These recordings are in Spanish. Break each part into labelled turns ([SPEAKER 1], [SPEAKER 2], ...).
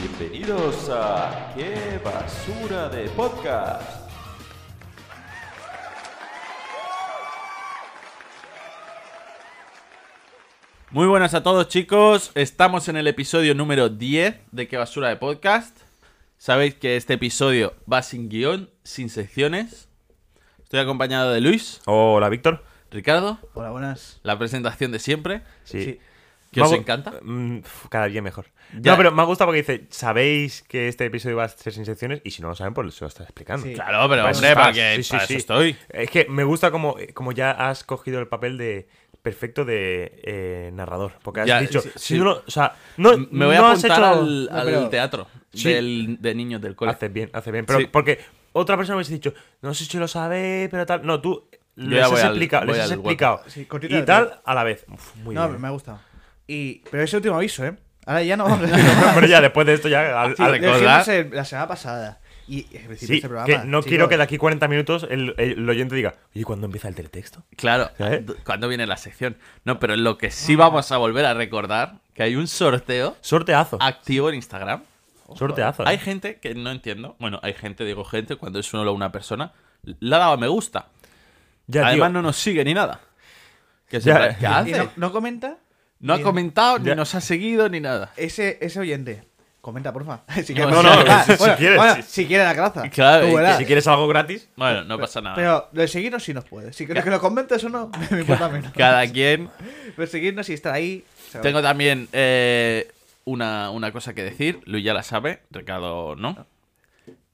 [SPEAKER 1] Bienvenidos a Qué Basura de Podcast.
[SPEAKER 2] Muy buenas a todos chicos, estamos en el episodio número 10 de Qué Basura de Podcast. Sabéis que este episodio va sin guión, sin secciones. Estoy acompañado de Luis,
[SPEAKER 3] Hola, Víctor.
[SPEAKER 2] Ricardo,
[SPEAKER 4] Hola, buenas.
[SPEAKER 2] la presentación de siempre,
[SPEAKER 3] Sí.
[SPEAKER 4] Sí.
[SPEAKER 2] que
[SPEAKER 3] Me ha
[SPEAKER 2] os
[SPEAKER 3] gu-
[SPEAKER 2] encanta.
[SPEAKER 3] Mm, pf, cada día mejor.
[SPEAKER 2] Ya.
[SPEAKER 3] No, pero me ha gustado porque dice, sabéis que este episodio va a ser sin secciones y si no lo saben, pues se lo estás explicando.
[SPEAKER 4] Sí.
[SPEAKER 2] Claro, pero
[SPEAKER 3] Para eso
[SPEAKER 2] hombre,
[SPEAKER 3] estás.
[SPEAKER 2] porque
[SPEAKER 3] Pues Sí, sí,
[SPEAKER 2] para
[SPEAKER 3] sí.
[SPEAKER 2] eso estoy.
[SPEAKER 3] Es que me gusta como, eh, como ya has cogido el papel de perfecto de eh, narrador. Porque has
[SPEAKER 2] Ya,
[SPEAKER 3] dicho,
[SPEAKER 2] sí,
[SPEAKER 3] si
[SPEAKER 2] sí.
[SPEAKER 3] no lo- o sea, no,
[SPEAKER 2] Me voy a
[SPEAKER 3] no has
[SPEAKER 2] apuntar
[SPEAKER 3] hecho-
[SPEAKER 2] al,
[SPEAKER 4] No,
[SPEAKER 2] al
[SPEAKER 4] pero-
[SPEAKER 2] teatro
[SPEAKER 3] Sí.
[SPEAKER 2] del- de niños del colegio.
[SPEAKER 3] Hace bien, hace bien. Pero
[SPEAKER 2] Sí.
[SPEAKER 3] porque otra persona me hubiese dicho, no sé si lo sabéis, pero tal. No, tú
[SPEAKER 2] ya
[SPEAKER 3] les
[SPEAKER 2] voy
[SPEAKER 3] has
[SPEAKER 2] al-
[SPEAKER 3] explicado, les
[SPEAKER 2] voy
[SPEAKER 3] has
[SPEAKER 2] al hueco.
[SPEAKER 3] explicado.
[SPEAKER 4] Sí, cortita
[SPEAKER 3] y
[SPEAKER 4] de
[SPEAKER 3] tal, a la vez. Uf, muy
[SPEAKER 4] no,
[SPEAKER 3] bien.
[SPEAKER 4] me ha gustado. Y, pero ese último aviso, ¿eh? Ahora ya no vamos a recordar.
[SPEAKER 3] Pero ya después de esto ya al-
[SPEAKER 2] Sí,
[SPEAKER 3] al-
[SPEAKER 2] de- recordar.
[SPEAKER 4] la semana pasada. Y al principio de
[SPEAKER 3] Sí,
[SPEAKER 4] este programa.
[SPEAKER 3] que no quiero
[SPEAKER 4] chicos,
[SPEAKER 3] que de aquí 40 minutos el, el oyente diga, ¿y cuándo empieza el teletexto?
[SPEAKER 2] Claro,
[SPEAKER 3] ¿Eh?
[SPEAKER 2] cuando viene la sección. No, pero lo que sí vamos a volver a recordar, que hay un sorteo
[SPEAKER 3] Sorteazo.
[SPEAKER 2] activo en Instagram.
[SPEAKER 3] sorteazo. ¿eh?
[SPEAKER 2] Hay gente que no entiendo. Bueno, hay gente, digo gente, cuando es solo una persona, le ha dado a me gusta.
[SPEAKER 3] Ya,
[SPEAKER 2] Además,
[SPEAKER 3] tío.
[SPEAKER 2] no nos sigue ni nada. Que
[SPEAKER 3] Ya.
[SPEAKER 2] se- ¿Qué hace?
[SPEAKER 4] y
[SPEAKER 2] No,
[SPEAKER 4] no, no comenta.
[SPEAKER 2] ha
[SPEAKER 4] Ni-
[SPEAKER 2] comentado, ni
[SPEAKER 3] Ya.
[SPEAKER 2] nos ha seguido, ni nada.
[SPEAKER 4] Ese, ese oyente. Comenta, porfa. Si
[SPEAKER 2] No,
[SPEAKER 4] quieres,
[SPEAKER 2] no, no,
[SPEAKER 4] Ah,
[SPEAKER 3] si
[SPEAKER 4] bueno,
[SPEAKER 3] quieres,
[SPEAKER 4] bueno,
[SPEAKER 3] si-
[SPEAKER 4] si quieres la graza.
[SPEAKER 2] Claro, y
[SPEAKER 4] Tú
[SPEAKER 2] que
[SPEAKER 4] verás.
[SPEAKER 3] Si quieres algo gratis,
[SPEAKER 2] Bueno, no pasa nada.
[SPEAKER 4] Pero lo de seguirnos sí nos puede. Si quieres que lo comentes o no, me importa menos.
[SPEAKER 2] Cada quien.
[SPEAKER 4] Pero seguirnos y estar ahí. o sea,
[SPEAKER 2] Tengo también eh, una, una cosa que decir. Luis ya la sabe, Ricardo no.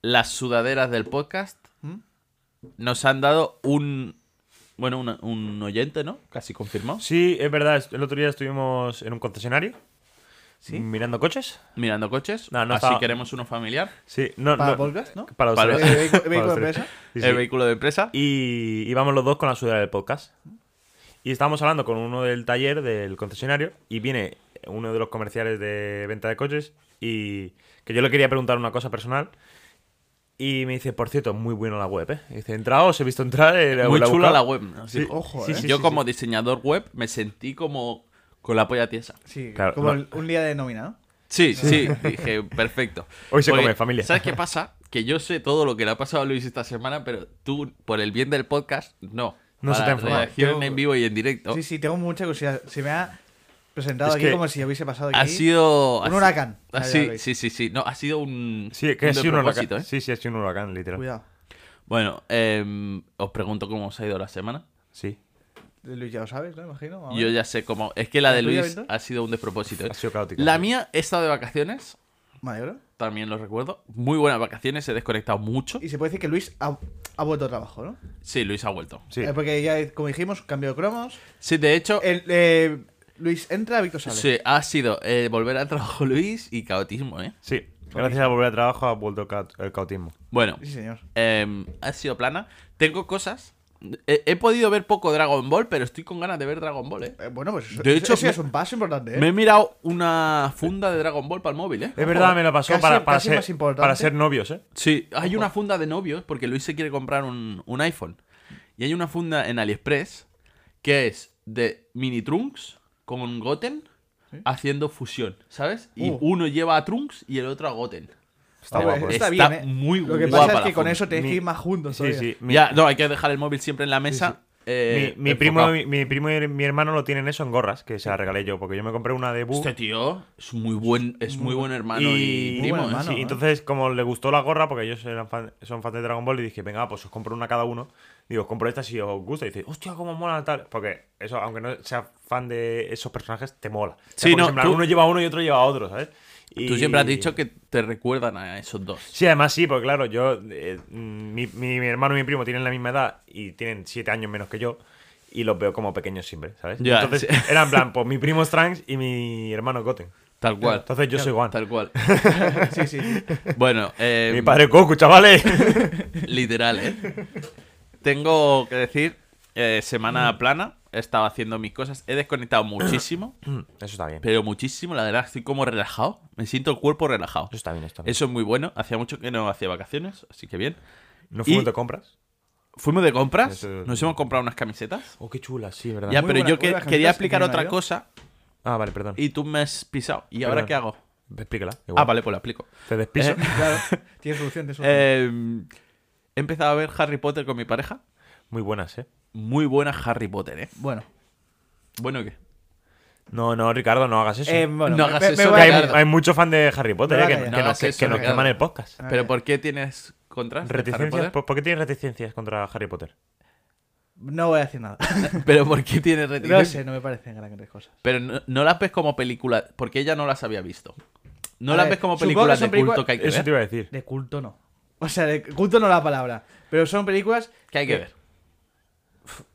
[SPEAKER 2] Las sudaderas del podcast
[SPEAKER 4] ¿Mm?
[SPEAKER 2] nos han dado un. Bueno, una- un oyente, ¿no? Casi confirmado.
[SPEAKER 3] sí, es verdad. El otro día estuvimos en un concesionario
[SPEAKER 4] Sí.
[SPEAKER 3] mirando coches.
[SPEAKER 2] Mirando coches.
[SPEAKER 3] No, no
[SPEAKER 2] así
[SPEAKER 3] estaba-
[SPEAKER 2] queremos uno familiar.
[SPEAKER 3] Sí, no,
[SPEAKER 4] Para
[SPEAKER 3] no-
[SPEAKER 4] podcast, ¿no?
[SPEAKER 3] Para los
[SPEAKER 2] Para-
[SPEAKER 3] tres.
[SPEAKER 4] Eh, vehicu-
[SPEAKER 3] Para
[SPEAKER 4] vehículo
[SPEAKER 3] los tres.
[SPEAKER 4] empresa.
[SPEAKER 3] Sí,
[SPEAKER 2] El
[SPEAKER 3] sí.
[SPEAKER 2] vehículo de empresa.
[SPEAKER 3] Y íbamos los dos con la sudadera del podcast. Y estábamos hablando con uno del taller del concesionario y viene uno de los comerciales de venta de coches y que yo le quería preguntar una cosa personal y me dice, por cierto, muy buena la web, ¿eh? Y dice, entraos, he visto entrar. eh,
[SPEAKER 2] Muy
[SPEAKER 3] he
[SPEAKER 2] chula
[SPEAKER 3] buscado".
[SPEAKER 2] la web. nos
[SPEAKER 3] Sí,
[SPEAKER 2] dijo.
[SPEAKER 4] Ojo,
[SPEAKER 3] sí,
[SPEAKER 4] ¿eh?
[SPEAKER 3] sí,
[SPEAKER 2] Yo
[SPEAKER 3] sí,
[SPEAKER 2] como
[SPEAKER 3] sí.
[SPEAKER 2] diseñador web me sentí como con la polla tiesa.
[SPEAKER 4] Sí,
[SPEAKER 3] Claro,
[SPEAKER 4] como
[SPEAKER 3] no.
[SPEAKER 4] el- un día de nómina, ¿no?
[SPEAKER 2] Sí, sí, dije, perfecto.
[SPEAKER 3] Hoy se
[SPEAKER 2] Porque,
[SPEAKER 3] come, familia.
[SPEAKER 2] ¿Sabes qué pasa? Que yo sé todo lo que le ha pasado a Luis esta semana, pero tú, por el bien del podcast, no.
[SPEAKER 3] No se
[SPEAKER 2] Para
[SPEAKER 3] te ha informado.
[SPEAKER 2] reacción
[SPEAKER 4] Yo-
[SPEAKER 2] en vivo y en directo.
[SPEAKER 4] Sí, sí, tengo mucha curiosidad. Se me ha presentado
[SPEAKER 3] Es
[SPEAKER 4] aquí
[SPEAKER 3] que
[SPEAKER 4] como si hubiese pasado aquí.
[SPEAKER 2] Ha sido...
[SPEAKER 4] Un
[SPEAKER 2] ha-
[SPEAKER 4] huracán.
[SPEAKER 2] ha-
[SPEAKER 4] Ah, ya
[SPEAKER 2] sí,
[SPEAKER 4] lo veis.
[SPEAKER 2] sí, sí, sí. No, ha sido un...
[SPEAKER 3] Sí, que ha sido un huracán.
[SPEAKER 2] despropósito, ¿eh?
[SPEAKER 3] Sí, sí, ha sido un huracán, literal.
[SPEAKER 4] Cuidado.
[SPEAKER 2] Bueno, em, os pregunto cómo os ha ido la semana.
[SPEAKER 3] Sí,
[SPEAKER 4] Luis, ya lo sabes, ¿no? Imagino. Vamos.
[SPEAKER 2] Yo ya sé cómo... Es que la de
[SPEAKER 4] ¿La tuya,
[SPEAKER 2] Luis
[SPEAKER 4] Víctor?
[SPEAKER 2] ha sido un despropósito. ¿eh?
[SPEAKER 3] ha sido caótico.
[SPEAKER 2] La mía he estado de vacaciones,
[SPEAKER 4] Me alegro.
[SPEAKER 2] también lo recuerdo. Muy buenas vacaciones, he desconectado mucho.
[SPEAKER 4] Y se puede decir que Luis ha, ha vuelto a trabajo, ¿no?
[SPEAKER 2] Sí, Luis ha vuelto.
[SPEAKER 3] Sí.
[SPEAKER 4] Eh, porque ya, como dijimos, cambio de cromos.
[SPEAKER 2] Sí, de hecho,
[SPEAKER 4] El, eh, Luis entra, Víctor sale.
[SPEAKER 2] sí, ha sido eh, volver al trabajo Luis y caotismo, ¿eh?
[SPEAKER 3] Sí,
[SPEAKER 4] pues,
[SPEAKER 3] gracias a volver a trabajo ha vuelto el, ca- el cautismo.
[SPEAKER 2] Bueno,
[SPEAKER 4] Sí, señor.
[SPEAKER 2] em, ha sido plana. Tengo cosas. He, he podido ver poco Dragon Ball, pero estoy con ganas de ver Dragon Ball, ¿eh?
[SPEAKER 4] Eh, bueno, pues eso,
[SPEAKER 2] De
[SPEAKER 4] eso-
[SPEAKER 2] hecho,
[SPEAKER 4] eso ya
[SPEAKER 2] me-
[SPEAKER 4] es un paso importante, ¿eh?
[SPEAKER 2] Me he mirado una funda de Dragon Ball para el móvil, ¿eh?
[SPEAKER 3] Es verdad, me lo pasó
[SPEAKER 4] casi-
[SPEAKER 3] para, para
[SPEAKER 4] casi más
[SPEAKER 3] ser,
[SPEAKER 4] importante.
[SPEAKER 3] para ser novios, ¿eh?
[SPEAKER 2] Sí, hay una funda de novios porque Luis se quiere comprar un, un iPhone. Y hay una funda en AliExpress que es de mini Trunks con Goten haciendo fusión, ¿sabes? Y
[SPEAKER 4] Uh.
[SPEAKER 2] uno lleva a Trunks y el otro a Goten.
[SPEAKER 3] Está
[SPEAKER 4] Ah,
[SPEAKER 3] guapo,
[SPEAKER 4] pues,
[SPEAKER 3] ¿eh?
[SPEAKER 2] Está
[SPEAKER 4] Está bien, ¿eh?
[SPEAKER 2] muy
[SPEAKER 4] Lo que
[SPEAKER 2] guapa
[SPEAKER 4] pasa es
[SPEAKER 2] la
[SPEAKER 4] que con
[SPEAKER 2] funda.
[SPEAKER 4] eso te
[SPEAKER 3] Mi-
[SPEAKER 4] que ir más juntos.
[SPEAKER 3] Sí,
[SPEAKER 4] todavía.
[SPEAKER 3] sí. mi-
[SPEAKER 2] Ya, no, hay que dejar el móvil siempre en la mesa. eh,
[SPEAKER 3] Mi, mi primo,
[SPEAKER 2] enfocado.
[SPEAKER 3] mi, mi primo y mi hermano lo tienen eso en gorras, que se la regalé yo, porque yo me compré una de Bu.
[SPEAKER 2] Este tío es muy buen, es muy buen hermano y,
[SPEAKER 3] y,
[SPEAKER 2] primo.
[SPEAKER 4] buen
[SPEAKER 2] ¿eh?
[SPEAKER 4] hermano,
[SPEAKER 3] sí,
[SPEAKER 4] ¿eh?
[SPEAKER 3] entonces, como le gustó la gorra, porque ellos eran fan- son fans de Dragon Ball, y dije, venga, pues os compro una cada uno. Digo, os compro esta si os gusta. Y dice, hostia, cómo mola tal. Porque eso, aunque no seas fan de esos personajes, te mola. O sea,
[SPEAKER 2] Sí,
[SPEAKER 3] porque
[SPEAKER 2] no,
[SPEAKER 3] en plan,
[SPEAKER 2] tú-
[SPEAKER 3] uno lleva a uno y otro lleva a otro, ¿sabes? Y...
[SPEAKER 2] Tú siempre has dicho que te recuerdan a esos dos.
[SPEAKER 3] Sí, además sí, porque claro, yo, eh, mm, mi, mi- mi hermano y mi primo tienen la misma edad y tienen siete años menos que yo y los veo como pequeños siempre, ¿sabes?
[SPEAKER 2] Ya,
[SPEAKER 3] Entonces
[SPEAKER 2] sí.
[SPEAKER 3] eran en plan, pues mi primo es Trunks y mi hermano es Goten.
[SPEAKER 2] Tal cual.
[SPEAKER 3] Entonces yo soy Juan.
[SPEAKER 2] Tal cual.
[SPEAKER 4] sí, sí, sí.
[SPEAKER 2] Bueno, eh,
[SPEAKER 3] Mi padre es Goku, chavales.
[SPEAKER 2] Literal, ¿eh? Tengo que decir, eh,
[SPEAKER 3] Mm.
[SPEAKER 2] semana plana, he estado haciendo mis cosas, he desconectado muchísimo,
[SPEAKER 3] Mm, Eso está bien. Eso
[SPEAKER 2] pero muchísimo, la verdad, estoy como relajado, me siento el cuerpo relajado.
[SPEAKER 3] está bien, esto.
[SPEAKER 2] Eso es muy bueno, hacía mucho que no hacía vacaciones, así que bien.
[SPEAKER 3] ¿No fuimos
[SPEAKER 2] y-
[SPEAKER 3] de compras?
[SPEAKER 2] Fuimos de compras,
[SPEAKER 3] Eso-
[SPEAKER 2] nos hemos comprado unas camisetas.
[SPEAKER 3] Oh, qué chula, sí, ¿verdad?
[SPEAKER 2] Ya,
[SPEAKER 4] Muy
[SPEAKER 2] pero
[SPEAKER 4] buena-
[SPEAKER 2] yo que-
[SPEAKER 4] buenas
[SPEAKER 2] quería
[SPEAKER 4] camisetas,
[SPEAKER 2] explicar
[SPEAKER 4] encima
[SPEAKER 2] otra
[SPEAKER 4] yo.
[SPEAKER 2] cosa
[SPEAKER 3] Ah, vale, perdón.
[SPEAKER 2] y tú me has pisado. ¿Y ahora
[SPEAKER 3] Perdón.
[SPEAKER 2] qué hago?
[SPEAKER 3] Explícala.
[SPEAKER 2] Ah,
[SPEAKER 3] igual.
[SPEAKER 2] vale, pues lo explico.
[SPEAKER 3] Te despiso.
[SPEAKER 4] Claro, tiene solución, tiene solución.
[SPEAKER 2] Eh, he empezado a ver Harry Potter con mi pareja.
[SPEAKER 3] Muy buenas, ¿eh?
[SPEAKER 2] Muy buena Harry Potter, ¿eh?
[SPEAKER 4] bueno.
[SPEAKER 2] Bueno, ¿qué?
[SPEAKER 3] No, no, Ricardo, no hagas eso.
[SPEAKER 4] Eh, bueno,
[SPEAKER 2] no
[SPEAKER 4] me-
[SPEAKER 2] hagas
[SPEAKER 4] me- me
[SPEAKER 2] eso,
[SPEAKER 4] voy
[SPEAKER 3] Que
[SPEAKER 4] a
[SPEAKER 3] hay,
[SPEAKER 4] callar.
[SPEAKER 2] Ricardo.
[SPEAKER 3] hay muchos fans de Harry Potter,
[SPEAKER 4] Me
[SPEAKER 3] ¿eh? que,
[SPEAKER 4] voy a callar.
[SPEAKER 3] que
[SPEAKER 2] No
[SPEAKER 3] nos,
[SPEAKER 2] hagas
[SPEAKER 3] que-
[SPEAKER 2] eso,
[SPEAKER 3] que nos
[SPEAKER 2] Ricardo.
[SPEAKER 3] queman el podcast.
[SPEAKER 2] ¿Pero por qué tienes contras de Harry
[SPEAKER 3] Reticencias,
[SPEAKER 2] Potter?
[SPEAKER 3] ¿Por, por qué tienes reticencias contra Harry Potter?
[SPEAKER 4] No voy a decir nada.
[SPEAKER 2] ¿Pero por qué tienes
[SPEAKER 4] No
[SPEAKER 2] reticencias?
[SPEAKER 4] sé, no me parecen grandes cosas.
[SPEAKER 2] Pero no, no las ves como película, porque ella no las había visto. No
[SPEAKER 4] A
[SPEAKER 2] las
[SPEAKER 4] ver,
[SPEAKER 2] ves como
[SPEAKER 4] supongo
[SPEAKER 2] películas
[SPEAKER 4] que
[SPEAKER 2] de
[SPEAKER 4] son películas-
[SPEAKER 2] culto que hay que
[SPEAKER 3] Eso te
[SPEAKER 2] ver.
[SPEAKER 3] iba a decir.
[SPEAKER 4] De culto no. O sea, de culto no la palabra. Pero son películas
[SPEAKER 2] Que hay que ver.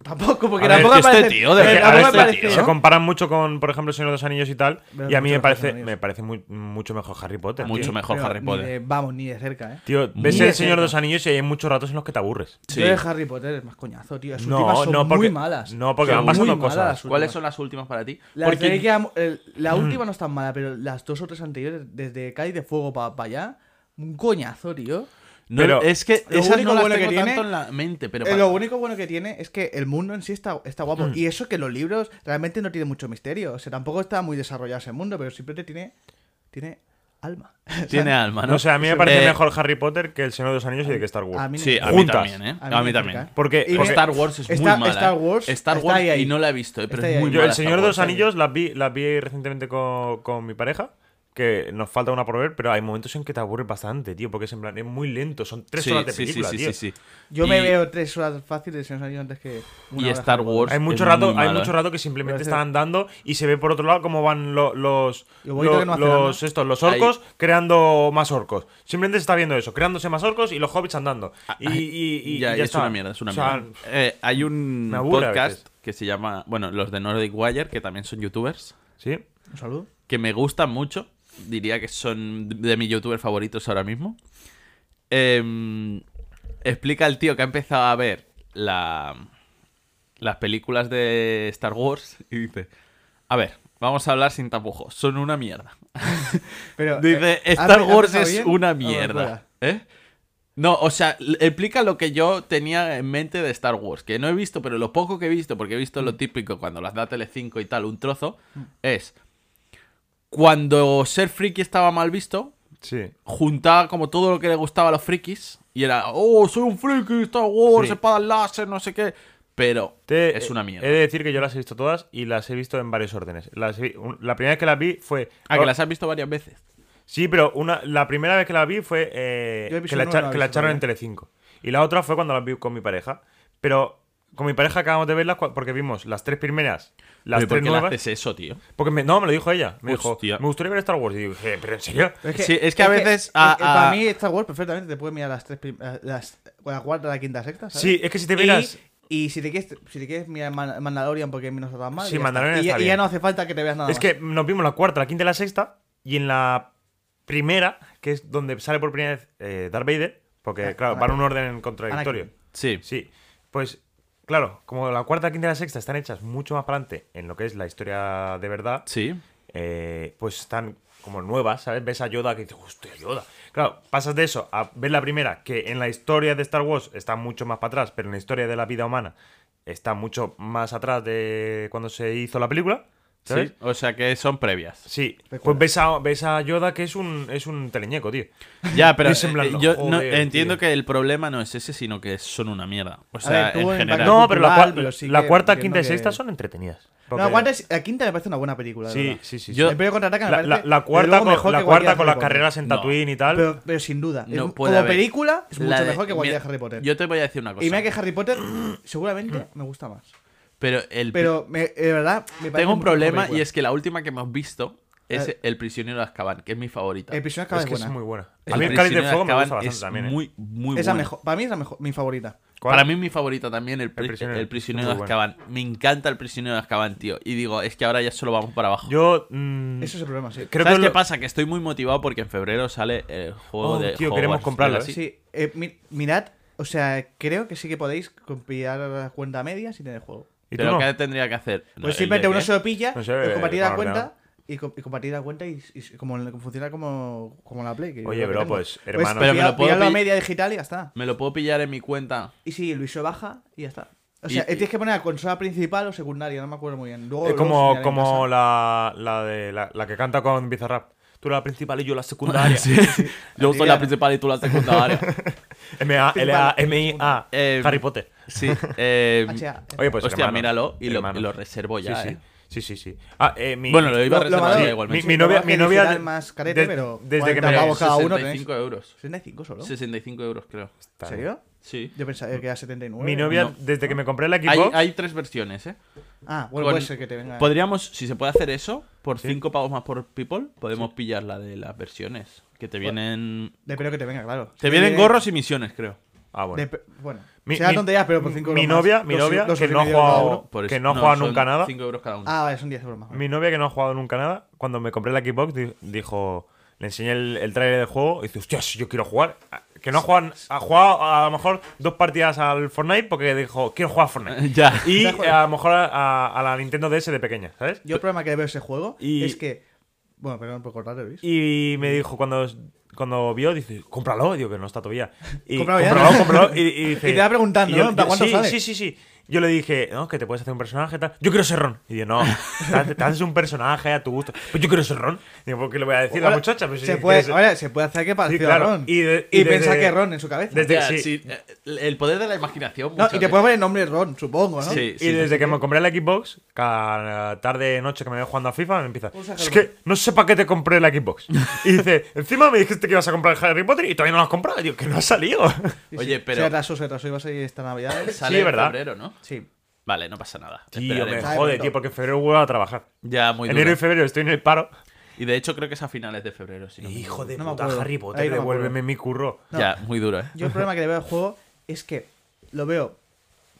[SPEAKER 4] Tampoco, porque
[SPEAKER 2] A ver, que
[SPEAKER 4] tampoco me
[SPEAKER 2] este
[SPEAKER 4] parece-
[SPEAKER 2] tío, de
[SPEAKER 4] eh,
[SPEAKER 2] verdad,
[SPEAKER 4] tampoco
[SPEAKER 2] este
[SPEAKER 4] me parece-
[SPEAKER 2] tío,
[SPEAKER 3] Se
[SPEAKER 2] ¿no?
[SPEAKER 3] comparan mucho con, por ejemplo, El Señor de los Anillos y tal.
[SPEAKER 4] Veo
[SPEAKER 3] Y a mí
[SPEAKER 4] mucho
[SPEAKER 3] me
[SPEAKER 4] los
[SPEAKER 3] parece,
[SPEAKER 4] Anillos.
[SPEAKER 3] me parece muy- mucho mejor Harry Potter. tío.
[SPEAKER 2] Mucho mejor
[SPEAKER 4] Pero
[SPEAKER 2] Harry
[SPEAKER 4] ni
[SPEAKER 2] Potter.
[SPEAKER 4] de- vamos, ni de cerca, eh.
[SPEAKER 3] Tío,
[SPEAKER 2] Muy
[SPEAKER 3] ves
[SPEAKER 4] de
[SPEAKER 3] El Señor
[SPEAKER 4] cerca.
[SPEAKER 3] de los Anillos y hay muchos ratos en los que te aburres.
[SPEAKER 2] Sí.
[SPEAKER 4] Yo de Harry Potter es más coñazo, tío. Las
[SPEAKER 3] No,
[SPEAKER 4] últimas son
[SPEAKER 3] no, porque-
[SPEAKER 4] muy malas.
[SPEAKER 3] no, porque
[SPEAKER 4] Son
[SPEAKER 3] van pasando
[SPEAKER 4] muy malas
[SPEAKER 3] cosas.
[SPEAKER 4] las
[SPEAKER 2] ¿Cuáles
[SPEAKER 4] últimas.
[SPEAKER 2] son las últimas para ti?
[SPEAKER 4] Las de que am- el- la
[SPEAKER 3] Mm.
[SPEAKER 4] última no es tan mala, pero las dos o tres anteriores, desde Cádiz de Fuego para allá, un coñazo, tío.
[SPEAKER 2] No,
[SPEAKER 3] Pero-
[SPEAKER 2] es que
[SPEAKER 4] Lo
[SPEAKER 2] esas
[SPEAKER 4] único
[SPEAKER 2] no las
[SPEAKER 4] bueno que
[SPEAKER 2] tengo
[SPEAKER 4] tiene-
[SPEAKER 2] tanto en la mente, pero
[SPEAKER 4] Eh,
[SPEAKER 2] para-
[SPEAKER 4] lo único bueno que tiene es que el mundo en sí está, está guapo.
[SPEAKER 3] Mm.
[SPEAKER 4] Y eso que los libros realmente no tiene mucho misterio. O sea, tampoco está muy desarrollado ese mundo, pero siempre te tiene, tiene alma.
[SPEAKER 2] tiene alma, ¿no?
[SPEAKER 3] No sé, a mí me parece
[SPEAKER 2] Eh,
[SPEAKER 3] mejor Harry Potter que El Señor de los Anillos y de que Star Wars.
[SPEAKER 4] A mí no.
[SPEAKER 2] Sí, a mí
[SPEAKER 3] Juntas.
[SPEAKER 2] también, ¿eh? A mí
[SPEAKER 4] me
[SPEAKER 2] también.
[SPEAKER 4] encanta.
[SPEAKER 3] Porque-
[SPEAKER 2] Porque
[SPEAKER 4] Y
[SPEAKER 3] porque-
[SPEAKER 4] me-
[SPEAKER 2] Star Wars es
[SPEAKER 4] Está-
[SPEAKER 2] muy mala.
[SPEAKER 4] Star
[SPEAKER 2] ¿eh?
[SPEAKER 4] Wars
[SPEAKER 2] Star
[SPEAKER 4] está
[SPEAKER 2] Wars
[SPEAKER 4] ahí, ahí.
[SPEAKER 2] y no la he visto, ¿eh? pero
[SPEAKER 4] Está
[SPEAKER 2] es
[SPEAKER 4] ahí,
[SPEAKER 2] muy
[SPEAKER 4] ahí.
[SPEAKER 3] Yo
[SPEAKER 2] mala.
[SPEAKER 3] El Señor de los
[SPEAKER 2] Star Wars. eh.
[SPEAKER 4] eh.
[SPEAKER 3] Anillos las vi, las vi recientemente con, con mi pareja, que nos falta una por ver, pero hay momentos en que te aburres bastante, tío, porque es en plan, es muy lento, son tres
[SPEAKER 2] Sí,
[SPEAKER 3] horas de
[SPEAKER 2] sí, sí,
[SPEAKER 3] película,
[SPEAKER 2] sí, sí,
[SPEAKER 3] tío.
[SPEAKER 2] sí.
[SPEAKER 4] Yo me
[SPEAKER 2] Y-
[SPEAKER 4] veo tres horas fáciles en los años antes que. una
[SPEAKER 2] Y
[SPEAKER 4] hora.
[SPEAKER 2] Star Wars.
[SPEAKER 3] Hay mucho
[SPEAKER 2] es
[SPEAKER 3] rato,
[SPEAKER 2] muy
[SPEAKER 3] hay
[SPEAKER 2] malo,
[SPEAKER 3] mucho
[SPEAKER 2] ¿eh?
[SPEAKER 3] rato que simplemente
[SPEAKER 4] Parece-
[SPEAKER 3] están andando y se ve por otro lado cómo van lo- los
[SPEAKER 4] Lo bonito
[SPEAKER 3] lo-
[SPEAKER 4] que no hace nada,
[SPEAKER 3] los
[SPEAKER 4] ¿no?
[SPEAKER 3] estos, los orcos creando más orcos. Simplemente se está viendo eso, creándose más orcos y los hobbits andando. Y, y- y- y
[SPEAKER 2] Ah, ya,
[SPEAKER 3] ya
[SPEAKER 2] es
[SPEAKER 3] está.
[SPEAKER 2] una mierda, es una
[SPEAKER 3] O sea,
[SPEAKER 2] mierda. Eh, hay un
[SPEAKER 3] me aburre a
[SPEAKER 2] podcast
[SPEAKER 3] veces.
[SPEAKER 2] que se llama, bueno, los de Nordic Wire, que también son youtubers,
[SPEAKER 3] sí.
[SPEAKER 4] Un saludo.
[SPEAKER 2] que me gustan mucho. Diría que son de mis youtubers favoritos ahora mismo. Em, explica el tío que ha empezado a ver la, las películas de Star Wars y dice, a ver, vamos a hablar sin tapujos, son una mierda.
[SPEAKER 4] Pero,
[SPEAKER 2] Dice,
[SPEAKER 4] eh, ¿has-
[SPEAKER 2] Star
[SPEAKER 4] has
[SPEAKER 2] Wars
[SPEAKER 4] pensado
[SPEAKER 2] es
[SPEAKER 4] bien?
[SPEAKER 2] una
[SPEAKER 4] Ah, bueno,
[SPEAKER 2] mierda.
[SPEAKER 4] fuera.
[SPEAKER 2] ¿Eh? No, o sea, l- explica lo que yo tenía en mente de Star Wars, que no he visto, pero lo poco que he visto, porque he visto
[SPEAKER 3] Mm.
[SPEAKER 2] lo típico cuando las da Telecinco y tal, un trozo, es cuando ser friki estaba mal visto,
[SPEAKER 3] Sí.
[SPEAKER 2] juntaba como todo lo que le gustaba a los frikis y era, oh, soy un friki, Star Wars,
[SPEAKER 3] Sí.
[SPEAKER 2] espadas láser, no sé qué, pero
[SPEAKER 3] Te- eh,
[SPEAKER 2] es una
[SPEAKER 3] He
[SPEAKER 2] mierda.
[SPEAKER 3] de decir que yo las he visto todas y las he visto en varios órdenes. Las he- un- la primera vez que las vi fue.
[SPEAKER 2] Ah, que las has visto varias veces.
[SPEAKER 3] Sí, pero una, la primera vez que las vi fue eh,
[SPEAKER 4] Yo he visto
[SPEAKER 3] que, la,
[SPEAKER 4] una,
[SPEAKER 3] echa-
[SPEAKER 4] no la he
[SPEAKER 3] que la
[SPEAKER 4] visto
[SPEAKER 3] echaron en
[SPEAKER 4] todavía.
[SPEAKER 3] Telecinco. Y la otra fue cuando las vi con mi pareja. Pero con mi pareja acabamos de verlas cua- porque vimos las tres primeras,
[SPEAKER 2] Pero ¿Por
[SPEAKER 3] las tres
[SPEAKER 2] qué le
[SPEAKER 3] nuevas.
[SPEAKER 2] haces eso, tío?
[SPEAKER 3] Porque me- no, me lo dijo ella. Me
[SPEAKER 2] Hostia.
[SPEAKER 3] dijo, me gustaría ver Star Wars. Y dije, pero en serio.
[SPEAKER 4] Pero
[SPEAKER 2] Sí, es que a veces a-
[SPEAKER 4] es que para
[SPEAKER 2] a-
[SPEAKER 4] mí Star Wars perfectamente te puede mirar las tres prim- eh, las, la cuarta, la quinta, sexta, ¿sabes?
[SPEAKER 3] Sí, es que si te
[SPEAKER 4] Y-
[SPEAKER 3] miras.
[SPEAKER 4] Y, si te quieres si te quieres mirar Man- Mandalorian porque menos tan mal.
[SPEAKER 3] Sí,
[SPEAKER 4] y ya está.
[SPEAKER 3] Mandalorian
[SPEAKER 4] y, ya-
[SPEAKER 3] está
[SPEAKER 4] y ya
[SPEAKER 3] bien.
[SPEAKER 4] no hace falta que te veas nada
[SPEAKER 3] Es
[SPEAKER 4] más.
[SPEAKER 3] que nos vimos la cuarta, la quinta y la sexta. Y en la primera, que es donde sale por primera vez eh, Darth Vader. Porque,
[SPEAKER 4] Ah,
[SPEAKER 3] claro, van
[SPEAKER 4] Anakin.
[SPEAKER 3] un orden contradictorio.
[SPEAKER 4] Anakin.
[SPEAKER 2] Sí.
[SPEAKER 3] Sí. Pues, claro, como la cuarta, la quinta y la sexta están hechas mucho más para adelante en lo que es la historia de verdad.
[SPEAKER 2] Sí.
[SPEAKER 3] eh, pues están como nuevas, ¿sabes? Ves a Yoda que dices, hostia, Yoda. Claro, pasas de eso a ver la primera, que en la historia de Star Wars está mucho más para atrás, pero en la historia de la vida humana está mucho más atrás de cuando se hizo la película, ¿sabes?
[SPEAKER 2] Sí, O sea que son previas.
[SPEAKER 3] Sí. Pues
[SPEAKER 4] Recuerda.
[SPEAKER 3] ves a, ves a Yoda que es un, es un teleñeco, tío.
[SPEAKER 2] Ya, pero
[SPEAKER 3] Es en plan,
[SPEAKER 2] eh, yo no-
[SPEAKER 3] joder,
[SPEAKER 2] entiendo
[SPEAKER 3] tío.
[SPEAKER 2] que el problema no es ese, sino que son una mierda. O
[SPEAKER 4] A
[SPEAKER 2] sea,
[SPEAKER 4] ver, tú
[SPEAKER 2] en
[SPEAKER 4] en
[SPEAKER 2] general.
[SPEAKER 4] Back
[SPEAKER 3] No, pero la,
[SPEAKER 4] cultural,
[SPEAKER 3] cua-
[SPEAKER 4] pero sí
[SPEAKER 3] la
[SPEAKER 4] que
[SPEAKER 3] cuarta,
[SPEAKER 4] entiendo
[SPEAKER 3] quinta y
[SPEAKER 4] que-
[SPEAKER 3] sexta son entretenidas.
[SPEAKER 4] No,
[SPEAKER 3] Porque-
[SPEAKER 4] la cuarta es- la quinta me parece una buena película. de
[SPEAKER 3] Sí,
[SPEAKER 4] verdad.
[SPEAKER 3] sí, sí.
[SPEAKER 2] Yo-
[SPEAKER 3] sí.
[SPEAKER 4] El Imperio contraataca me
[SPEAKER 3] la, la-
[SPEAKER 4] parece,
[SPEAKER 3] la
[SPEAKER 4] desde
[SPEAKER 3] cuarta
[SPEAKER 4] luego,
[SPEAKER 3] con,
[SPEAKER 4] mejor
[SPEAKER 3] la
[SPEAKER 4] que
[SPEAKER 3] cuarta
[SPEAKER 4] cualquier
[SPEAKER 3] con las
[SPEAKER 4] Harry Potter.
[SPEAKER 3] carreras en
[SPEAKER 2] No.
[SPEAKER 3] Tatooine y tal.
[SPEAKER 4] Pero, pero sin duda. es
[SPEAKER 2] No
[SPEAKER 4] un-
[SPEAKER 2] puede
[SPEAKER 4] como
[SPEAKER 2] haber.
[SPEAKER 4] película es
[SPEAKER 2] La
[SPEAKER 4] mucho
[SPEAKER 2] de-
[SPEAKER 4] mejor que cualquier
[SPEAKER 2] mira,
[SPEAKER 4] Harry Potter.
[SPEAKER 2] Yo te voy a decir una cosa.
[SPEAKER 4] y mira que Harry Potter seguramente me gusta más.
[SPEAKER 2] Pero Mm. el
[SPEAKER 4] Pero me- de verdad, me parece
[SPEAKER 2] tengo un
[SPEAKER 4] mucho mejor
[SPEAKER 2] problema
[SPEAKER 4] película.
[SPEAKER 2] y es que la última que hemos visto es
[SPEAKER 4] Eh.
[SPEAKER 2] El prisionero de Azkaban, que es mi favorita.
[SPEAKER 4] El prisionero de
[SPEAKER 3] es
[SPEAKER 4] Azkaban
[SPEAKER 3] que es
[SPEAKER 4] buena.
[SPEAKER 3] muy buena.
[SPEAKER 2] El
[SPEAKER 3] A mí el Cáliz de
[SPEAKER 2] prisionero
[SPEAKER 3] Fuego me gusta
[SPEAKER 2] Azkaban
[SPEAKER 3] bastante
[SPEAKER 2] es
[SPEAKER 3] también. ¿eh?
[SPEAKER 2] Muy, muy
[SPEAKER 4] es la
[SPEAKER 2] buena.
[SPEAKER 4] mejor. Para mí es la mejor, mi favorita.
[SPEAKER 3] ¿Cuál?
[SPEAKER 2] Para mí es mi favorita también, el, pri- el prisionero,
[SPEAKER 3] prisionero.
[SPEAKER 2] de
[SPEAKER 3] Muy bueno.
[SPEAKER 2] Azkaban. Me encanta el prisionero de Azkaban, tío. Y digo, es que ahora ya solo vamos para abajo.
[SPEAKER 3] Yo. mm,
[SPEAKER 4] Eso es el problema, sí.
[SPEAKER 3] creo
[SPEAKER 2] ¿Sabes
[SPEAKER 3] que
[SPEAKER 2] qué
[SPEAKER 3] lo-
[SPEAKER 2] pasa? Que estoy muy motivado porque en febrero sale el juego
[SPEAKER 3] Oh,
[SPEAKER 2] de.
[SPEAKER 3] tío,
[SPEAKER 2] Hogwarts,
[SPEAKER 3] queremos
[SPEAKER 2] de
[SPEAKER 3] comprarlo,
[SPEAKER 2] la-
[SPEAKER 3] ¿eh?
[SPEAKER 4] Sí, eh, mi- mirad, o sea, creo que sí que podéis compilar la cuenta media sin tener juego.
[SPEAKER 3] ¿Y tú
[SPEAKER 2] Pero
[SPEAKER 3] no?
[SPEAKER 2] ¿qué tendría que hacer?
[SPEAKER 4] Pues
[SPEAKER 2] ¿El de
[SPEAKER 4] simplemente uno
[SPEAKER 2] qué?
[SPEAKER 4] se lo pilla,
[SPEAKER 3] No
[SPEAKER 4] os
[SPEAKER 3] sé, eh,
[SPEAKER 4] compartís la
[SPEAKER 3] con
[SPEAKER 4] cuenta
[SPEAKER 3] ordenador.
[SPEAKER 4] y, co- y compartís la cuenta y, y como, funciona como, como la Play. que yo
[SPEAKER 3] Oye,
[SPEAKER 4] creo que
[SPEAKER 3] bro,
[SPEAKER 4] tengo.
[SPEAKER 3] pues, hermano.
[SPEAKER 2] Pero me
[SPEAKER 4] pilla-
[SPEAKER 2] lo puedo
[SPEAKER 4] pillar la
[SPEAKER 2] pill-
[SPEAKER 4] media digital y ya está.
[SPEAKER 2] Me lo puedo pillar en mi cuenta.
[SPEAKER 4] Y si Luiso baja y ya está. O
[SPEAKER 2] Y-
[SPEAKER 4] sea, eh,
[SPEAKER 2] y-
[SPEAKER 4] tienes que poner la consola principal o Oh, secundaria, no me acuerdo muy bien.
[SPEAKER 3] Es
[SPEAKER 4] Luego, luego os
[SPEAKER 3] como,
[SPEAKER 4] enseñaré en
[SPEAKER 3] como
[SPEAKER 4] casa.
[SPEAKER 3] la, la, de, la, la que canta con Bizarrap. tú eres la principal y yo la secundaria.
[SPEAKER 2] Yo soy la principal y tú la secundaria.
[SPEAKER 3] M-A-L-A, M-I-A,
[SPEAKER 2] Eh,
[SPEAKER 3] Harry Potter.
[SPEAKER 2] Sí. eh,
[SPEAKER 4] O Ah, sea,
[SPEAKER 3] Oye, pues
[SPEAKER 2] Hostia,
[SPEAKER 3] hermano,
[SPEAKER 2] míralo y lo,
[SPEAKER 3] hermano.
[SPEAKER 2] y lo reservo
[SPEAKER 3] Sí,
[SPEAKER 2] ya,
[SPEAKER 3] sí.
[SPEAKER 2] eh.
[SPEAKER 3] sí, sí, sí. Ah, eh, mi-
[SPEAKER 2] Bueno, lo iba a
[SPEAKER 4] Lo- lo
[SPEAKER 2] reservar
[SPEAKER 4] mandó-
[SPEAKER 2] ya igualmente.
[SPEAKER 3] Mi
[SPEAKER 4] sí,
[SPEAKER 3] novia-
[SPEAKER 4] lo
[SPEAKER 3] mi
[SPEAKER 4] que
[SPEAKER 3] novia
[SPEAKER 4] digital
[SPEAKER 3] de-
[SPEAKER 4] más carete,
[SPEAKER 3] de-
[SPEAKER 4] pero
[SPEAKER 3] desde que
[SPEAKER 4] 40
[SPEAKER 3] me-
[SPEAKER 4] pavos cada uno tenéis.
[SPEAKER 2] 65 euros.
[SPEAKER 4] 65 solo.
[SPEAKER 2] 65 euros, creo.
[SPEAKER 4] ¿En serio?
[SPEAKER 2] Sí.
[SPEAKER 4] Yo pensaba que era 79.
[SPEAKER 3] Mi novia,
[SPEAKER 2] No.
[SPEAKER 3] desde que me compré la
[SPEAKER 2] Hay,
[SPEAKER 3] Xbox,
[SPEAKER 2] hay tres versiones, ¿eh?
[SPEAKER 4] Ah, bueno,
[SPEAKER 2] Con-
[SPEAKER 4] puede ser que te venga.
[SPEAKER 2] Podríamos, si se puede hacer eso, por 5 pavos más por People, podemos pillar la de las versiones. Que te vienen.
[SPEAKER 4] Depende que te venga, claro.
[SPEAKER 2] Te vienen gorros y misiones, creo.
[SPEAKER 3] Ah, bueno.
[SPEAKER 4] Dep- bueno,
[SPEAKER 3] Mi-
[SPEAKER 4] será
[SPEAKER 3] mi-
[SPEAKER 4] tonterías, pero por 5 euros
[SPEAKER 3] Mi
[SPEAKER 4] más.
[SPEAKER 3] novia, mi
[SPEAKER 4] Los-
[SPEAKER 3] novia,
[SPEAKER 4] los
[SPEAKER 3] que
[SPEAKER 4] ocho
[SPEAKER 3] no ha
[SPEAKER 4] y medio cada uno.
[SPEAKER 3] jugado, que no ha jugado nunca nada.
[SPEAKER 2] 5 euros cada uno.
[SPEAKER 4] Ah, vale, son 10 euros más.
[SPEAKER 3] Mi novia, que no ha jugado nunca nada, cuando me compré la Xbox, di- dijo. Le enseñé el, el trailer del juego y dice, hostias, yo quiero jugar. Ah, Que no ha jugado, ha jugado a lo mejor dos partidas al Fortnite porque dijo, quiero jugar a Fortnite.
[SPEAKER 2] Ya.
[SPEAKER 3] Y eh, a lo mejor a, a- a la Nintendo DS de pequeña, ¿sabes?
[SPEAKER 4] Yo el problema que le veo a ese juego
[SPEAKER 3] Y-
[SPEAKER 4] es que. Bueno, perdón por cortar, ¿veis?
[SPEAKER 3] Y me dijo cuando, cuando vio, dice, cómpralo. Digo que no está todavía. Y,
[SPEAKER 4] Cómpralo ya.
[SPEAKER 3] Cómpralo, cómpralo. Y, y dice-
[SPEAKER 4] Y te va preguntando,
[SPEAKER 3] y yo-
[SPEAKER 4] ¿no? En plan,
[SPEAKER 3] yo-
[SPEAKER 4] ¿cuánto
[SPEAKER 3] sí,
[SPEAKER 4] sale?
[SPEAKER 3] sí, sí, sí. Yo le dije, no, que te puedes hacer un personaje tal. Yo quiero ser Ron. Y yo, no, te, haces- te haces un personaje a tu gusto. Pues yo quiero ser Ron. Digo, ¿por qué le voy a decir a la
[SPEAKER 4] Ahora,
[SPEAKER 3] muchacha? Pues,
[SPEAKER 4] se,
[SPEAKER 3] sí,
[SPEAKER 4] puede,
[SPEAKER 3] quiere ser-
[SPEAKER 4] ahora, se puede hacer que parezca
[SPEAKER 3] claro.
[SPEAKER 4] Ron.
[SPEAKER 3] Y de-
[SPEAKER 4] y
[SPEAKER 3] y desde-
[SPEAKER 4] pensar que es Ron en su cabeza.
[SPEAKER 3] desde-
[SPEAKER 2] Ya,
[SPEAKER 3] sí.
[SPEAKER 2] sí, eh, el poder de la imaginación.
[SPEAKER 4] No,
[SPEAKER 2] muchas
[SPEAKER 4] y te
[SPEAKER 2] veces.
[SPEAKER 4] puedes poner el nombre Ron, supongo, ¿no?
[SPEAKER 2] Sí, sí,
[SPEAKER 3] y
[SPEAKER 2] sí.
[SPEAKER 3] desde que me compré la Xbox, cada tarde, noche que me veo jugando a FIFA, me empieza.
[SPEAKER 4] Usa
[SPEAKER 3] Es
[SPEAKER 4] Harry
[SPEAKER 3] que no sé para qué te compré la Xbox. Y dice, encima me dijiste que ibas a comprar Harry Potter y todavía no lo has comprado. Y Digo, que no ha salido.
[SPEAKER 4] Sí,
[SPEAKER 2] Oye,
[SPEAKER 4] sí.
[SPEAKER 2] pero-
[SPEAKER 4] Se atrasó, se atrasó, iba a salir esta Navidad.
[SPEAKER 2] Sale
[SPEAKER 3] Sí,
[SPEAKER 2] en
[SPEAKER 3] ¿verdad?
[SPEAKER 2] febrero, ¿no?
[SPEAKER 4] Sí.
[SPEAKER 2] Vale, no pasa nada.
[SPEAKER 3] Tío, me
[SPEAKER 2] Esperaremos.
[SPEAKER 4] Sabe
[SPEAKER 3] jode,
[SPEAKER 4] pronto.
[SPEAKER 3] tío, porque en febrero vuelvo a trabajar.
[SPEAKER 2] Ya, muy
[SPEAKER 3] Enero
[SPEAKER 2] duro.
[SPEAKER 3] y febrero estoy en el paro.
[SPEAKER 2] Y de hecho creo que es a finales de febrero. Si no me
[SPEAKER 3] Hijo de
[SPEAKER 4] No me
[SPEAKER 3] puta,
[SPEAKER 4] acuerdo.
[SPEAKER 3] Harry
[SPEAKER 4] Ahí
[SPEAKER 3] Potter,
[SPEAKER 4] no me acuerdo.
[SPEAKER 3] devuélveme mi curro.
[SPEAKER 2] equivoco. Ya, muy duro, ¿eh?
[SPEAKER 4] Yo el problema que le veo al juego es que lo veo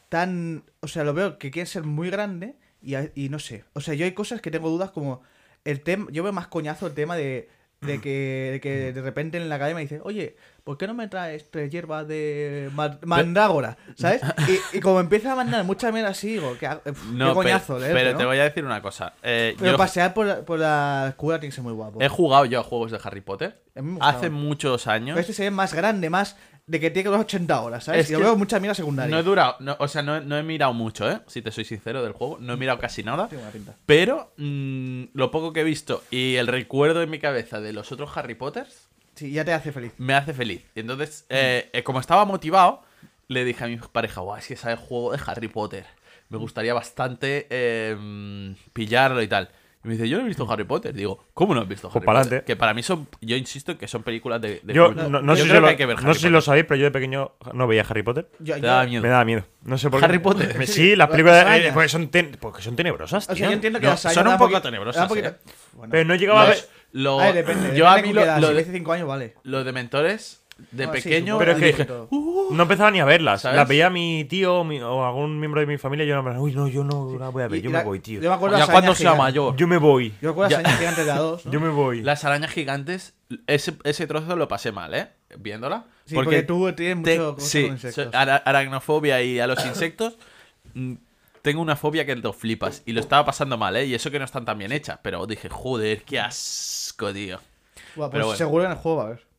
[SPEAKER 4] tan. O sea, lo veo que quiere ser muy grande y, a- y no sé. O sea, yo hay cosas que tengo dudas como. el tema Yo veo más coñazo el tema de, de, que, de
[SPEAKER 2] Mm.
[SPEAKER 4] que de repente en la academia dice, oye, ¿por qué no me traes tres hierbas de ma- mandrágora? ¿Sabes? Y, y como empieza a mandar mucha mierda así, digo, que
[SPEAKER 2] No,
[SPEAKER 4] qué
[SPEAKER 2] pero,
[SPEAKER 4] coñazo, leerte,
[SPEAKER 2] pero
[SPEAKER 4] ¿no?
[SPEAKER 2] te voy a decir una cosa. Eh,
[SPEAKER 4] Pero
[SPEAKER 2] yo
[SPEAKER 4] pasear por, la- por la escuela tiene que ser muy guapo.
[SPEAKER 2] he jugado yo a juegos de Harry Potter
[SPEAKER 4] A mí me gustaba.
[SPEAKER 2] hace muchos años.
[SPEAKER 4] Pero este se ve más grande, más de que tiene que durar 80 horas, ¿sabes?
[SPEAKER 2] Es
[SPEAKER 4] y yo
[SPEAKER 2] que-
[SPEAKER 4] veo mucha mierda secundaria.
[SPEAKER 2] No he durado, no- o sea, no, he- no he mirado mucho, ¿eh? Si te soy sincero del juego, no he mirado casi nada.
[SPEAKER 4] Tiene buena pinta.
[SPEAKER 2] Pero mm, lo poco que he visto y el recuerdo en mi cabeza de los otros Harry Potters
[SPEAKER 4] Sí, ya te hace feliz.
[SPEAKER 2] me hace feliz. Y
[SPEAKER 3] Mm.
[SPEAKER 2] entonces, eh, eh, como estaba motivado, le dije a mi pareja, guau, es que sabe el juego de Harry Potter. Me gustaría bastante eh, pillarlo y tal. Y me dice, yo no he visto Harry Potter. Digo, ¿cómo no has visto
[SPEAKER 3] Pues
[SPEAKER 2] Harry
[SPEAKER 3] pa'lante.
[SPEAKER 2] Potter? Que para mí son, yo insisto que son películas de... de
[SPEAKER 3] Yo
[SPEAKER 2] culto.
[SPEAKER 3] no, no sé, si
[SPEAKER 2] creo
[SPEAKER 3] lo,
[SPEAKER 2] que hay que ver
[SPEAKER 3] no
[SPEAKER 2] Harry
[SPEAKER 3] sé si lo
[SPEAKER 2] Potter.
[SPEAKER 3] sabéis, pero yo de pequeño no veía Harry Potter.
[SPEAKER 4] Yo,
[SPEAKER 2] Te
[SPEAKER 4] yo-
[SPEAKER 2] daba miedo.
[SPEAKER 3] Me daba miedo. No sé por qué.
[SPEAKER 2] Harry Potter.
[SPEAKER 3] Me- Sí, las
[SPEAKER 4] Las
[SPEAKER 3] películas eh,
[SPEAKER 4] arañas.
[SPEAKER 3] porque son, ten- porque son tenebrosas.
[SPEAKER 4] O sea,
[SPEAKER 3] tío.
[SPEAKER 4] yo entiendo que
[SPEAKER 2] no,
[SPEAKER 4] las sagas
[SPEAKER 2] son un
[SPEAKER 4] dan
[SPEAKER 2] poco
[SPEAKER 4] poqui-
[SPEAKER 2] tenebrosas,
[SPEAKER 4] dan poquito-
[SPEAKER 2] eh.
[SPEAKER 4] Bueno.
[SPEAKER 3] Pero no llegaba a ver.
[SPEAKER 2] Los- lo-
[SPEAKER 4] Ay, depende,
[SPEAKER 2] yo a
[SPEAKER 4] depende
[SPEAKER 2] mí
[SPEAKER 4] con qué edad,
[SPEAKER 2] lo,
[SPEAKER 4] si
[SPEAKER 2] de,
[SPEAKER 4] dice 5 años, vale.
[SPEAKER 2] lo de mentores de
[SPEAKER 4] No, sí,
[SPEAKER 2] pequeño
[SPEAKER 4] supongo
[SPEAKER 3] Pero es que-
[SPEAKER 2] dije,
[SPEAKER 4] adulto.
[SPEAKER 2] "Uh,
[SPEAKER 3] No empezaba ni a verlas.
[SPEAKER 2] ¿Sabes?
[SPEAKER 3] Las veía mi tío mi- o algún miembro de mi familia. Y yo no me uy, no, yo no la voy a ver.
[SPEAKER 4] Y-
[SPEAKER 3] Yo
[SPEAKER 4] y
[SPEAKER 3] me
[SPEAKER 4] la-
[SPEAKER 3] voy, tío.
[SPEAKER 4] Yo me acuerdo
[SPEAKER 2] ya
[SPEAKER 4] las
[SPEAKER 2] cuando
[SPEAKER 4] arañas
[SPEAKER 2] sea
[SPEAKER 4] gigantes.
[SPEAKER 2] mayor.
[SPEAKER 3] Yo me voy.
[SPEAKER 4] Yo me acuerdo
[SPEAKER 2] Ya.
[SPEAKER 4] las arañas gigantes de la 2.
[SPEAKER 3] Yo me voy.
[SPEAKER 2] Las arañas gigantes, ese, ese trozo lo pasé mal, ¿eh? Viéndola.
[SPEAKER 4] Sí, porque tú tienes
[SPEAKER 2] te-
[SPEAKER 4] mucho cosa
[SPEAKER 2] sí, ah,
[SPEAKER 4] con insectos.
[SPEAKER 2] soy ara- aracnofobia y a los insectos. mm, Tengo una fobia que lo flipas. Y lo estaba pasando mal, ¿eh? Y eso que no están tan bien hechas. Pero dije, joder, qué asco, tío.
[SPEAKER 4] Buah, pues
[SPEAKER 2] pero bueno.
[SPEAKER 4] seguro en el juego va a haber.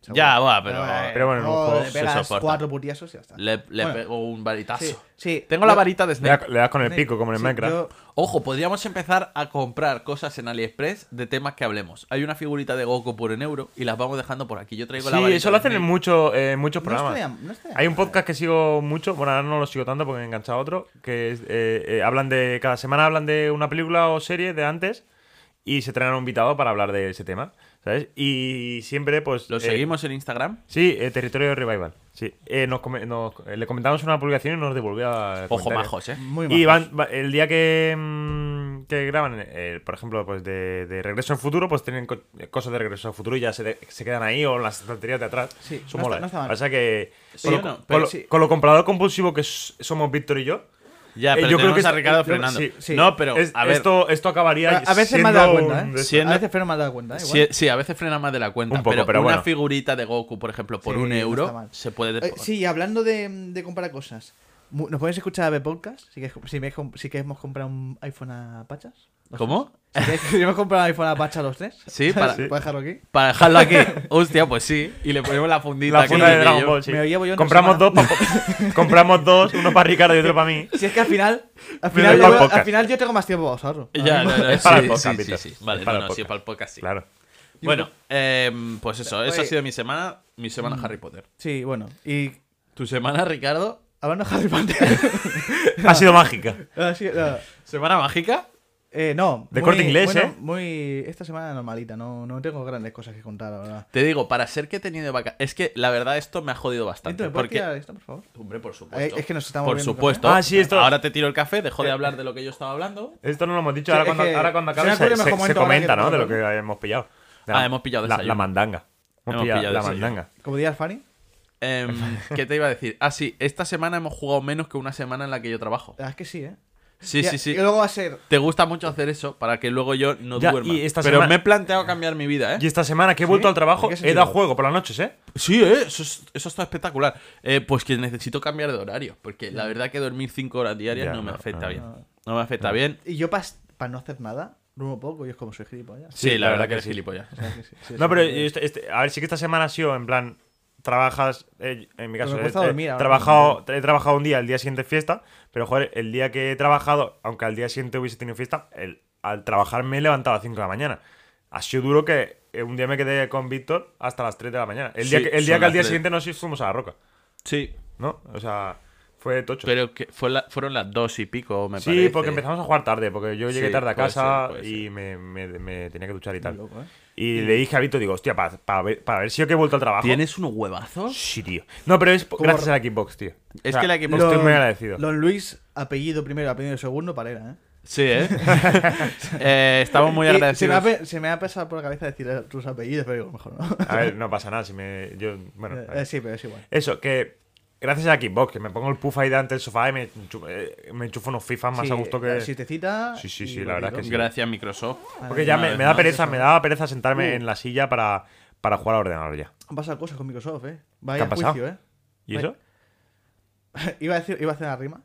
[SPEAKER 4] Seguro.
[SPEAKER 2] Ya, va, pero.
[SPEAKER 4] eh,
[SPEAKER 3] pero bueno, en un
[SPEAKER 4] oh,
[SPEAKER 3] juego
[SPEAKER 4] Le
[SPEAKER 2] se
[SPEAKER 4] pegas
[SPEAKER 2] soporta.
[SPEAKER 4] cuatro putiazos y ya está.
[SPEAKER 2] Le, le
[SPEAKER 4] Bueno,
[SPEAKER 2] pego un varitazo.
[SPEAKER 4] sí, sí.
[SPEAKER 2] Tengo la
[SPEAKER 4] Yo-
[SPEAKER 2] varita de
[SPEAKER 3] Le,
[SPEAKER 2] Snake.
[SPEAKER 3] da- le das con el pico, como en el
[SPEAKER 4] Sí,
[SPEAKER 3] Minecraft.
[SPEAKER 4] yo-
[SPEAKER 2] Ojo, podríamos empezar a comprar cosas en AliExpress de temas que hablemos. Hay una figurita de Goku por un euro y las vamos dejando por aquí. Yo traigo la
[SPEAKER 3] Sí,
[SPEAKER 2] varita
[SPEAKER 3] eso lo
[SPEAKER 2] de
[SPEAKER 3] hacen en,
[SPEAKER 2] Snake.
[SPEAKER 3] mucho- eh, en muchos
[SPEAKER 4] No
[SPEAKER 3] programas.
[SPEAKER 4] estaría- no estaría
[SPEAKER 3] Hay un
[SPEAKER 4] mal.
[SPEAKER 3] podcast que sigo mucho, bueno, ahora no lo sigo tanto porque me he enganchado a otro, que es, eh, eh, hablan de, cada semana hablan de una película o serie de antes y se traen a un invitado para hablar de ese tema, ¿sabes? Y siempre, pues...
[SPEAKER 2] ¿Lo
[SPEAKER 3] eh,
[SPEAKER 2] seguimos en Instagram?
[SPEAKER 3] Sí, eh, Territorio Revival. Sí, Eh, nos come- nos- eh, le comentamos una publicación y nos devolvía... el
[SPEAKER 2] Ojo,
[SPEAKER 3] comentario.
[SPEAKER 2] majos, ¿eh?
[SPEAKER 4] Muy
[SPEAKER 3] Y van,
[SPEAKER 4] majos.
[SPEAKER 3] va- el día que, mm, que graban, eh, por ejemplo, pues de, de Regreso al Futuro, pues tienen co- cosas de Regreso al Futuro y ya se, de- se quedan ahí o en las estanterías de atrás.
[SPEAKER 4] Sí,
[SPEAKER 3] Eso
[SPEAKER 4] no
[SPEAKER 3] mola,
[SPEAKER 4] está-
[SPEAKER 3] eh.
[SPEAKER 4] no está mal.
[SPEAKER 3] O sea que,
[SPEAKER 2] Sí,
[SPEAKER 3] con,
[SPEAKER 2] yo
[SPEAKER 3] lo,
[SPEAKER 2] no,
[SPEAKER 3] con
[SPEAKER 2] pero
[SPEAKER 3] lo-
[SPEAKER 4] sí.
[SPEAKER 3] con lo comprador compulsivo que s- somos Víctor y yo,
[SPEAKER 2] Ya,
[SPEAKER 3] eh,
[SPEAKER 2] pero
[SPEAKER 3] yo creo
[SPEAKER 2] tenemos
[SPEAKER 3] que
[SPEAKER 2] a
[SPEAKER 3] es-
[SPEAKER 2] Ricardo
[SPEAKER 3] yo creo-
[SPEAKER 2] frenando.
[SPEAKER 3] sí,
[SPEAKER 4] sí.
[SPEAKER 2] No, pero
[SPEAKER 3] es-
[SPEAKER 2] a ver,
[SPEAKER 3] esto, esto acabaría
[SPEAKER 4] A veces me
[SPEAKER 3] siendo
[SPEAKER 4] he dado
[SPEAKER 3] un
[SPEAKER 4] cuenta, ¿eh?
[SPEAKER 3] de esto.
[SPEAKER 2] siendo-
[SPEAKER 4] A veces Fer me ha dado cuenta, ¿eh?
[SPEAKER 2] sí,
[SPEAKER 4] igual.
[SPEAKER 2] sí, a veces frena más de la cuenta.
[SPEAKER 3] Un poco,
[SPEAKER 2] pero,
[SPEAKER 3] pero
[SPEAKER 2] una
[SPEAKER 3] bueno.
[SPEAKER 2] figurita de Goku, por ejemplo, por
[SPEAKER 4] Sí,
[SPEAKER 2] un
[SPEAKER 4] no está
[SPEAKER 2] euro,
[SPEAKER 4] mal.
[SPEAKER 2] se puede...
[SPEAKER 4] Eh, sí, y hablando de, de comprar cosas, mu- ¿nos puedes escuchar a ver podcast? Si, que, si, me, si queremos comprar un iPhone a Pachas. los
[SPEAKER 2] ¿Cómo?
[SPEAKER 4] tres. Si queréis- queremos comprar un iPhone a Pachas los tres.
[SPEAKER 2] Sí,
[SPEAKER 4] ¿sabes?
[SPEAKER 2] para- Sí.
[SPEAKER 4] Para dejarlo aquí.
[SPEAKER 2] Para dejarlo aquí. Hostia, pues sí. Y le ponemos la fundita.
[SPEAKER 3] La
[SPEAKER 2] que
[SPEAKER 3] funda de
[SPEAKER 2] dice
[SPEAKER 3] Dragon
[SPEAKER 2] yo.
[SPEAKER 3] Ball, sí.
[SPEAKER 4] Me lo llevo yo en
[SPEAKER 3] compramos
[SPEAKER 4] dos
[SPEAKER 3] dos, pa- compramos dos, uno para Ricardo y otro para mí.
[SPEAKER 4] Si es que al final, al
[SPEAKER 3] Pero es
[SPEAKER 4] final,
[SPEAKER 3] para el
[SPEAKER 4] yo,
[SPEAKER 3] podcast.
[SPEAKER 4] al final yo tengo más tiempo para usarlo.
[SPEAKER 2] Ya, no, no,
[SPEAKER 3] Es para
[SPEAKER 2] sí,
[SPEAKER 3] el podcast,
[SPEAKER 2] sí, sí,
[SPEAKER 3] Víctor.
[SPEAKER 2] sí.
[SPEAKER 3] Es
[SPEAKER 2] Vale,
[SPEAKER 3] para
[SPEAKER 2] no,
[SPEAKER 3] el
[SPEAKER 2] no, sí,
[SPEAKER 3] podcast.
[SPEAKER 2] para el podcast sí.
[SPEAKER 3] Claro.
[SPEAKER 2] Bueno, em, pues eso, esa ha
[SPEAKER 4] Oye.
[SPEAKER 2] sido mi semana, mi semana
[SPEAKER 3] Mm.
[SPEAKER 2] Harry Potter.
[SPEAKER 4] Sí, bueno. Y
[SPEAKER 2] Tu semana, Ricardo,
[SPEAKER 4] hablando de Harry Potter.
[SPEAKER 3] Ha sido mágica.
[SPEAKER 4] Ah, sí, ah,
[SPEAKER 2] semana mágica.
[SPEAKER 4] eh, no.
[SPEAKER 3] De
[SPEAKER 4] muy-
[SPEAKER 3] corte inglés,
[SPEAKER 4] bueno,
[SPEAKER 3] ¿eh?
[SPEAKER 4] Muy. Esta semana normalita, no, no tengo grandes cosas que contar, la verdad.
[SPEAKER 2] Te digo, para ser que he tenido de vaca, es que la verdad esto me ha jodido bastante.
[SPEAKER 4] Entonces, ¿me puedes
[SPEAKER 2] porque
[SPEAKER 4] tirar esta, por favor?
[SPEAKER 2] Hombre, por supuesto.
[SPEAKER 4] Eh, es que nos estamos
[SPEAKER 2] Por
[SPEAKER 4] volviendo
[SPEAKER 2] supuesto.
[SPEAKER 3] locos. Ah, sí, esto-
[SPEAKER 2] Ahora te tiro el café, dejo de hablar de lo que yo estaba hablando.
[SPEAKER 3] Esto no lo hemos dicho.
[SPEAKER 4] Sí,
[SPEAKER 3] ahora,
[SPEAKER 4] es
[SPEAKER 3] cuando,
[SPEAKER 4] que
[SPEAKER 3] ahora cuando
[SPEAKER 4] se
[SPEAKER 3] acabe
[SPEAKER 4] me
[SPEAKER 3] se,
[SPEAKER 4] ocurre
[SPEAKER 3] se-
[SPEAKER 4] mejor
[SPEAKER 3] se
[SPEAKER 4] momento ahora
[SPEAKER 3] comenta,
[SPEAKER 4] que
[SPEAKER 3] ¿no? De lo
[SPEAKER 4] podamos.
[SPEAKER 3] que hemos pillado. De
[SPEAKER 2] Ah, hemos pillado
[SPEAKER 3] la,
[SPEAKER 2] desayuno.
[SPEAKER 3] la mandanga. Hemos,
[SPEAKER 2] Hemos
[SPEAKER 3] pillado,
[SPEAKER 2] pillado
[SPEAKER 3] la
[SPEAKER 2] desayuno.
[SPEAKER 3] mandanga.
[SPEAKER 4] Como diría el Fanny.
[SPEAKER 2] Em, ¿Qué te iba a decir? Ah, sí, esta semana hemos jugado menos que una semana en la que yo trabajo.
[SPEAKER 4] La verdad es que sí, ¿eh?
[SPEAKER 2] Sí,
[SPEAKER 4] Ya,
[SPEAKER 2] sí, sí.
[SPEAKER 4] Y luego va a ser.
[SPEAKER 2] Te gusta mucho hacer eso para que luego yo no
[SPEAKER 3] Ya,
[SPEAKER 2] duerma.
[SPEAKER 3] y esta
[SPEAKER 2] Pero
[SPEAKER 3] semana-
[SPEAKER 2] me he planteado cambiar mi vida, ¿eh?
[SPEAKER 3] Y esta semana que he vuelto al trabajo,
[SPEAKER 4] ¿En qué
[SPEAKER 3] he
[SPEAKER 4] sentido?
[SPEAKER 3] dado juego por las noches, ¿eh?
[SPEAKER 2] Sí, ¿eh? eso, es- eso está espectacular. Eh, pues que necesito cambiar de horario, porque la verdad que dormir 5 horas diarias
[SPEAKER 3] Ya,
[SPEAKER 2] no me
[SPEAKER 3] no,
[SPEAKER 2] afecta
[SPEAKER 3] no,
[SPEAKER 2] bien. No me afecta bien.
[SPEAKER 4] Y yo, para no hacer nada, duermo poco y es como soy gilipollas.
[SPEAKER 2] Sí, la verdad que eres gilipollas.
[SPEAKER 4] O sea, que sí, sí,
[SPEAKER 3] No,
[SPEAKER 4] sí,
[SPEAKER 3] pero
[SPEAKER 4] sí.
[SPEAKER 3] este- este- a ver, sí que esta semana ha sido en plan. Trabajas, eh, en mi
[SPEAKER 4] Pero
[SPEAKER 3] caso,
[SPEAKER 4] me
[SPEAKER 3] he,
[SPEAKER 4] cuesta
[SPEAKER 3] he
[SPEAKER 4] dormir ahora ¿eh?
[SPEAKER 3] trabajado, he trabajado un día, el día siguiente fiesta, pero joder, el día que he trabajado, aunque al día siguiente hubiese tenido fiesta, el- al trabajar me he levantado a las 5 de la mañana. Ha sido duro que eh, un día me quedé con Víctor hasta las 3 de la mañana. El día
[SPEAKER 2] Sí,
[SPEAKER 3] que, el día
[SPEAKER 2] son
[SPEAKER 3] que al
[SPEAKER 2] las
[SPEAKER 3] día
[SPEAKER 2] tres.
[SPEAKER 3] siguiente nos fuimos a la roca,
[SPEAKER 2] Sí,
[SPEAKER 3] ¿no? O sea, fue tocho.
[SPEAKER 2] pero que fue la- fueron las 2 y pico, me
[SPEAKER 3] sí,
[SPEAKER 2] parece.
[SPEAKER 3] porque empezamos a jugar tarde, porque yo llegué
[SPEAKER 2] Sí,
[SPEAKER 3] tarde a
[SPEAKER 2] puede
[SPEAKER 3] casa
[SPEAKER 2] ser, puede
[SPEAKER 3] y me, me- me tenía que duchar y tal.
[SPEAKER 4] loco, ¿eh?
[SPEAKER 3] Y le dije a Víctor, digo, hostia, para, ver, para ver si yo que he vuelto al trabajo.
[SPEAKER 2] ¿Tienes unos huevazos?
[SPEAKER 3] Sí, tío. No, pero es po-
[SPEAKER 4] Como-
[SPEAKER 3] gracias a la Xbox, tío.
[SPEAKER 2] Es que la Xbox-
[SPEAKER 3] Estoy
[SPEAKER 4] Los-
[SPEAKER 3] muy agradecido.
[SPEAKER 4] Los Luis, apellido primero, apellido segundo, parera, ¿eh?
[SPEAKER 2] Sí, ¿eh? Eh, estamos muy
[SPEAKER 4] Y Se me, ha,
[SPEAKER 2] agradecidos.
[SPEAKER 4] pe- se me ha pasado por la cabeza decir tus apellidos, pero digo, mejor no.
[SPEAKER 3] A ver, no pasa nada si me. Yo, bueno.
[SPEAKER 4] Eh,
[SPEAKER 3] a ver.
[SPEAKER 4] sí, pero es igual.
[SPEAKER 3] Eso, que. Gracias a la Xbox, que me pongo el puff ahí delante del sofá y me enchu- eh, me enchufo unos FIFA más
[SPEAKER 4] Sí,
[SPEAKER 3] a gusto que.
[SPEAKER 4] Si te cita.
[SPEAKER 3] Sí, sí,
[SPEAKER 4] y
[SPEAKER 3] sí, la verdad
[SPEAKER 4] bonito.
[SPEAKER 3] que sí.
[SPEAKER 2] Gracias, Microsoft.
[SPEAKER 3] Porque ya
[SPEAKER 2] Una
[SPEAKER 3] me,
[SPEAKER 2] vez
[SPEAKER 3] me da
[SPEAKER 2] más.
[SPEAKER 3] pereza, me daba pereza
[SPEAKER 4] Uh.
[SPEAKER 3] sentarme en la silla para, para jugar al ordenador ya.
[SPEAKER 4] Han pasado cosas con Microsoft, ¿eh? Vaya
[SPEAKER 3] ha pasado?
[SPEAKER 4] juicio, ¿eh?
[SPEAKER 3] ¿Y
[SPEAKER 4] Ay.
[SPEAKER 3] eso?
[SPEAKER 4] Iba a, decir, iba a hacer una rima.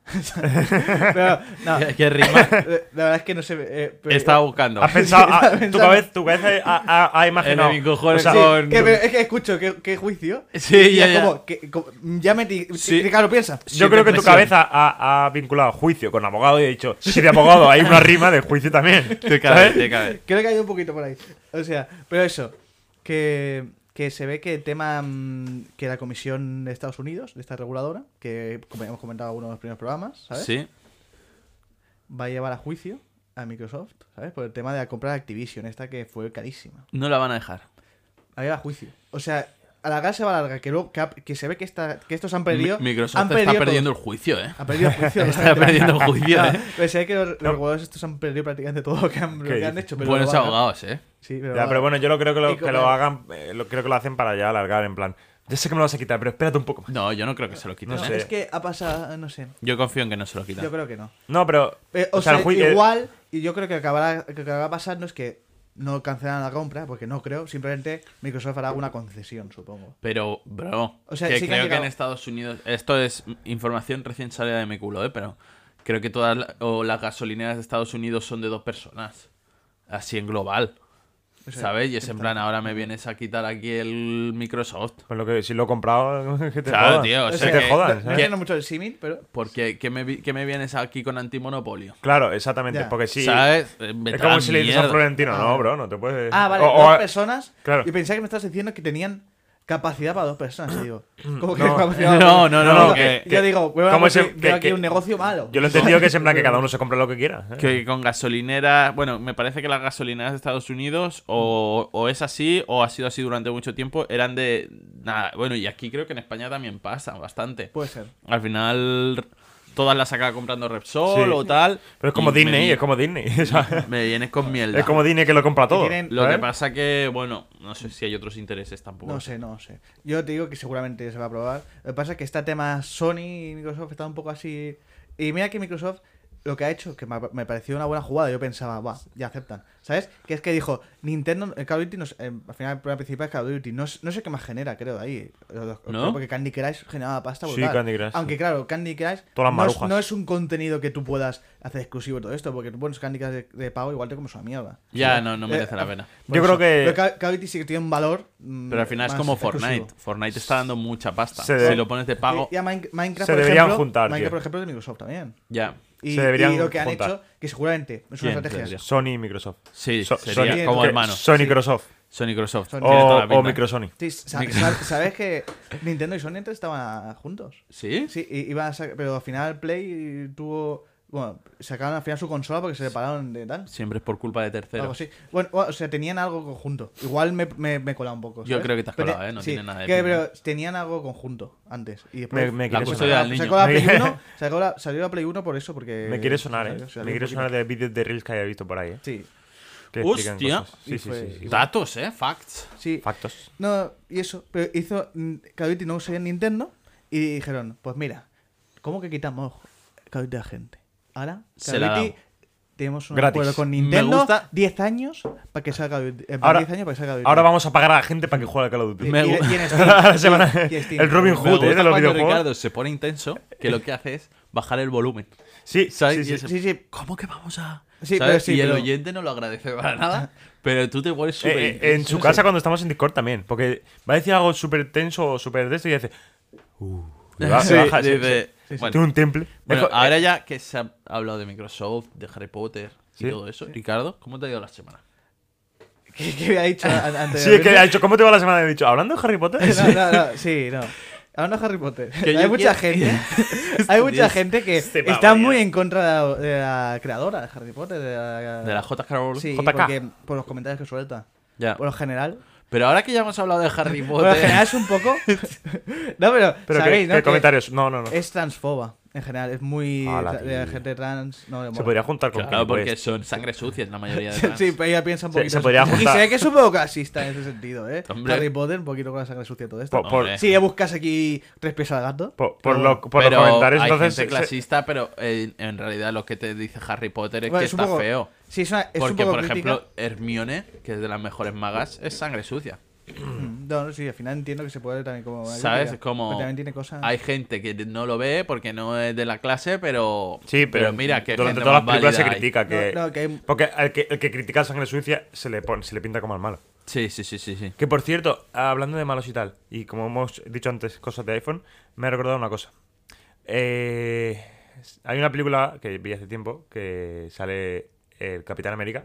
[SPEAKER 4] pero, no,
[SPEAKER 2] Qué- qué rima.
[SPEAKER 4] eh, la verdad es que no sé. eh, pero-
[SPEAKER 2] Estaba buscando.
[SPEAKER 3] ¿Has pensado?
[SPEAKER 4] estaba
[SPEAKER 3] ah, tu,
[SPEAKER 4] pensando.
[SPEAKER 3] cabeza, tu cabeza ha, ha- ha imaginado.
[SPEAKER 2] mi cojones,
[SPEAKER 3] o sea,
[SPEAKER 4] Sí,
[SPEAKER 2] con-
[SPEAKER 4] que- pero es que escucho, ¿qué, qué juicio?
[SPEAKER 2] Sí,
[SPEAKER 4] Y
[SPEAKER 2] ya,
[SPEAKER 4] es
[SPEAKER 2] ya.
[SPEAKER 4] como que- como- ya me. ti-
[SPEAKER 2] Sí.
[SPEAKER 4] Ricardo, piensa.
[SPEAKER 3] Yo
[SPEAKER 2] Sí,
[SPEAKER 3] creo
[SPEAKER 2] de
[SPEAKER 3] que tu
[SPEAKER 2] presión.
[SPEAKER 3] cabeza ha, ha vinculado juicio con abogado y he dicho, si de abogado hay una rima de juicio también.
[SPEAKER 2] Te cabe,
[SPEAKER 3] ¿sabes?
[SPEAKER 2] te cabe.
[SPEAKER 4] Creo que hay un poquito por ahí. O sea, pero eso. Que, que se ve que el tema mm, que la Comisión de Estados Unidos, de esta reguladora, que como hemos comentado en uno de los primeros programas, ¿sabes?
[SPEAKER 2] Sí.
[SPEAKER 4] Va a llevar a juicio a Microsoft, ¿sabes? Por el tema de la compra de Activision, esta que fue carísima.
[SPEAKER 2] No la van a dejar.
[SPEAKER 4] Va a llevar a juicio. O sea, alargar se va a alargar, que, luego, que, ha- que se ve que, esta, que estos han perdido.
[SPEAKER 2] Mi- Microsoft
[SPEAKER 4] han
[SPEAKER 2] está
[SPEAKER 4] perdido todo.
[SPEAKER 2] perdiendo el juicio, ¿eh?
[SPEAKER 4] Ha perdido juicio.
[SPEAKER 2] Está perdiendo el juicio,
[SPEAKER 4] No,
[SPEAKER 2] ¿eh?
[SPEAKER 4] pero se ve que los, los jugadores estos han perdido prácticamente todo lo que han, lo
[SPEAKER 3] ¿Qué
[SPEAKER 4] que han
[SPEAKER 3] dices?
[SPEAKER 4] hecho. Pero
[SPEAKER 2] Buenos
[SPEAKER 4] lo van a-
[SPEAKER 2] abogados, ¿eh?
[SPEAKER 4] Sí, pero,
[SPEAKER 3] Ya,
[SPEAKER 4] va-
[SPEAKER 3] pero bueno, yo lo creo que lo,
[SPEAKER 4] Y
[SPEAKER 3] que
[SPEAKER 4] comer.
[SPEAKER 3] lo hagan, eh, lo, creo que lo hacen para ya alargar en plan. Ya sé que me lo vas a quitar, pero espérate un poco más.
[SPEAKER 2] No, yo no creo que se lo quiten.
[SPEAKER 3] No
[SPEAKER 2] ¿eh?
[SPEAKER 3] sé.
[SPEAKER 4] Es que ha pasado, no sé.
[SPEAKER 2] Yo confío en que no se lo
[SPEAKER 4] Yo
[SPEAKER 2] quiten.
[SPEAKER 4] creo que no.
[SPEAKER 3] No, pero.
[SPEAKER 4] Eh, o, sea,
[SPEAKER 3] el juicio-
[SPEAKER 4] igual, y yo creo que acabará, que acabará pasando es que no cancelan la compra, porque no creo, simplemente Microsoft hará una concesión, supongo.
[SPEAKER 2] Pero, bro,
[SPEAKER 4] O sea,
[SPEAKER 2] que
[SPEAKER 4] sí que han
[SPEAKER 2] creo que en
[SPEAKER 4] llegado.
[SPEAKER 2] Estados Unidos. Esto es información recién salida de mi culo, ¿eh? Pero creo que todas la- o las gasolineras de Estados Unidos son de dos personas. Así en global.
[SPEAKER 4] O sea,
[SPEAKER 2] ¿Sabes? Y es en
[SPEAKER 4] está-
[SPEAKER 2] plan, ahora me vienes a quitar aquí el Microsoft.
[SPEAKER 3] Pues lo que, si lo he comprado, que te
[SPEAKER 2] Claro,
[SPEAKER 3] jodan.
[SPEAKER 2] tío, o
[SPEAKER 3] Que
[SPEAKER 2] sea
[SPEAKER 3] te
[SPEAKER 2] que-
[SPEAKER 3] jodan,
[SPEAKER 4] No
[SPEAKER 3] ¿sabes?
[SPEAKER 4] entiendo mucho el símil, pero.
[SPEAKER 2] Porque, ¿qué me, vi- qué me vienes aquí con antimonopolio?
[SPEAKER 3] Claro, exactamente.
[SPEAKER 4] Ya.
[SPEAKER 3] Porque si.
[SPEAKER 2] ¿Sabes? Eh, vete
[SPEAKER 3] Es
[SPEAKER 2] a
[SPEAKER 3] como
[SPEAKER 2] la
[SPEAKER 3] si le dices a
[SPEAKER 2] mierda.
[SPEAKER 3] Florentino,
[SPEAKER 4] Ah,
[SPEAKER 3] no,
[SPEAKER 4] vale.
[SPEAKER 3] bro, no te puedes.
[SPEAKER 4] Ah, vale,
[SPEAKER 3] Eh, o- o-
[SPEAKER 4] dos personas.
[SPEAKER 3] claro.
[SPEAKER 4] Y pensaba que me estás diciendo que tenían capacidad para dos personas, y digo. ¿Cómo que
[SPEAKER 3] No.
[SPEAKER 4] capacidad?
[SPEAKER 2] No, no,
[SPEAKER 3] No,
[SPEAKER 2] no.
[SPEAKER 3] no,
[SPEAKER 2] que,
[SPEAKER 3] Mm. que-
[SPEAKER 4] Yo digo, bueno, pues
[SPEAKER 3] ¿Cómo es
[SPEAKER 4] veo
[SPEAKER 3] el- que-
[SPEAKER 4] aquí
[SPEAKER 3] que-
[SPEAKER 4] un negocio malo.
[SPEAKER 3] Yo lo he entendido que es en plan que cada uno se compra lo que quiera. ¿eh?
[SPEAKER 2] que con gasolineras. Bueno, me parece que las gasolineras de Estados Unidos, o, o es así, o ha sido así durante mucho tiempo, eran de. Nada, bueno, y aquí creo que en España también pasa bastante.
[SPEAKER 4] Puede ser.
[SPEAKER 2] Al final, todas las acaba comprando Repsol
[SPEAKER 3] Sí.
[SPEAKER 2] o tal.
[SPEAKER 3] Pero es como
[SPEAKER 2] y
[SPEAKER 3] Disney,
[SPEAKER 2] me,
[SPEAKER 3] es como Disney. o sea,
[SPEAKER 2] Me vienes con mierda.
[SPEAKER 3] es como Disney que lo compra todo.
[SPEAKER 4] tienen-
[SPEAKER 2] Lo que
[SPEAKER 3] ¿sabes?
[SPEAKER 2] pasa que, bueno, no sé si hay otros intereses tampoco.
[SPEAKER 4] No sé, no sé. Yo te digo que seguramente se va a probar. Lo que pasa es que este tema Sony y Microsoft está un poco así. Y mira que Microsoft lo que ha hecho, que me me pareció una buena jugada, yo pensaba, va, ya aceptan. ¿Sabes? Que es que dijo, Nintendo, el Call of Duty, no es- eh, al final el problema principal es Call of Duty. No, es- no sé qué más genera, creo, de ahí. Los- los-
[SPEAKER 2] ¿No?
[SPEAKER 4] Porque Candy Crush generaba pasta.
[SPEAKER 3] Sí,
[SPEAKER 4] brutal.
[SPEAKER 3] Candy Crush,
[SPEAKER 4] Aunque
[SPEAKER 3] sí.
[SPEAKER 4] claro, Candy Crush
[SPEAKER 3] Todas las
[SPEAKER 4] no, es,
[SPEAKER 3] marujas.
[SPEAKER 4] no es un contenido que tú puedas hacer exclusivo y todo esto, porque tú pones Candy Crush de, de pago igual te comes una mierda.
[SPEAKER 2] Ya,
[SPEAKER 4] ¿Sabes?
[SPEAKER 2] no, no
[SPEAKER 4] Eh,
[SPEAKER 2] merece la pena.
[SPEAKER 4] por
[SPEAKER 3] Yo creo que-
[SPEAKER 4] Pero Ca- Call of Duty sí que tiene un valor. mm,
[SPEAKER 2] Pero al final es
[SPEAKER 4] más
[SPEAKER 2] como
[SPEAKER 4] exclusivo.
[SPEAKER 2] Fortnite. Fortnite está dando mucha pasta.
[SPEAKER 3] Se de-
[SPEAKER 2] Si lo pones de pago,
[SPEAKER 4] Y- y a Mine- Minecraft,
[SPEAKER 3] Se
[SPEAKER 4] por
[SPEAKER 3] deberían
[SPEAKER 4] ejemplo,
[SPEAKER 3] juntar,
[SPEAKER 4] Minecraft,
[SPEAKER 3] tío.
[SPEAKER 4] por ejemplo, es de Microsoft también.
[SPEAKER 2] ya.
[SPEAKER 4] Y,
[SPEAKER 3] Se deberían
[SPEAKER 4] y lo que han
[SPEAKER 3] juntar.
[SPEAKER 4] hecho, que seguramente es
[SPEAKER 2] ¿Quién
[SPEAKER 4] una estrategia.
[SPEAKER 2] debería?
[SPEAKER 3] Sony y Microsoft.
[SPEAKER 2] Sí,
[SPEAKER 3] So-
[SPEAKER 2] sería
[SPEAKER 4] Sony-
[SPEAKER 2] como
[SPEAKER 4] que-
[SPEAKER 2] hermano.
[SPEAKER 3] Sony y Microsoft.
[SPEAKER 2] Sony Microsoft.
[SPEAKER 4] Sony.
[SPEAKER 2] tiene toda
[SPEAKER 3] O,
[SPEAKER 2] la pinta.
[SPEAKER 3] o Microsonic.
[SPEAKER 4] Sí, sa-
[SPEAKER 2] Micro-
[SPEAKER 4] sa- ¿Sabes que Nintendo y Sony antes estaban juntos?
[SPEAKER 2] ¿Sí?
[SPEAKER 4] Sí, i- iban a sacar- pero al final Play tuvo. Bueno, sacaron al final su consola porque se separaron de tal.
[SPEAKER 2] Siempre es por culpa de terceros.
[SPEAKER 4] Algo así. Bueno, o o sea, tenían algo conjunto. Igual me, me, me he colado un poco.
[SPEAKER 2] Yo
[SPEAKER 4] ¿sabes?
[SPEAKER 2] creo que te has
[SPEAKER 4] Pero-
[SPEAKER 2] colado, ¿eh? No tiene nada de
[SPEAKER 4] que-
[SPEAKER 2] pinta.
[SPEAKER 4] Pero tenían algo conjunto antes. Y
[SPEAKER 3] Me,
[SPEAKER 4] después.
[SPEAKER 3] me
[SPEAKER 2] La
[SPEAKER 3] quiere
[SPEAKER 2] custodia
[SPEAKER 3] sonar.
[SPEAKER 2] del niño.
[SPEAKER 4] Sacó la Play
[SPEAKER 3] Me-
[SPEAKER 4] 1, sacó la- salió la Play 1 por eso, porque.
[SPEAKER 3] Me quiere sonar, eh.
[SPEAKER 4] salió- salió
[SPEAKER 3] Me quiere
[SPEAKER 4] un poquito.
[SPEAKER 3] sonar de vídeos de Reels que haya visto por ahí, eh.
[SPEAKER 4] Sí,
[SPEAKER 3] Que explican
[SPEAKER 2] Hostia.
[SPEAKER 3] cosas. Sí,
[SPEAKER 4] Y
[SPEAKER 3] sí,
[SPEAKER 4] fue-
[SPEAKER 3] sí, sí.
[SPEAKER 2] Datos, ¿eh? Facts.
[SPEAKER 4] sí.
[SPEAKER 3] Factos.
[SPEAKER 4] No, y eso. Pero hizo. mm, Call of Duty no usaría Nintendo. Y dijeron, pues mira, ¿cómo que quitamos Call of Duty a la gente? Ahora, Call
[SPEAKER 2] Se la
[SPEAKER 4] of Duty,
[SPEAKER 2] damos.
[SPEAKER 4] tenemos un
[SPEAKER 3] Gratis.
[SPEAKER 4] acuerdo con
[SPEAKER 2] Me
[SPEAKER 4] Nintendo.
[SPEAKER 2] gusta-
[SPEAKER 4] 10 años para que salga Call of Duty. eh, para
[SPEAKER 3] Ahora-
[SPEAKER 4] 10 años para que salga Call of Duty.
[SPEAKER 3] Ahora vamos a pagar a la gente para que juegue al Call of
[SPEAKER 4] Y-
[SPEAKER 3] Duty.
[SPEAKER 2] Me
[SPEAKER 4] y-
[SPEAKER 2] gu-
[SPEAKER 4] y en Steam,
[SPEAKER 3] La semana-
[SPEAKER 4] y- y en Steam.
[SPEAKER 3] el Robin
[SPEAKER 2] Me
[SPEAKER 3] Hood,
[SPEAKER 2] gusta
[SPEAKER 3] eh, de los
[SPEAKER 2] cuando
[SPEAKER 3] videojuegos.
[SPEAKER 2] Ricardo se pone intenso, que lo que hace es bajar el volumen.
[SPEAKER 3] Sí,
[SPEAKER 2] ¿Sabes?
[SPEAKER 3] sí, Eh,
[SPEAKER 2] Y
[SPEAKER 3] sí.
[SPEAKER 2] ese-
[SPEAKER 4] Sí, sí.
[SPEAKER 2] ¿Cómo que vamos a...?
[SPEAKER 4] Sí,
[SPEAKER 2] ¿sabes?
[SPEAKER 4] pero sí,
[SPEAKER 2] y el
[SPEAKER 4] pero-
[SPEAKER 2] oyente no lo agradece para nada, pero tú te vuelves súper...
[SPEAKER 3] Eh, eh, en
[SPEAKER 2] intenso.
[SPEAKER 3] su casa cuando estamos en Discord también. Porque va a decir algo súper tenso o súper de esto y dice... "Uh", y baja,
[SPEAKER 2] Sí,
[SPEAKER 3] baja, sí,
[SPEAKER 2] dice,
[SPEAKER 3] sí.
[SPEAKER 2] bueno,
[SPEAKER 3] Tiene un temple. eh,
[SPEAKER 2] bueno,
[SPEAKER 3] Es co-
[SPEAKER 2] ahora ya que se ha hablado de Microsoft, de Harry Potter y
[SPEAKER 3] Sí.
[SPEAKER 2] todo eso, Ricardo, ¿cómo te ha ido la semana?
[SPEAKER 4] ¿Qué, qué había dicho an- antes?
[SPEAKER 3] Sí,
[SPEAKER 4] de
[SPEAKER 3] es que ha dicho, ¿cómo te va la semana? He dicho, ¿hablando de Harry Potter?
[SPEAKER 4] No, no, no, Este, sí, no. Hablando de Harry Potter.
[SPEAKER 2] Que yo
[SPEAKER 4] hay mucha
[SPEAKER 2] quiero-
[SPEAKER 4] gente. hay mucha
[SPEAKER 2] Dios.
[SPEAKER 4] gente que
[SPEAKER 3] Este pavo
[SPEAKER 4] está
[SPEAKER 3] ya.
[SPEAKER 4] muy en contra de la, de la creadora de Harry Potter. De la,
[SPEAKER 2] De la J.K. Rowling.
[SPEAKER 4] Sí,
[SPEAKER 3] JK.
[SPEAKER 4] porque por los comentarios que suelta.
[SPEAKER 3] Ah.
[SPEAKER 2] Ya.
[SPEAKER 4] Por lo general.
[SPEAKER 2] Pero ahora que ya hemos hablado de Harry
[SPEAKER 4] Por lo
[SPEAKER 2] Potter...
[SPEAKER 4] general es un poco. no, pero.
[SPEAKER 3] Pero que- que,
[SPEAKER 4] sabéis, ¿no? Que
[SPEAKER 3] comentarios. No, no, no.
[SPEAKER 4] Es transfoba. En general, es muy.
[SPEAKER 3] Ala,
[SPEAKER 4] tra- de
[SPEAKER 3] tío.
[SPEAKER 4] gente trans. No, le
[SPEAKER 3] Se
[SPEAKER 4] mola.
[SPEAKER 3] podría juntar con
[SPEAKER 2] claro,
[SPEAKER 3] Kanye West.
[SPEAKER 2] porque son sangre sucia en la mayoría de
[SPEAKER 4] Sí,
[SPEAKER 2] las...
[SPEAKER 4] sí, pero ella piensa un
[SPEAKER 3] Se-
[SPEAKER 4] poquito.
[SPEAKER 3] se podría
[SPEAKER 4] así. Y
[SPEAKER 3] juntar.
[SPEAKER 4] se ve que es un poco casista en ese sentido, ¿eh?
[SPEAKER 2] Hombre.
[SPEAKER 4] Harry Potter, un poquito con la sangre sucia y todo esto.
[SPEAKER 3] Por- por-
[SPEAKER 2] Hombre.
[SPEAKER 4] Si ya buscas aquí tres pies al gato.
[SPEAKER 3] Por, por
[SPEAKER 4] Pero
[SPEAKER 3] lo- por
[SPEAKER 2] pero
[SPEAKER 3] los comentarios,
[SPEAKER 2] hay
[SPEAKER 3] entonces.
[SPEAKER 2] gente
[SPEAKER 3] se-
[SPEAKER 2] clasista, pero eh, en realidad lo que te dice Harry Potter es
[SPEAKER 4] Bueno,
[SPEAKER 2] que
[SPEAKER 4] es un
[SPEAKER 2] está
[SPEAKER 4] poco-
[SPEAKER 2] feo.
[SPEAKER 4] Sí, es, una- es un
[SPEAKER 2] Porque,
[SPEAKER 4] poco
[SPEAKER 2] por
[SPEAKER 4] crítica.
[SPEAKER 2] ejemplo, Hermione, que es de las mejores magas, es sangre sucia.
[SPEAKER 4] Mm, No, no, sí, al final entiendo que se puede ver también como. una
[SPEAKER 2] ¿Sabes?
[SPEAKER 4] crítica,
[SPEAKER 2] Es como-
[SPEAKER 4] Pero también tiene cosas.
[SPEAKER 2] Hay gente que no lo ve porque no es de la clase, pero.
[SPEAKER 3] Sí, pero,
[SPEAKER 2] mira, que. gente
[SPEAKER 3] durante todas las
[SPEAKER 2] más
[SPEAKER 3] películas se
[SPEAKER 2] válida hay.
[SPEAKER 3] critica que,
[SPEAKER 4] No, no, que hay-
[SPEAKER 3] porque el que, el que critica a sangre sucia se le pone, se le pinta como al malo.
[SPEAKER 2] Sí, sí, sí, sí. sí.
[SPEAKER 3] Que por cierto, hablando de malos y tal, y como hemos dicho antes cosas de iPhone, me ha recordado una cosa. Eh, hay una película que vi hace tiempo que sale el Capitán América,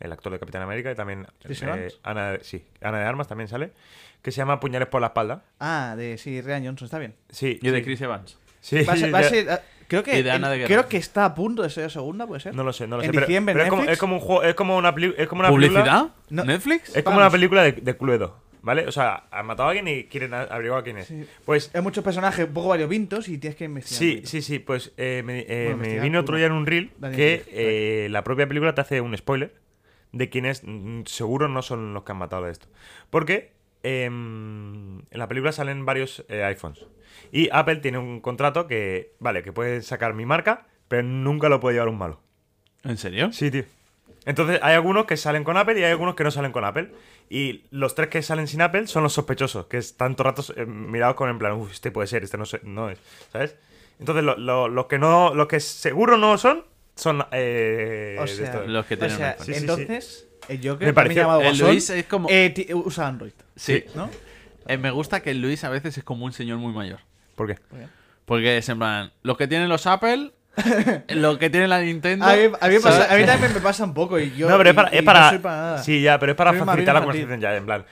[SPEAKER 3] el actor de Capitán América, y también
[SPEAKER 4] ¿Chris
[SPEAKER 3] eh,
[SPEAKER 4] Evans?
[SPEAKER 3] Ana, sí, Ana de Armas también sale, que se llama Puñales por la espalda.
[SPEAKER 4] Ah, de sí, Ryan Johnson, está bien.
[SPEAKER 3] Sí,
[SPEAKER 2] Y de
[SPEAKER 3] sí,
[SPEAKER 2] Chris Evans.
[SPEAKER 3] sí,
[SPEAKER 4] Va a ser. va a
[SPEAKER 3] ya-
[SPEAKER 4] ser- ah, creo, que
[SPEAKER 2] Y de Ana de Guerra.
[SPEAKER 4] creo que está a punto de ser segunda, puede ser.
[SPEAKER 3] No lo sé, no lo
[SPEAKER 4] en
[SPEAKER 3] sé. pero-
[SPEAKER 4] diciembre, en
[SPEAKER 3] pero es, como,
[SPEAKER 4] Netflix.
[SPEAKER 3] es como un juego, es como una, peli- es como una película.
[SPEAKER 2] ¿Publicidad?
[SPEAKER 4] No.
[SPEAKER 2] ¿Netflix?
[SPEAKER 3] Es como
[SPEAKER 4] Vamos.
[SPEAKER 3] una película de, de Cluedo, ¿vale? O sea, han matado a alguien y quieren a- averiguar quién es.
[SPEAKER 4] Sí.
[SPEAKER 3] Pues
[SPEAKER 4] Hay muchos personajes un poco variopintos y tienes que investigar. un
[SPEAKER 3] sí,
[SPEAKER 4] poquito.
[SPEAKER 3] sí, sí, pues eh, me, eh,
[SPEAKER 4] Bueno,
[SPEAKER 3] me
[SPEAKER 4] investigar
[SPEAKER 3] vino
[SPEAKER 4] tú,
[SPEAKER 3] otro día en un reel
[SPEAKER 4] Daniel
[SPEAKER 3] que
[SPEAKER 4] Craig,
[SPEAKER 3] eh, la propia película te hace un spoiler de quiénes mm, seguro no son los que han matado a esto. Porque em, en la película salen varios eh, iPhones. Y Apple tiene un contrato que, vale, que puede sacar mi marca, pero nunca lo puede llevar un malo.
[SPEAKER 2] ¿En serio?
[SPEAKER 3] Sí, tío. Entonces, hay algunos que salen con Apple y hay algunos que no salen con Apple. Y los tres que salen sin Apple son los sospechosos, que están todo el rato eh, mirados con en plan, uff, este puede ser, este no, sé- no es, ¿sabes? Entonces, lo- lo- los que no, los que seguro no son, son... eh,
[SPEAKER 4] O
[SPEAKER 3] de
[SPEAKER 4] sea,
[SPEAKER 3] estos.
[SPEAKER 2] Los que
[SPEAKER 4] o
[SPEAKER 2] tienen
[SPEAKER 4] sea,
[SPEAKER 2] iPhone.
[SPEAKER 3] Sí, sí, sí.
[SPEAKER 4] entonces, eh, el Joker,
[SPEAKER 3] Me pareció-
[SPEAKER 4] también llamado
[SPEAKER 2] el
[SPEAKER 4] Guasón,
[SPEAKER 2] Luis es como-
[SPEAKER 4] eh, ti- usa Android,
[SPEAKER 2] Sí.
[SPEAKER 4] ¿no?
[SPEAKER 2] Eh, me gusta que Luis a veces es como un señor muy mayor.
[SPEAKER 3] ¿Por qué?
[SPEAKER 2] Porque es en plan. Los que tienen los Apple, los que tienen la Nintendo.
[SPEAKER 4] A mí, a mí me pasa-
[SPEAKER 2] ¿sabes?
[SPEAKER 4] a mí también me pasa un poco. Y yo,
[SPEAKER 3] no, pero es
[SPEAKER 4] y-
[SPEAKER 3] para...
[SPEAKER 4] y
[SPEAKER 3] es para-
[SPEAKER 4] no soy para nada.
[SPEAKER 3] Sí, ya, pero es para
[SPEAKER 4] Soy más
[SPEAKER 3] facilitar
[SPEAKER 4] bien
[SPEAKER 3] la
[SPEAKER 4] infantil.
[SPEAKER 3] conversación ya, en plan...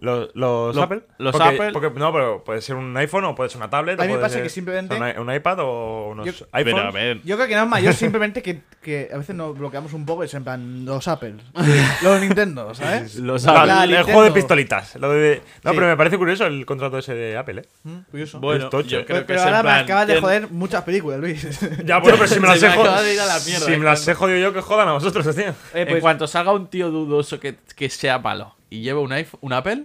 [SPEAKER 3] ¿Los, los
[SPEAKER 2] Lo-
[SPEAKER 3] Apple?
[SPEAKER 2] los
[SPEAKER 3] Porque-
[SPEAKER 2] Apple-
[SPEAKER 3] porque- no, pero puede ser un iPhone o puede ser una tablet.
[SPEAKER 4] A
[SPEAKER 3] o
[SPEAKER 4] mí me
[SPEAKER 3] puede
[SPEAKER 4] pasa
[SPEAKER 3] ser-
[SPEAKER 4] que simplemente-
[SPEAKER 3] o sea, Un, i- un iPad o unos
[SPEAKER 4] Yo-
[SPEAKER 3] iPhones.
[SPEAKER 2] Pero a ver.
[SPEAKER 4] Yo creo que nada más, yo simplemente que, que a veces nos bloqueamos un poco, es en plan los Apple, los Nintendo, ¿sabes?
[SPEAKER 2] Los
[SPEAKER 3] La-
[SPEAKER 2] Apple.
[SPEAKER 4] La
[SPEAKER 3] el
[SPEAKER 4] ¿Eh? Nintendo.
[SPEAKER 3] juego de pistolitas. lo de- No,
[SPEAKER 4] Sí.
[SPEAKER 3] pero me parece curioso el contrato ese de Apple, ¿eh?
[SPEAKER 4] Mm, Curioso.
[SPEAKER 2] Bueno,
[SPEAKER 3] Es tocho.
[SPEAKER 2] yo creo
[SPEAKER 4] pero
[SPEAKER 2] que
[SPEAKER 4] pero
[SPEAKER 2] es en
[SPEAKER 4] ahora me
[SPEAKER 2] plan,
[SPEAKER 4] acabas de
[SPEAKER 2] ¿quién-
[SPEAKER 4] joder muchas películas, Luis.
[SPEAKER 3] Ya, bueno, pero si me las
[SPEAKER 2] Se me
[SPEAKER 3] he jodido.
[SPEAKER 2] acaba de ir a la mierda,
[SPEAKER 3] Si
[SPEAKER 2] eh,
[SPEAKER 3] me las
[SPEAKER 2] claro.
[SPEAKER 3] he jodido yo, que jodan a vosotros, tío.
[SPEAKER 4] Eh,
[SPEAKER 2] En
[SPEAKER 4] pues,
[SPEAKER 2] cuanto salga un tío dudoso que, que sea malo y lleve un, iPhone, un Apple,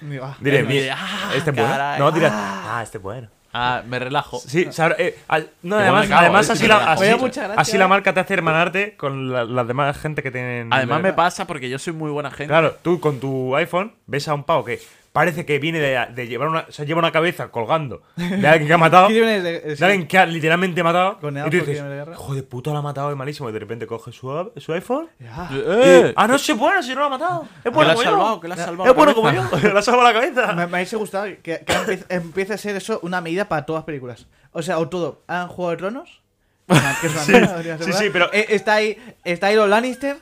[SPEAKER 4] digo, ah,
[SPEAKER 3] Diré,
[SPEAKER 2] Eh,
[SPEAKER 3] mira,
[SPEAKER 2] ah,
[SPEAKER 3] este es bueno.
[SPEAKER 2] caray,
[SPEAKER 3] No, dirás, ah, este es bueno.
[SPEAKER 2] ah, me relajo.
[SPEAKER 3] Sí, sabrá- eh, al- no,
[SPEAKER 2] Igual
[SPEAKER 3] además,
[SPEAKER 2] me cago,
[SPEAKER 3] además
[SPEAKER 2] eh,
[SPEAKER 3] así,
[SPEAKER 2] si me
[SPEAKER 3] la,
[SPEAKER 2] la
[SPEAKER 3] así,
[SPEAKER 4] jodas. Oye, muchas gracias. eh.
[SPEAKER 3] así la marca te hace hermanarte con la- las demás gente que tienen.
[SPEAKER 2] Además me pasa porque yo soy muy buena gente.
[SPEAKER 3] Claro, tú con tu iPhone ves a un pavo que parece que viene de, de llevar una. O sea, lleva una cabeza colgando de alguien que ha matado.
[SPEAKER 4] ¿qué tienes de- eh, sí?
[SPEAKER 3] De alguien que ha literalmente matado.
[SPEAKER 4] Con el
[SPEAKER 3] y tú
[SPEAKER 4] arco que
[SPEAKER 3] dices,
[SPEAKER 4] viene de guerra.
[SPEAKER 3] hijo de puta, lo ha matado, es malísimo. Y de repente coge su, su iPhone
[SPEAKER 4] Ya.
[SPEAKER 2] ¡Eh!
[SPEAKER 3] Ah, no, sí, bueno, si no lo ha matado. Es
[SPEAKER 2] Que la
[SPEAKER 3] eh, bueno
[SPEAKER 2] has
[SPEAKER 3] como
[SPEAKER 2] salvado,
[SPEAKER 3] yo.
[SPEAKER 2] que la has
[SPEAKER 4] Es
[SPEAKER 2] salvado.
[SPEAKER 3] Es bueno como yo.
[SPEAKER 2] cabeza.
[SPEAKER 3] Le ha salvado la cabeza.
[SPEAKER 4] Me, me hubiese gustado que, que empiece, empiece a ser eso una medida para todas las películas. O sea, o todo. ¿Han Juego de Tronos? que es una mierda, podría ser
[SPEAKER 3] sí,
[SPEAKER 4] verdad.
[SPEAKER 3] sí, pero-
[SPEAKER 4] Eh, está ahí, está ahí los Lannister,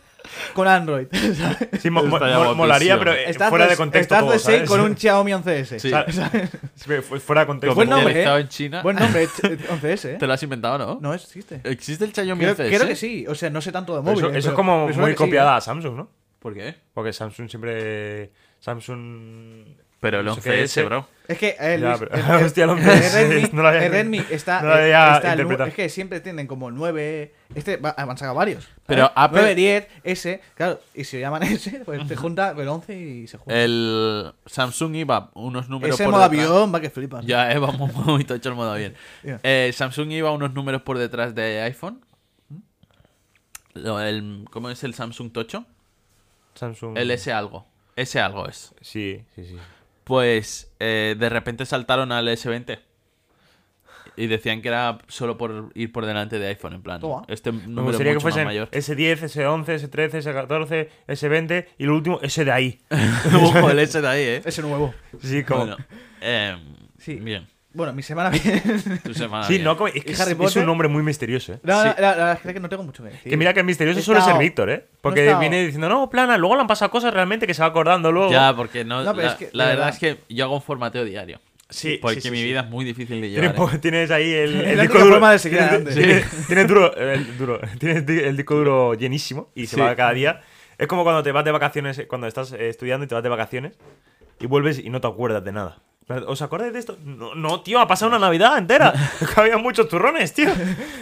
[SPEAKER 4] con Android. ¿sabes?
[SPEAKER 3] Sí, mo-
[SPEAKER 2] Eso
[SPEAKER 3] mo-
[SPEAKER 2] estaría
[SPEAKER 3] mo-
[SPEAKER 2] guapísimo.
[SPEAKER 3] molaría, pero eh,
[SPEAKER 4] Estás
[SPEAKER 3] fuera
[SPEAKER 4] de-
[SPEAKER 3] de contexto.
[SPEAKER 4] estás
[SPEAKER 3] todo,
[SPEAKER 4] de seis
[SPEAKER 3] ¿sabes?
[SPEAKER 4] con un Xiaomi 11S.
[SPEAKER 2] Sí.
[SPEAKER 3] ¿Sabes? Sí, fu- Fuera de contexto.
[SPEAKER 4] Buen
[SPEAKER 2] Como
[SPEAKER 4] nombre,
[SPEAKER 2] Estaba
[SPEAKER 4] ¿eh?
[SPEAKER 2] en China.
[SPEAKER 4] Buen nombre, ch- 11S, ¿eh?
[SPEAKER 2] Te lo has inventado, ¿no?
[SPEAKER 4] No existe.
[SPEAKER 2] ¿Existe el Xiaomi
[SPEAKER 4] Creo,
[SPEAKER 2] 11S?
[SPEAKER 4] creo que sí. O sea, no sé tanto de
[SPEAKER 3] Pero
[SPEAKER 4] móviles.
[SPEAKER 3] Eso, eso es
[SPEAKER 4] pero-
[SPEAKER 3] como
[SPEAKER 4] pero suena
[SPEAKER 3] muy
[SPEAKER 4] que sí, ¿eh?
[SPEAKER 3] copiada a Samsung, ¿no?
[SPEAKER 2] ¿Por qué?
[SPEAKER 3] Porque Samsung siempre. Samsung.
[SPEAKER 2] Pero el
[SPEAKER 3] no sé qué
[SPEAKER 2] 11S,
[SPEAKER 3] es,
[SPEAKER 2] bro.
[SPEAKER 4] Es que eh,
[SPEAKER 3] Ya,
[SPEAKER 4] Luis,
[SPEAKER 3] pero-
[SPEAKER 4] el, el-
[SPEAKER 3] hostia, lo
[SPEAKER 4] el
[SPEAKER 3] ves,
[SPEAKER 4] Redmi,
[SPEAKER 3] no lo había-
[SPEAKER 4] el Redmi está, eh,
[SPEAKER 3] no lo había
[SPEAKER 4] está el nu-
[SPEAKER 3] interpretado.
[SPEAKER 4] es que siempre tienen como 9, este va- han sacado varios.
[SPEAKER 2] Pero
[SPEAKER 4] ¿sabes?
[SPEAKER 2] Apple-
[SPEAKER 4] 9, 10, S, claro, y si lo llaman S, pues te junta con el 11 y se junta.
[SPEAKER 2] El Samsung iba unos números
[SPEAKER 4] Ese
[SPEAKER 2] Eh, por
[SPEAKER 4] modo
[SPEAKER 2] detrás.
[SPEAKER 4] avión va que flipas.
[SPEAKER 2] Ya, eh, vamos muy tocho el modo bien.
[SPEAKER 4] Ya.
[SPEAKER 2] Eh, Samsung iba unos números por detrás de iPhone.
[SPEAKER 3] ¿Mm?
[SPEAKER 2] Lo- el- ¿Cómo es el Samsung Tocho?
[SPEAKER 3] Samsung.
[SPEAKER 2] El S algo. S algo es.
[SPEAKER 3] Sí, sí, sí.
[SPEAKER 2] Pues eh, de repente saltaron al S20. Y decían que era solo por ir por delante de iPhone, en plan.
[SPEAKER 4] Toma.
[SPEAKER 2] Este
[SPEAKER 3] Me
[SPEAKER 2] número es
[SPEAKER 3] gustaría que
[SPEAKER 2] mucho más
[SPEAKER 3] fuesen
[SPEAKER 2] mayor.
[SPEAKER 3] S10, S11, S13, S14, S20 y lo último, S de ahí.
[SPEAKER 2] Ojo, el S de ahí, ¿eh?
[SPEAKER 4] Ese nuevo.
[SPEAKER 3] Sí, como.
[SPEAKER 2] Bueno, em,
[SPEAKER 4] Sí.
[SPEAKER 2] Bien.
[SPEAKER 4] Bueno, mi semana bien.
[SPEAKER 2] Tu semana.
[SPEAKER 3] sí,
[SPEAKER 2] ah, bien.
[SPEAKER 3] no, como- es que
[SPEAKER 4] ¿Y
[SPEAKER 3] es,
[SPEAKER 4] Harry
[SPEAKER 3] es
[SPEAKER 4] Potter?
[SPEAKER 3] un nombre muy misterioso, ¿eh?
[SPEAKER 4] No,
[SPEAKER 2] Sí.
[SPEAKER 4] no, la, la verdad es que no tengo mucho que decir.
[SPEAKER 3] Que mira que el misterioso
[SPEAKER 4] He
[SPEAKER 3] suele ser
[SPEAKER 4] estado-
[SPEAKER 3] Víctor, ¿eh?
[SPEAKER 4] he
[SPEAKER 3] Porque
[SPEAKER 4] estado-
[SPEAKER 3] viene diciendo, no, plana, luego le han pasado cosas realmente que se va acordando luego.
[SPEAKER 2] Ya, porque no.
[SPEAKER 4] No, pero
[SPEAKER 2] la
[SPEAKER 4] es que, de
[SPEAKER 2] la verdad,
[SPEAKER 4] verdad.
[SPEAKER 2] es que yo hago un formateo diario.
[SPEAKER 3] Sí,
[SPEAKER 2] Porque
[SPEAKER 3] sí, sí,
[SPEAKER 2] mi
[SPEAKER 3] sí.
[SPEAKER 2] vida es muy difícil de
[SPEAKER 3] Tienes,
[SPEAKER 2] llevar.
[SPEAKER 3] po-
[SPEAKER 2] ¿eh?
[SPEAKER 3] tienes ahí el,
[SPEAKER 4] Es
[SPEAKER 3] el
[SPEAKER 4] la
[SPEAKER 3] disco
[SPEAKER 4] única
[SPEAKER 3] duro.
[SPEAKER 4] forma de seguir
[SPEAKER 3] tienes,
[SPEAKER 4] adelante.
[SPEAKER 3] tienes- tienes duro, el, duro. Tienes di- el disco duro llenísimo y se
[SPEAKER 2] Sí.
[SPEAKER 3] va cada día. Es como cuando te vas de vacaciones, eh, cuando estás eh, estudiando y te vas de vacaciones y vuelves y no te acuerdas de nada. ¿Os acordáis de esto? No, no, tío, ha pasado una Navidad entera. Había muchos turrones, tío.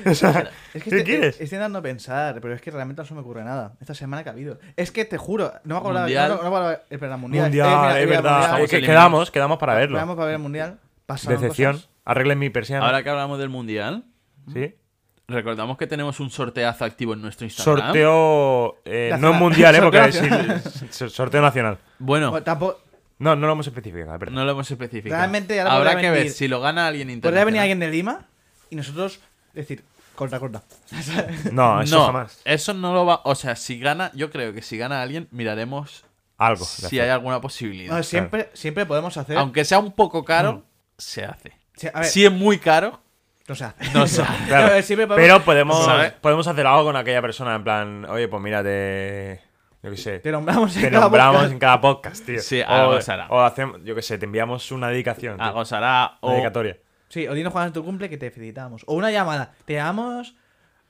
[SPEAKER 3] O sea,
[SPEAKER 4] Es
[SPEAKER 3] ¿qué
[SPEAKER 4] que estoy,
[SPEAKER 3] quieres?
[SPEAKER 4] eh, Estoy intentando pensar, pero es que realmente no se me ocurre nada. Esta semana que ha habido. Es que te juro, no me acordaba.
[SPEAKER 2] Mundial.
[SPEAKER 4] No, no me acordaba. Espera, mundial.
[SPEAKER 3] mundial,
[SPEAKER 4] Eh, mira,
[SPEAKER 3] es
[SPEAKER 4] mira,
[SPEAKER 3] verdad.
[SPEAKER 4] mundial.
[SPEAKER 2] Estamos
[SPEAKER 3] Es que
[SPEAKER 2] eliminados.
[SPEAKER 3] quedamos, quedamos para verlo.
[SPEAKER 4] Vamos para ver el mundial. Pasaron
[SPEAKER 3] Decepción.
[SPEAKER 4] cosas.
[SPEAKER 3] Arreglen mi persiana.
[SPEAKER 2] Ahora que hablamos del mundial,
[SPEAKER 3] ¿Sí?
[SPEAKER 2] recordamos que tenemos un sorteazo activo en nuestro Instagram.
[SPEAKER 3] Sorteo. eh, no
[SPEAKER 4] Nacional.
[SPEAKER 3] mundial, ¿eh? Porque
[SPEAKER 4] Sorteo nacional.
[SPEAKER 3] sí, s- sorteo nacional.
[SPEAKER 2] Bueno,
[SPEAKER 4] Bueno, tampoco.
[SPEAKER 3] No, no lo hemos especificado, es verdad.
[SPEAKER 2] no lo hemos especificado.
[SPEAKER 4] Realmente ahora
[SPEAKER 2] Habrá
[SPEAKER 4] podrá
[SPEAKER 2] que ver
[SPEAKER 4] venir-
[SPEAKER 2] si lo gana alguien
[SPEAKER 4] Podría
[SPEAKER 2] internacional.
[SPEAKER 4] venir alguien de Lima y nosotros decir, corta, corta.
[SPEAKER 3] No, eso
[SPEAKER 2] no, Eh,
[SPEAKER 3] jamás.
[SPEAKER 2] eso no lo va. O sea, si gana, yo creo que si gana alguien, miraremos
[SPEAKER 3] Algo.
[SPEAKER 2] si
[SPEAKER 3] gracias.
[SPEAKER 2] hay alguna posibilidad.
[SPEAKER 4] No, siempre, siempre podemos hacer.
[SPEAKER 2] Aunque sea un poco
[SPEAKER 3] Mm.
[SPEAKER 2] caro, se hace.
[SPEAKER 4] Sí, a ver,
[SPEAKER 2] Si es muy caro,
[SPEAKER 4] o sea,
[SPEAKER 2] no se hace.
[SPEAKER 3] Claro.
[SPEAKER 4] A ver, siempre podemos-
[SPEAKER 3] Pero podemos,
[SPEAKER 2] ¿Sabes?
[SPEAKER 3] podemos hacer algo con aquella persona, en plan, oye, pues mira, te. Yo qué sé.
[SPEAKER 4] te nombramos en
[SPEAKER 3] te
[SPEAKER 4] cada
[SPEAKER 3] nombramos
[SPEAKER 4] podcast.
[SPEAKER 3] en cada podcast, tío.
[SPEAKER 2] Sí, algo
[SPEAKER 3] o,
[SPEAKER 2] se hará.
[SPEAKER 3] o hacemos, yo qué sé, te enviamos una dedicación. tío.
[SPEAKER 2] algo se hará o
[SPEAKER 3] Una dedicatoria.
[SPEAKER 4] Sí, o dinos cuándo es tu cumple que te felicitamos. O una llamada. Te llamamos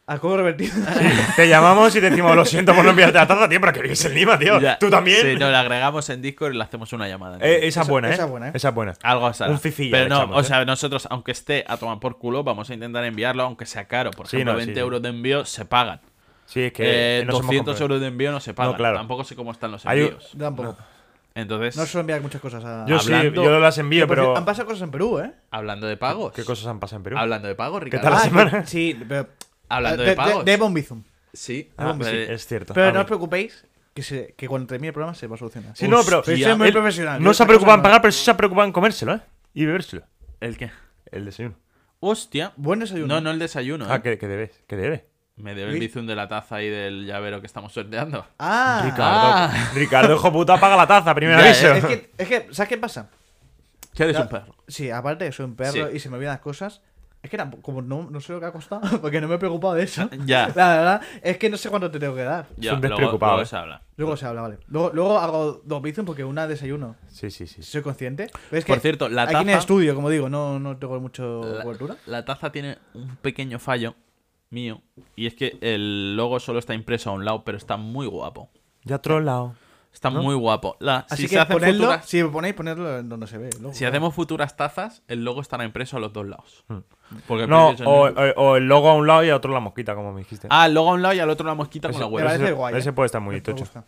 [SPEAKER 4] a cobro revertido.
[SPEAKER 3] Te llamamos y te decimos, lo siento por no enviarte la taza, tío, pero que vives en Lima, tío.
[SPEAKER 2] Ya.
[SPEAKER 3] Tú también.
[SPEAKER 2] Sí, no, le agregamos en Discord y le hacemos una llamada.
[SPEAKER 3] Eh, esa, es
[SPEAKER 4] Esa-
[SPEAKER 3] buena, ¿eh?
[SPEAKER 4] esa es buena, ¿eh?
[SPEAKER 3] Esa es buena.
[SPEAKER 2] Algo será.
[SPEAKER 3] un fifilla
[SPEAKER 2] Pero
[SPEAKER 3] le
[SPEAKER 2] no,
[SPEAKER 3] echamos,
[SPEAKER 2] o
[SPEAKER 3] ¿eh?
[SPEAKER 2] sea, nosotros, aunque esté a tomar por culo, vamos a intentar enviarlo, aunque sea caro. Por
[SPEAKER 3] Sí,
[SPEAKER 2] ejemplo,
[SPEAKER 3] no, sí,
[SPEAKER 2] 20
[SPEAKER 3] sí.
[SPEAKER 2] euros de envío se pagan.
[SPEAKER 3] Sí, es que.
[SPEAKER 2] Eh,
[SPEAKER 3] nos hemos
[SPEAKER 2] 200
[SPEAKER 3] comprado.
[SPEAKER 2] euros de envío no se pagan.
[SPEAKER 3] claro.
[SPEAKER 2] Tampoco sé cómo están los
[SPEAKER 3] Hay un-
[SPEAKER 2] envíos.
[SPEAKER 4] Tampoco.
[SPEAKER 2] Entonces,
[SPEAKER 4] No suelo enviar muchas cosas a.
[SPEAKER 2] Hablando-
[SPEAKER 3] Yo sí, yo las
[SPEAKER 4] Que,
[SPEAKER 3] envío,
[SPEAKER 4] por
[SPEAKER 3] pero.
[SPEAKER 4] cierto, Han pasado cosas en Perú, ¿eh?
[SPEAKER 2] hablando de pagos.
[SPEAKER 3] ¿Qué cosas han pasado en Perú?
[SPEAKER 2] Hablando de pagos, Ricardo.
[SPEAKER 3] tal la
[SPEAKER 4] Ah, que-
[SPEAKER 3] semana?
[SPEAKER 4] Sí, pero.
[SPEAKER 2] Hablando
[SPEAKER 4] Ah,
[SPEAKER 2] de
[SPEAKER 4] te- te-
[SPEAKER 2] pagos.
[SPEAKER 4] Debo un bizum.
[SPEAKER 2] Sí.
[SPEAKER 3] Ah, sí,
[SPEAKER 2] eh,
[SPEAKER 3] es cierto.
[SPEAKER 4] Pero
[SPEAKER 3] Ah,
[SPEAKER 4] no os
[SPEAKER 3] bien.
[SPEAKER 4] preocupéis que, se- que cuando termine el programa se va a solucionar.
[SPEAKER 3] Sí, no, pero.
[SPEAKER 4] Pero soy muy
[SPEAKER 3] él
[SPEAKER 4] profesional.
[SPEAKER 3] No
[SPEAKER 4] Yo
[SPEAKER 3] se ha
[SPEAKER 4] esta cosa
[SPEAKER 3] preocupado en
[SPEAKER 4] no.
[SPEAKER 3] pagar, pero sí se ha preocupado en comérselo, ¿eh? Y bebérselo.
[SPEAKER 2] ¿El qué?
[SPEAKER 3] El desayuno.
[SPEAKER 2] Hostia.
[SPEAKER 4] Buen desayuno.
[SPEAKER 2] No, no el desayuno. eh.
[SPEAKER 3] Ah, que, que debes, que debe.
[SPEAKER 2] Me debe el
[SPEAKER 4] Luis.
[SPEAKER 2] bizum de la taza y del llavero que estamos sorteando.
[SPEAKER 4] Ah,
[SPEAKER 2] Ah.
[SPEAKER 3] Ricardo, hijo puta, paga la taza, primer
[SPEAKER 2] Ya,
[SPEAKER 3] aviso.
[SPEAKER 4] es que, es que, ¿sabes qué pasa?
[SPEAKER 2] ¿Qué eres
[SPEAKER 4] Ya-
[SPEAKER 2] un perro?
[SPEAKER 4] Sí, aparte que soy un perro
[SPEAKER 2] Sí.
[SPEAKER 4] y se me olvidan las cosas. Es que tampoco- como no, no sé lo que ha costado, porque no me he preocupado de eso.
[SPEAKER 2] Ya.
[SPEAKER 4] La verdad es que no sé cuánto te tengo que dar.
[SPEAKER 2] Ya,
[SPEAKER 3] un
[SPEAKER 2] luego-
[SPEAKER 3] despreocupado,
[SPEAKER 2] luego
[SPEAKER 3] eh.
[SPEAKER 2] se habla.
[SPEAKER 4] Luego se habla, vale. Luego, luego hago dos bizum porque una desayuno.
[SPEAKER 3] Sí, sí, sí.
[SPEAKER 4] Soy consciente. Pero es
[SPEAKER 2] Por
[SPEAKER 4] que
[SPEAKER 2] cierto, la
[SPEAKER 4] aquí en el
[SPEAKER 2] taza-
[SPEAKER 4] estudio, como digo, no, no tengo mucho cobertura.
[SPEAKER 2] La taza tiene un pequeño fallo mío. Y es que el logo solo está impreso a un lado, pero está muy guapo.
[SPEAKER 3] Ya trolao.
[SPEAKER 2] Está muy guapo. La-
[SPEAKER 4] Así
[SPEAKER 2] si, se
[SPEAKER 4] que
[SPEAKER 2] hacen
[SPEAKER 4] ponedlo,
[SPEAKER 2] futuras-
[SPEAKER 4] si ponéis, ponedlo en donde se ve. luego.
[SPEAKER 2] si hacemos futuras tazas, el logo estará impreso a los dos lados. Porque el
[SPEAKER 3] Hmm. No,
[SPEAKER 2] precio es el
[SPEAKER 3] o,
[SPEAKER 2] mismo.
[SPEAKER 3] o- o el logo a un lado y a otro la mosquita, como me dijiste.
[SPEAKER 2] Ah, el logo a un lado y al otro la mosquita con la
[SPEAKER 4] Me
[SPEAKER 2] hueva.
[SPEAKER 4] parece
[SPEAKER 3] ese-
[SPEAKER 4] guay.
[SPEAKER 3] ese
[SPEAKER 4] eh.
[SPEAKER 3] puede estar muy
[SPEAKER 4] Me- me
[SPEAKER 3] tocho.
[SPEAKER 4] gusta.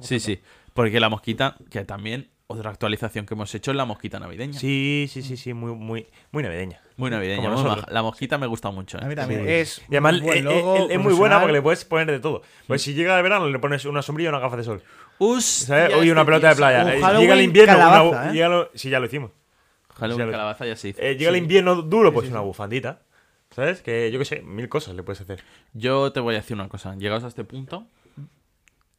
[SPEAKER 2] Sí, sí. Porque la mosquita, que también otra actualización que hemos hecho es la mosquita navideña.
[SPEAKER 3] Sí, sí, sí, sí, muy, muy, muy navideña.
[SPEAKER 2] Muy navideña,
[SPEAKER 3] Como
[SPEAKER 2] muy
[SPEAKER 3] nosotros.
[SPEAKER 2] maja. La mosquita me gusta mucho. ¿eh?
[SPEAKER 4] A mí también.
[SPEAKER 3] Sí.
[SPEAKER 4] Es
[SPEAKER 3] Y además
[SPEAKER 4] un buen
[SPEAKER 3] eh,
[SPEAKER 4] logo,
[SPEAKER 3] eh, es muy buena
[SPEAKER 4] profesional.
[SPEAKER 3] porque le puedes poner de todo. Pues si llega de verano le pones una sombrilla y una gafa de sol.
[SPEAKER 2] Hostia,
[SPEAKER 3] ¿Sabes? Oye,
[SPEAKER 2] este
[SPEAKER 3] una pelota de
[SPEAKER 2] tío sabe-
[SPEAKER 3] playa.
[SPEAKER 4] un
[SPEAKER 3] Eh, llega el
[SPEAKER 4] Halloween
[SPEAKER 3] invierno, una bu-
[SPEAKER 4] calabaza, ¿eh?
[SPEAKER 3] llega lo- sí, ya lo hicimos.
[SPEAKER 2] Halloween
[SPEAKER 3] Ya lo-
[SPEAKER 2] calabaza ya se hizo.
[SPEAKER 3] Eh, llega el invierno duro, pues una bufandita. ¿Sabes? Que yo qué sé, mil cosas le puedes hacer.
[SPEAKER 2] Yo te voy a decir una cosa. Llegados a este punto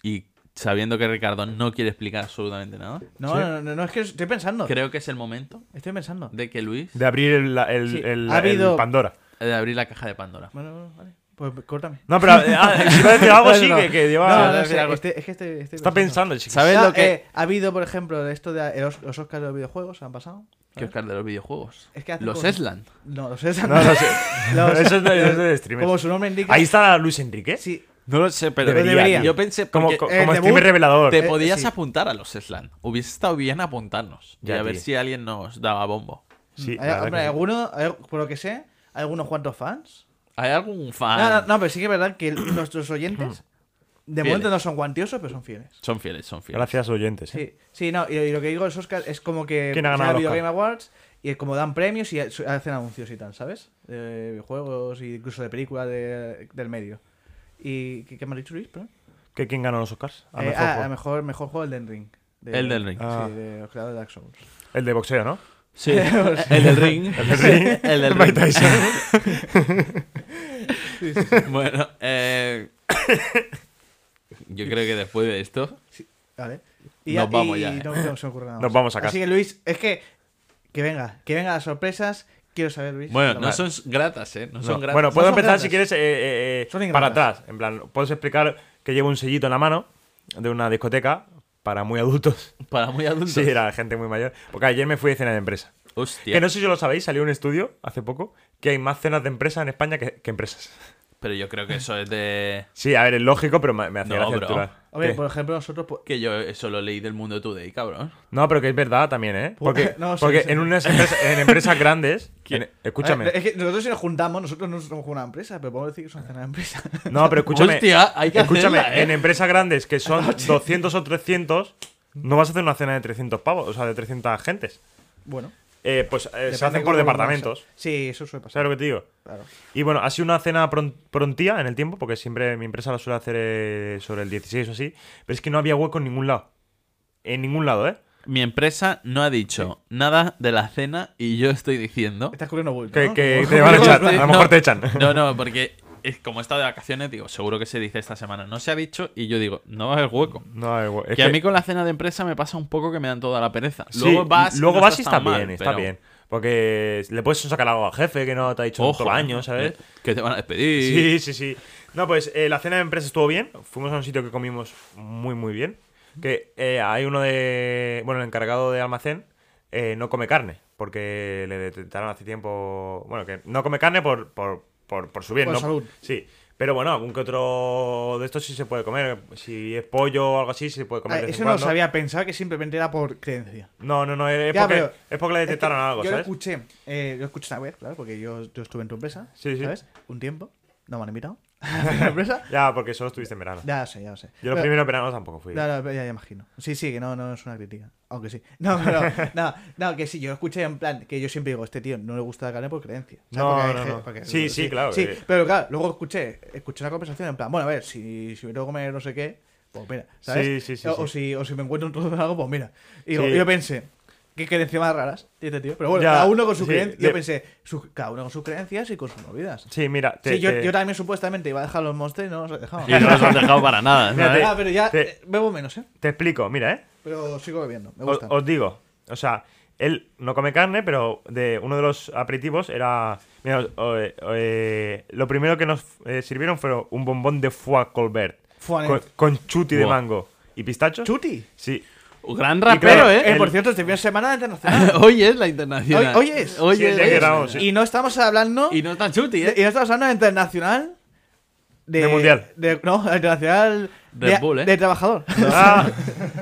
[SPEAKER 2] y sabiendo que Ricardo no quiere explicar absolutamente nada,
[SPEAKER 4] No, no, no, no, es que estoy pensando.
[SPEAKER 2] creo que es el momento
[SPEAKER 4] Estoy pensando.
[SPEAKER 2] de que Luis eh,
[SPEAKER 3] De abrir el, la- el-
[SPEAKER 4] Sí,
[SPEAKER 3] el-
[SPEAKER 4] ha
[SPEAKER 3] el
[SPEAKER 4] habido-
[SPEAKER 3] Pandora.
[SPEAKER 2] de abrir la caja de Pandora.
[SPEAKER 4] Bueno, bueno, vale. Pues córtame.
[SPEAKER 3] No, pero eh, ah, iba a decir algo sí
[SPEAKER 4] No,
[SPEAKER 3] que, que lleva.
[SPEAKER 4] no, no,
[SPEAKER 2] voy a
[SPEAKER 4] no,
[SPEAKER 2] decir
[SPEAKER 4] sé,
[SPEAKER 2] algo.
[SPEAKER 4] este- es que este- este
[SPEAKER 3] está pensando, el chico.
[SPEAKER 2] ¿Sabes
[SPEAKER 4] No,
[SPEAKER 2] lo que.?
[SPEAKER 4] eh, ha habido, por ejemplo, esto de eh, los, los Oscars de los videojuegos, han pasado.
[SPEAKER 2] ¿Qué Oscar de los videojuegos?
[SPEAKER 4] Es que hacen
[SPEAKER 2] los
[SPEAKER 4] cosas-
[SPEAKER 2] Esland.
[SPEAKER 4] No, los César.
[SPEAKER 3] No, no sé.
[SPEAKER 4] Los-
[SPEAKER 3] Eso es de, eso es de streamer.
[SPEAKER 4] Como su nombre indica.
[SPEAKER 3] Ahí está Luis Enrique.
[SPEAKER 4] Sí,
[SPEAKER 2] No lo sé, pero
[SPEAKER 3] Debería, tío.
[SPEAKER 2] yo pensé
[SPEAKER 3] Como,
[SPEAKER 2] porque
[SPEAKER 3] co-
[SPEAKER 4] eh,
[SPEAKER 3] como
[SPEAKER 4] debut-
[SPEAKER 3] streamer revelador.
[SPEAKER 2] te
[SPEAKER 4] eh,
[SPEAKER 2] podías
[SPEAKER 4] sí.
[SPEAKER 2] apuntar a los Esland. Hubiese estado bien apuntarnos
[SPEAKER 3] Ya,
[SPEAKER 2] y a ver
[SPEAKER 3] tío.
[SPEAKER 2] si alguien nos daba bombo.
[SPEAKER 3] Sí,
[SPEAKER 4] hay-
[SPEAKER 3] la verdad
[SPEAKER 4] eh, hombre,
[SPEAKER 3] que sí.
[SPEAKER 4] alguno, hay- por lo que sé, hay algunos cuantos fans.
[SPEAKER 2] ¿Hay algún
[SPEAKER 3] Ah.
[SPEAKER 2] fan?
[SPEAKER 4] No, no, no, pero sí que es verdad que nuestros oyentes, de
[SPEAKER 2] Fieles.
[SPEAKER 4] momento no son guantiosos, pero son fieles.
[SPEAKER 2] Son fieles, son fieles.
[SPEAKER 3] Gracias, oyentes. eh.
[SPEAKER 4] Sí, sí, no, y, y lo que digo los Oscars es como que
[SPEAKER 3] ¿Quién ha
[SPEAKER 4] se
[SPEAKER 3] ganado
[SPEAKER 4] llama
[SPEAKER 3] el
[SPEAKER 4] Video
[SPEAKER 3] Oscar?
[SPEAKER 4] Game Awards y como dan premios y su- hacen anuncios y tal, ¿sabes? De videojuegos y incluso de películas de- del medio. ¿Y qué, qué me has dicho, Luis? Perdón.
[SPEAKER 3] ¿Qué- ¿Quién ganó los Oscars? A mejor
[SPEAKER 4] Eh,
[SPEAKER 3] pues,
[SPEAKER 4] ah,
[SPEAKER 3] juego.
[SPEAKER 4] a mejor, mejor juego Elden Ring. De,
[SPEAKER 2] Elden Ring.
[SPEAKER 3] Ah.
[SPEAKER 4] Sí, de los creadores de Dark Souls.
[SPEAKER 3] El de boxeo, ¿no?
[SPEAKER 2] Sí, el del ring. El del
[SPEAKER 3] ring.
[SPEAKER 2] El del
[SPEAKER 3] Mike
[SPEAKER 2] ring.
[SPEAKER 3] Tyson.
[SPEAKER 2] Bueno, eh, yo creo que después de esto,
[SPEAKER 4] Vale.
[SPEAKER 2] Nos vamos ya,
[SPEAKER 4] y
[SPEAKER 2] eh.
[SPEAKER 4] No, no se me ocurre nada
[SPEAKER 3] Nos
[SPEAKER 4] más.
[SPEAKER 3] vamos a casa.
[SPEAKER 4] Así que, Luis, es que. Que venga, que venga las sorpresas. Quiero saber, Luis.
[SPEAKER 2] bueno,
[SPEAKER 4] la
[SPEAKER 2] no
[SPEAKER 4] verdad.
[SPEAKER 2] son gratas, ¿eh? No son
[SPEAKER 3] No.
[SPEAKER 2] gratas.
[SPEAKER 3] Bueno, puedo
[SPEAKER 4] son
[SPEAKER 3] empezar
[SPEAKER 4] grandes.
[SPEAKER 3] si quieres eh, eh, eh,
[SPEAKER 4] Son
[SPEAKER 3] para
[SPEAKER 4] ignorantes.
[SPEAKER 3] atrás. En plan, puedes explicar que llevo un sellito en la mano de una discoteca para muy adultos.
[SPEAKER 2] Para muy adultos.
[SPEAKER 3] Sí, era gente muy mayor. Porque ayer me fui de cena de empresa.
[SPEAKER 2] Hostia.
[SPEAKER 3] Que no sé si lo sabéis, salió un estudio hace poco que hay más cenas de empresa en España que, que empresas.
[SPEAKER 2] Pero yo creo que eso es de.
[SPEAKER 3] Sí, a ver, es lógico, pero me, me hace
[SPEAKER 2] No,
[SPEAKER 3] gracia
[SPEAKER 2] bro.
[SPEAKER 3] titular.
[SPEAKER 4] Hombre,
[SPEAKER 3] ¿Qué?
[SPEAKER 4] por ejemplo, nosotros. pues,
[SPEAKER 2] Que yo eso lo leí del mundo today, cabrón.
[SPEAKER 3] No, pero que es verdad también, ¿eh? Porque,
[SPEAKER 4] Pues, No, sí,
[SPEAKER 3] porque
[SPEAKER 4] sí. Eh,
[SPEAKER 3] en unas empresas, en empresas grandes. en- escúchame.
[SPEAKER 4] Es que nosotros si nos juntamos, nosotros no somos una empresa, pero podemos decir que somos una empresa.
[SPEAKER 3] No, pero escúchame.
[SPEAKER 2] Hostia, hay que
[SPEAKER 3] escúchame,
[SPEAKER 2] hacerla, ¿eh?
[SPEAKER 3] en empresas grandes que son 200 o 300, no vas a hacer una cena de 300 pavos, o sea, de 300 agentes.
[SPEAKER 4] bueno.
[SPEAKER 3] Eh, pues eh, se
[SPEAKER 4] depende
[SPEAKER 3] hacen por
[SPEAKER 4] cómo lo
[SPEAKER 3] departamentos.
[SPEAKER 4] organizas. Sí, eso suele pasar.
[SPEAKER 3] ¿Sabes lo que te digo?
[SPEAKER 4] Claro.
[SPEAKER 3] Y bueno, ha sido una cena pron- prontía en el tiempo, porque siempre mi empresa la suele hacer eh, sobre el 16 o así, pero es que no había hueco en ningún lado. En ningún lado, ¿eh?
[SPEAKER 2] Mi empresa no ha dicho nada de la cena y yo estoy diciendo.
[SPEAKER 4] Estás corriendo bulto.
[SPEAKER 3] Que,
[SPEAKER 4] ¿no? Ah,
[SPEAKER 3] que
[SPEAKER 4] Como-
[SPEAKER 3] te van a
[SPEAKER 2] No,
[SPEAKER 3] echar,
[SPEAKER 2] no,
[SPEAKER 3] a lo mejor te echan.
[SPEAKER 2] No, no, porque es como he estado de vacaciones, digo, seguro que se dice esta semana. No se ha dicho y yo digo, no va a haber hueco.
[SPEAKER 3] No hay hue- es
[SPEAKER 2] que, a mí con la cena de empresa me pasa un poco que me dan toda la pereza.
[SPEAKER 3] sí,
[SPEAKER 2] luego vas,
[SPEAKER 3] luego
[SPEAKER 2] no
[SPEAKER 3] vas y
[SPEAKER 2] estás
[SPEAKER 3] está
[SPEAKER 2] tan mal,
[SPEAKER 3] bien, está
[SPEAKER 2] pero-
[SPEAKER 3] bien. Porque le puedes sacar algo al jefe que no te ha dicho en todo el año, ¿sabes?
[SPEAKER 2] eh, Que te van a despedir.
[SPEAKER 3] Sí, sí, sí. No, pues eh, la cena de empresa estuvo bien. Fuimos a un sitio que comimos muy, muy bien. Que eh, hay uno de. Bueno, el encargado de almacén eh, no come carne. Porque le detectaron hace tiempo. Bueno, que no come carne por, por, por, por su bien,
[SPEAKER 4] Por
[SPEAKER 3] ¿no?
[SPEAKER 4] salud.
[SPEAKER 3] Sí. Pero bueno, algún que otro de estos sí se puede comer. Si es pollo o algo así, se puede comer.
[SPEAKER 4] Ah,
[SPEAKER 3] de vez
[SPEAKER 4] eso
[SPEAKER 3] en
[SPEAKER 4] no lo
[SPEAKER 3] cuando.
[SPEAKER 4] sabía, pensaba que simplemente era por creencia.
[SPEAKER 3] No, no, no. Es,
[SPEAKER 4] Ya,
[SPEAKER 3] porque,
[SPEAKER 4] pero-
[SPEAKER 3] es porque le
[SPEAKER 4] Es que
[SPEAKER 3] detectaron algo,
[SPEAKER 4] yo
[SPEAKER 3] ¿sabes?
[SPEAKER 4] Lo escuché, eh, yo escuché una vez, claro, porque yo, yo estuve en tu empresa,
[SPEAKER 3] Sí, sí.
[SPEAKER 4] ¿sabes? Un tiempo, no me han invitado a la empresa.
[SPEAKER 3] Ya, porque solo estuviste en verano.
[SPEAKER 4] Ya lo sé, ya lo sé.
[SPEAKER 3] Yo los
[SPEAKER 4] Pero-
[SPEAKER 3] primeros veranos tampoco fui.
[SPEAKER 4] No, no, ya, ya imagino. Sí, sí, que no, no es una crítica. Aunque sí. No, pero no, no, que sí, yo escuché en plan, que yo siempre digo, este tío no le gusta la carne por creencia. O sea,
[SPEAKER 3] No,
[SPEAKER 4] porque hay
[SPEAKER 3] no,
[SPEAKER 4] gente-
[SPEAKER 3] no. Sí, sí, claro, eh.
[SPEAKER 4] Sí,
[SPEAKER 3] que-
[SPEAKER 4] pero claro, luego escuché, escuché una conversación en plan, bueno, a ver, si, si me tengo que comer no sé qué, pues mira, ¿sabes?
[SPEAKER 3] Sí, sí, sí,
[SPEAKER 4] o,
[SPEAKER 3] sí.
[SPEAKER 4] o si, o si me encuentro un trozo de algo, pues mira. Y digo-
[SPEAKER 3] Sí.
[SPEAKER 4] y yo pensé, qué creencias más raras tiene este tío. Pero bueno,
[SPEAKER 3] Ya,
[SPEAKER 4] cada uno con sus
[SPEAKER 3] sí,
[SPEAKER 4] creencias.
[SPEAKER 3] de-
[SPEAKER 4] Yo pensé, su- cada uno con sus creencias y con sus movidas.
[SPEAKER 3] Sí, mira. te-
[SPEAKER 4] sí, yo,
[SPEAKER 3] te-
[SPEAKER 4] yo también supuestamente iba a dejar los monstruos y no los he dejado.
[SPEAKER 2] Y no los han dejado para nada.
[SPEAKER 3] Mira,
[SPEAKER 2] ¿sabes?
[SPEAKER 4] Ah, pero ya
[SPEAKER 3] te-
[SPEAKER 4] eh, bebo menos, ¿eh?
[SPEAKER 3] te explico, mira, ¿eh?
[SPEAKER 4] Pero sigo bebiendo, me
[SPEAKER 3] O-
[SPEAKER 4] gusta.
[SPEAKER 3] Os, digo, o sea, él no come carne, pero de uno de los aperitivos era. Mira, os- o- eh, o- eh, lo primero que nos eh, sirvieron fue un bombón de foie colbert
[SPEAKER 4] Foie
[SPEAKER 3] con,
[SPEAKER 4] net.
[SPEAKER 3] con chuti de
[SPEAKER 2] Buah.
[SPEAKER 3] mango y pistacho.
[SPEAKER 4] Chuti.
[SPEAKER 3] Sí.
[SPEAKER 2] Un gran
[SPEAKER 3] claro,
[SPEAKER 2] rapero,
[SPEAKER 4] Eh,
[SPEAKER 2] ¿eh?
[SPEAKER 4] por
[SPEAKER 3] el-
[SPEAKER 4] cierto, este fin de semana internacional.
[SPEAKER 2] Hoy es la internacional.
[SPEAKER 4] Hoy- hoy es.
[SPEAKER 2] Hoy
[SPEAKER 3] Sí, el
[SPEAKER 2] es.
[SPEAKER 3] día
[SPEAKER 2] hoy
[SPEAKER 3] que
[SPEAKER 2] es.
[SPEAKER 3] grabamos, sí.
[SPEAKER 4] Y no estamos hablando.
[SPEAKER 2] Y no tan chuti,
[SPEAKER 4] de-
[SPEAKER 2] ¿eh?
[SPEAKER 4] y no estamos hablando de internacional.
[SPEAKER 3] De mundial.
[SPEAKER 4] de- no, de internacional.
[SPEAKER 2] Red
[SPEAKER 4] de,
[SPEAKER 2] Bull, ¿eh?
[SPEAKER 4] de trabajador.
[SPEAKER 3] Ah,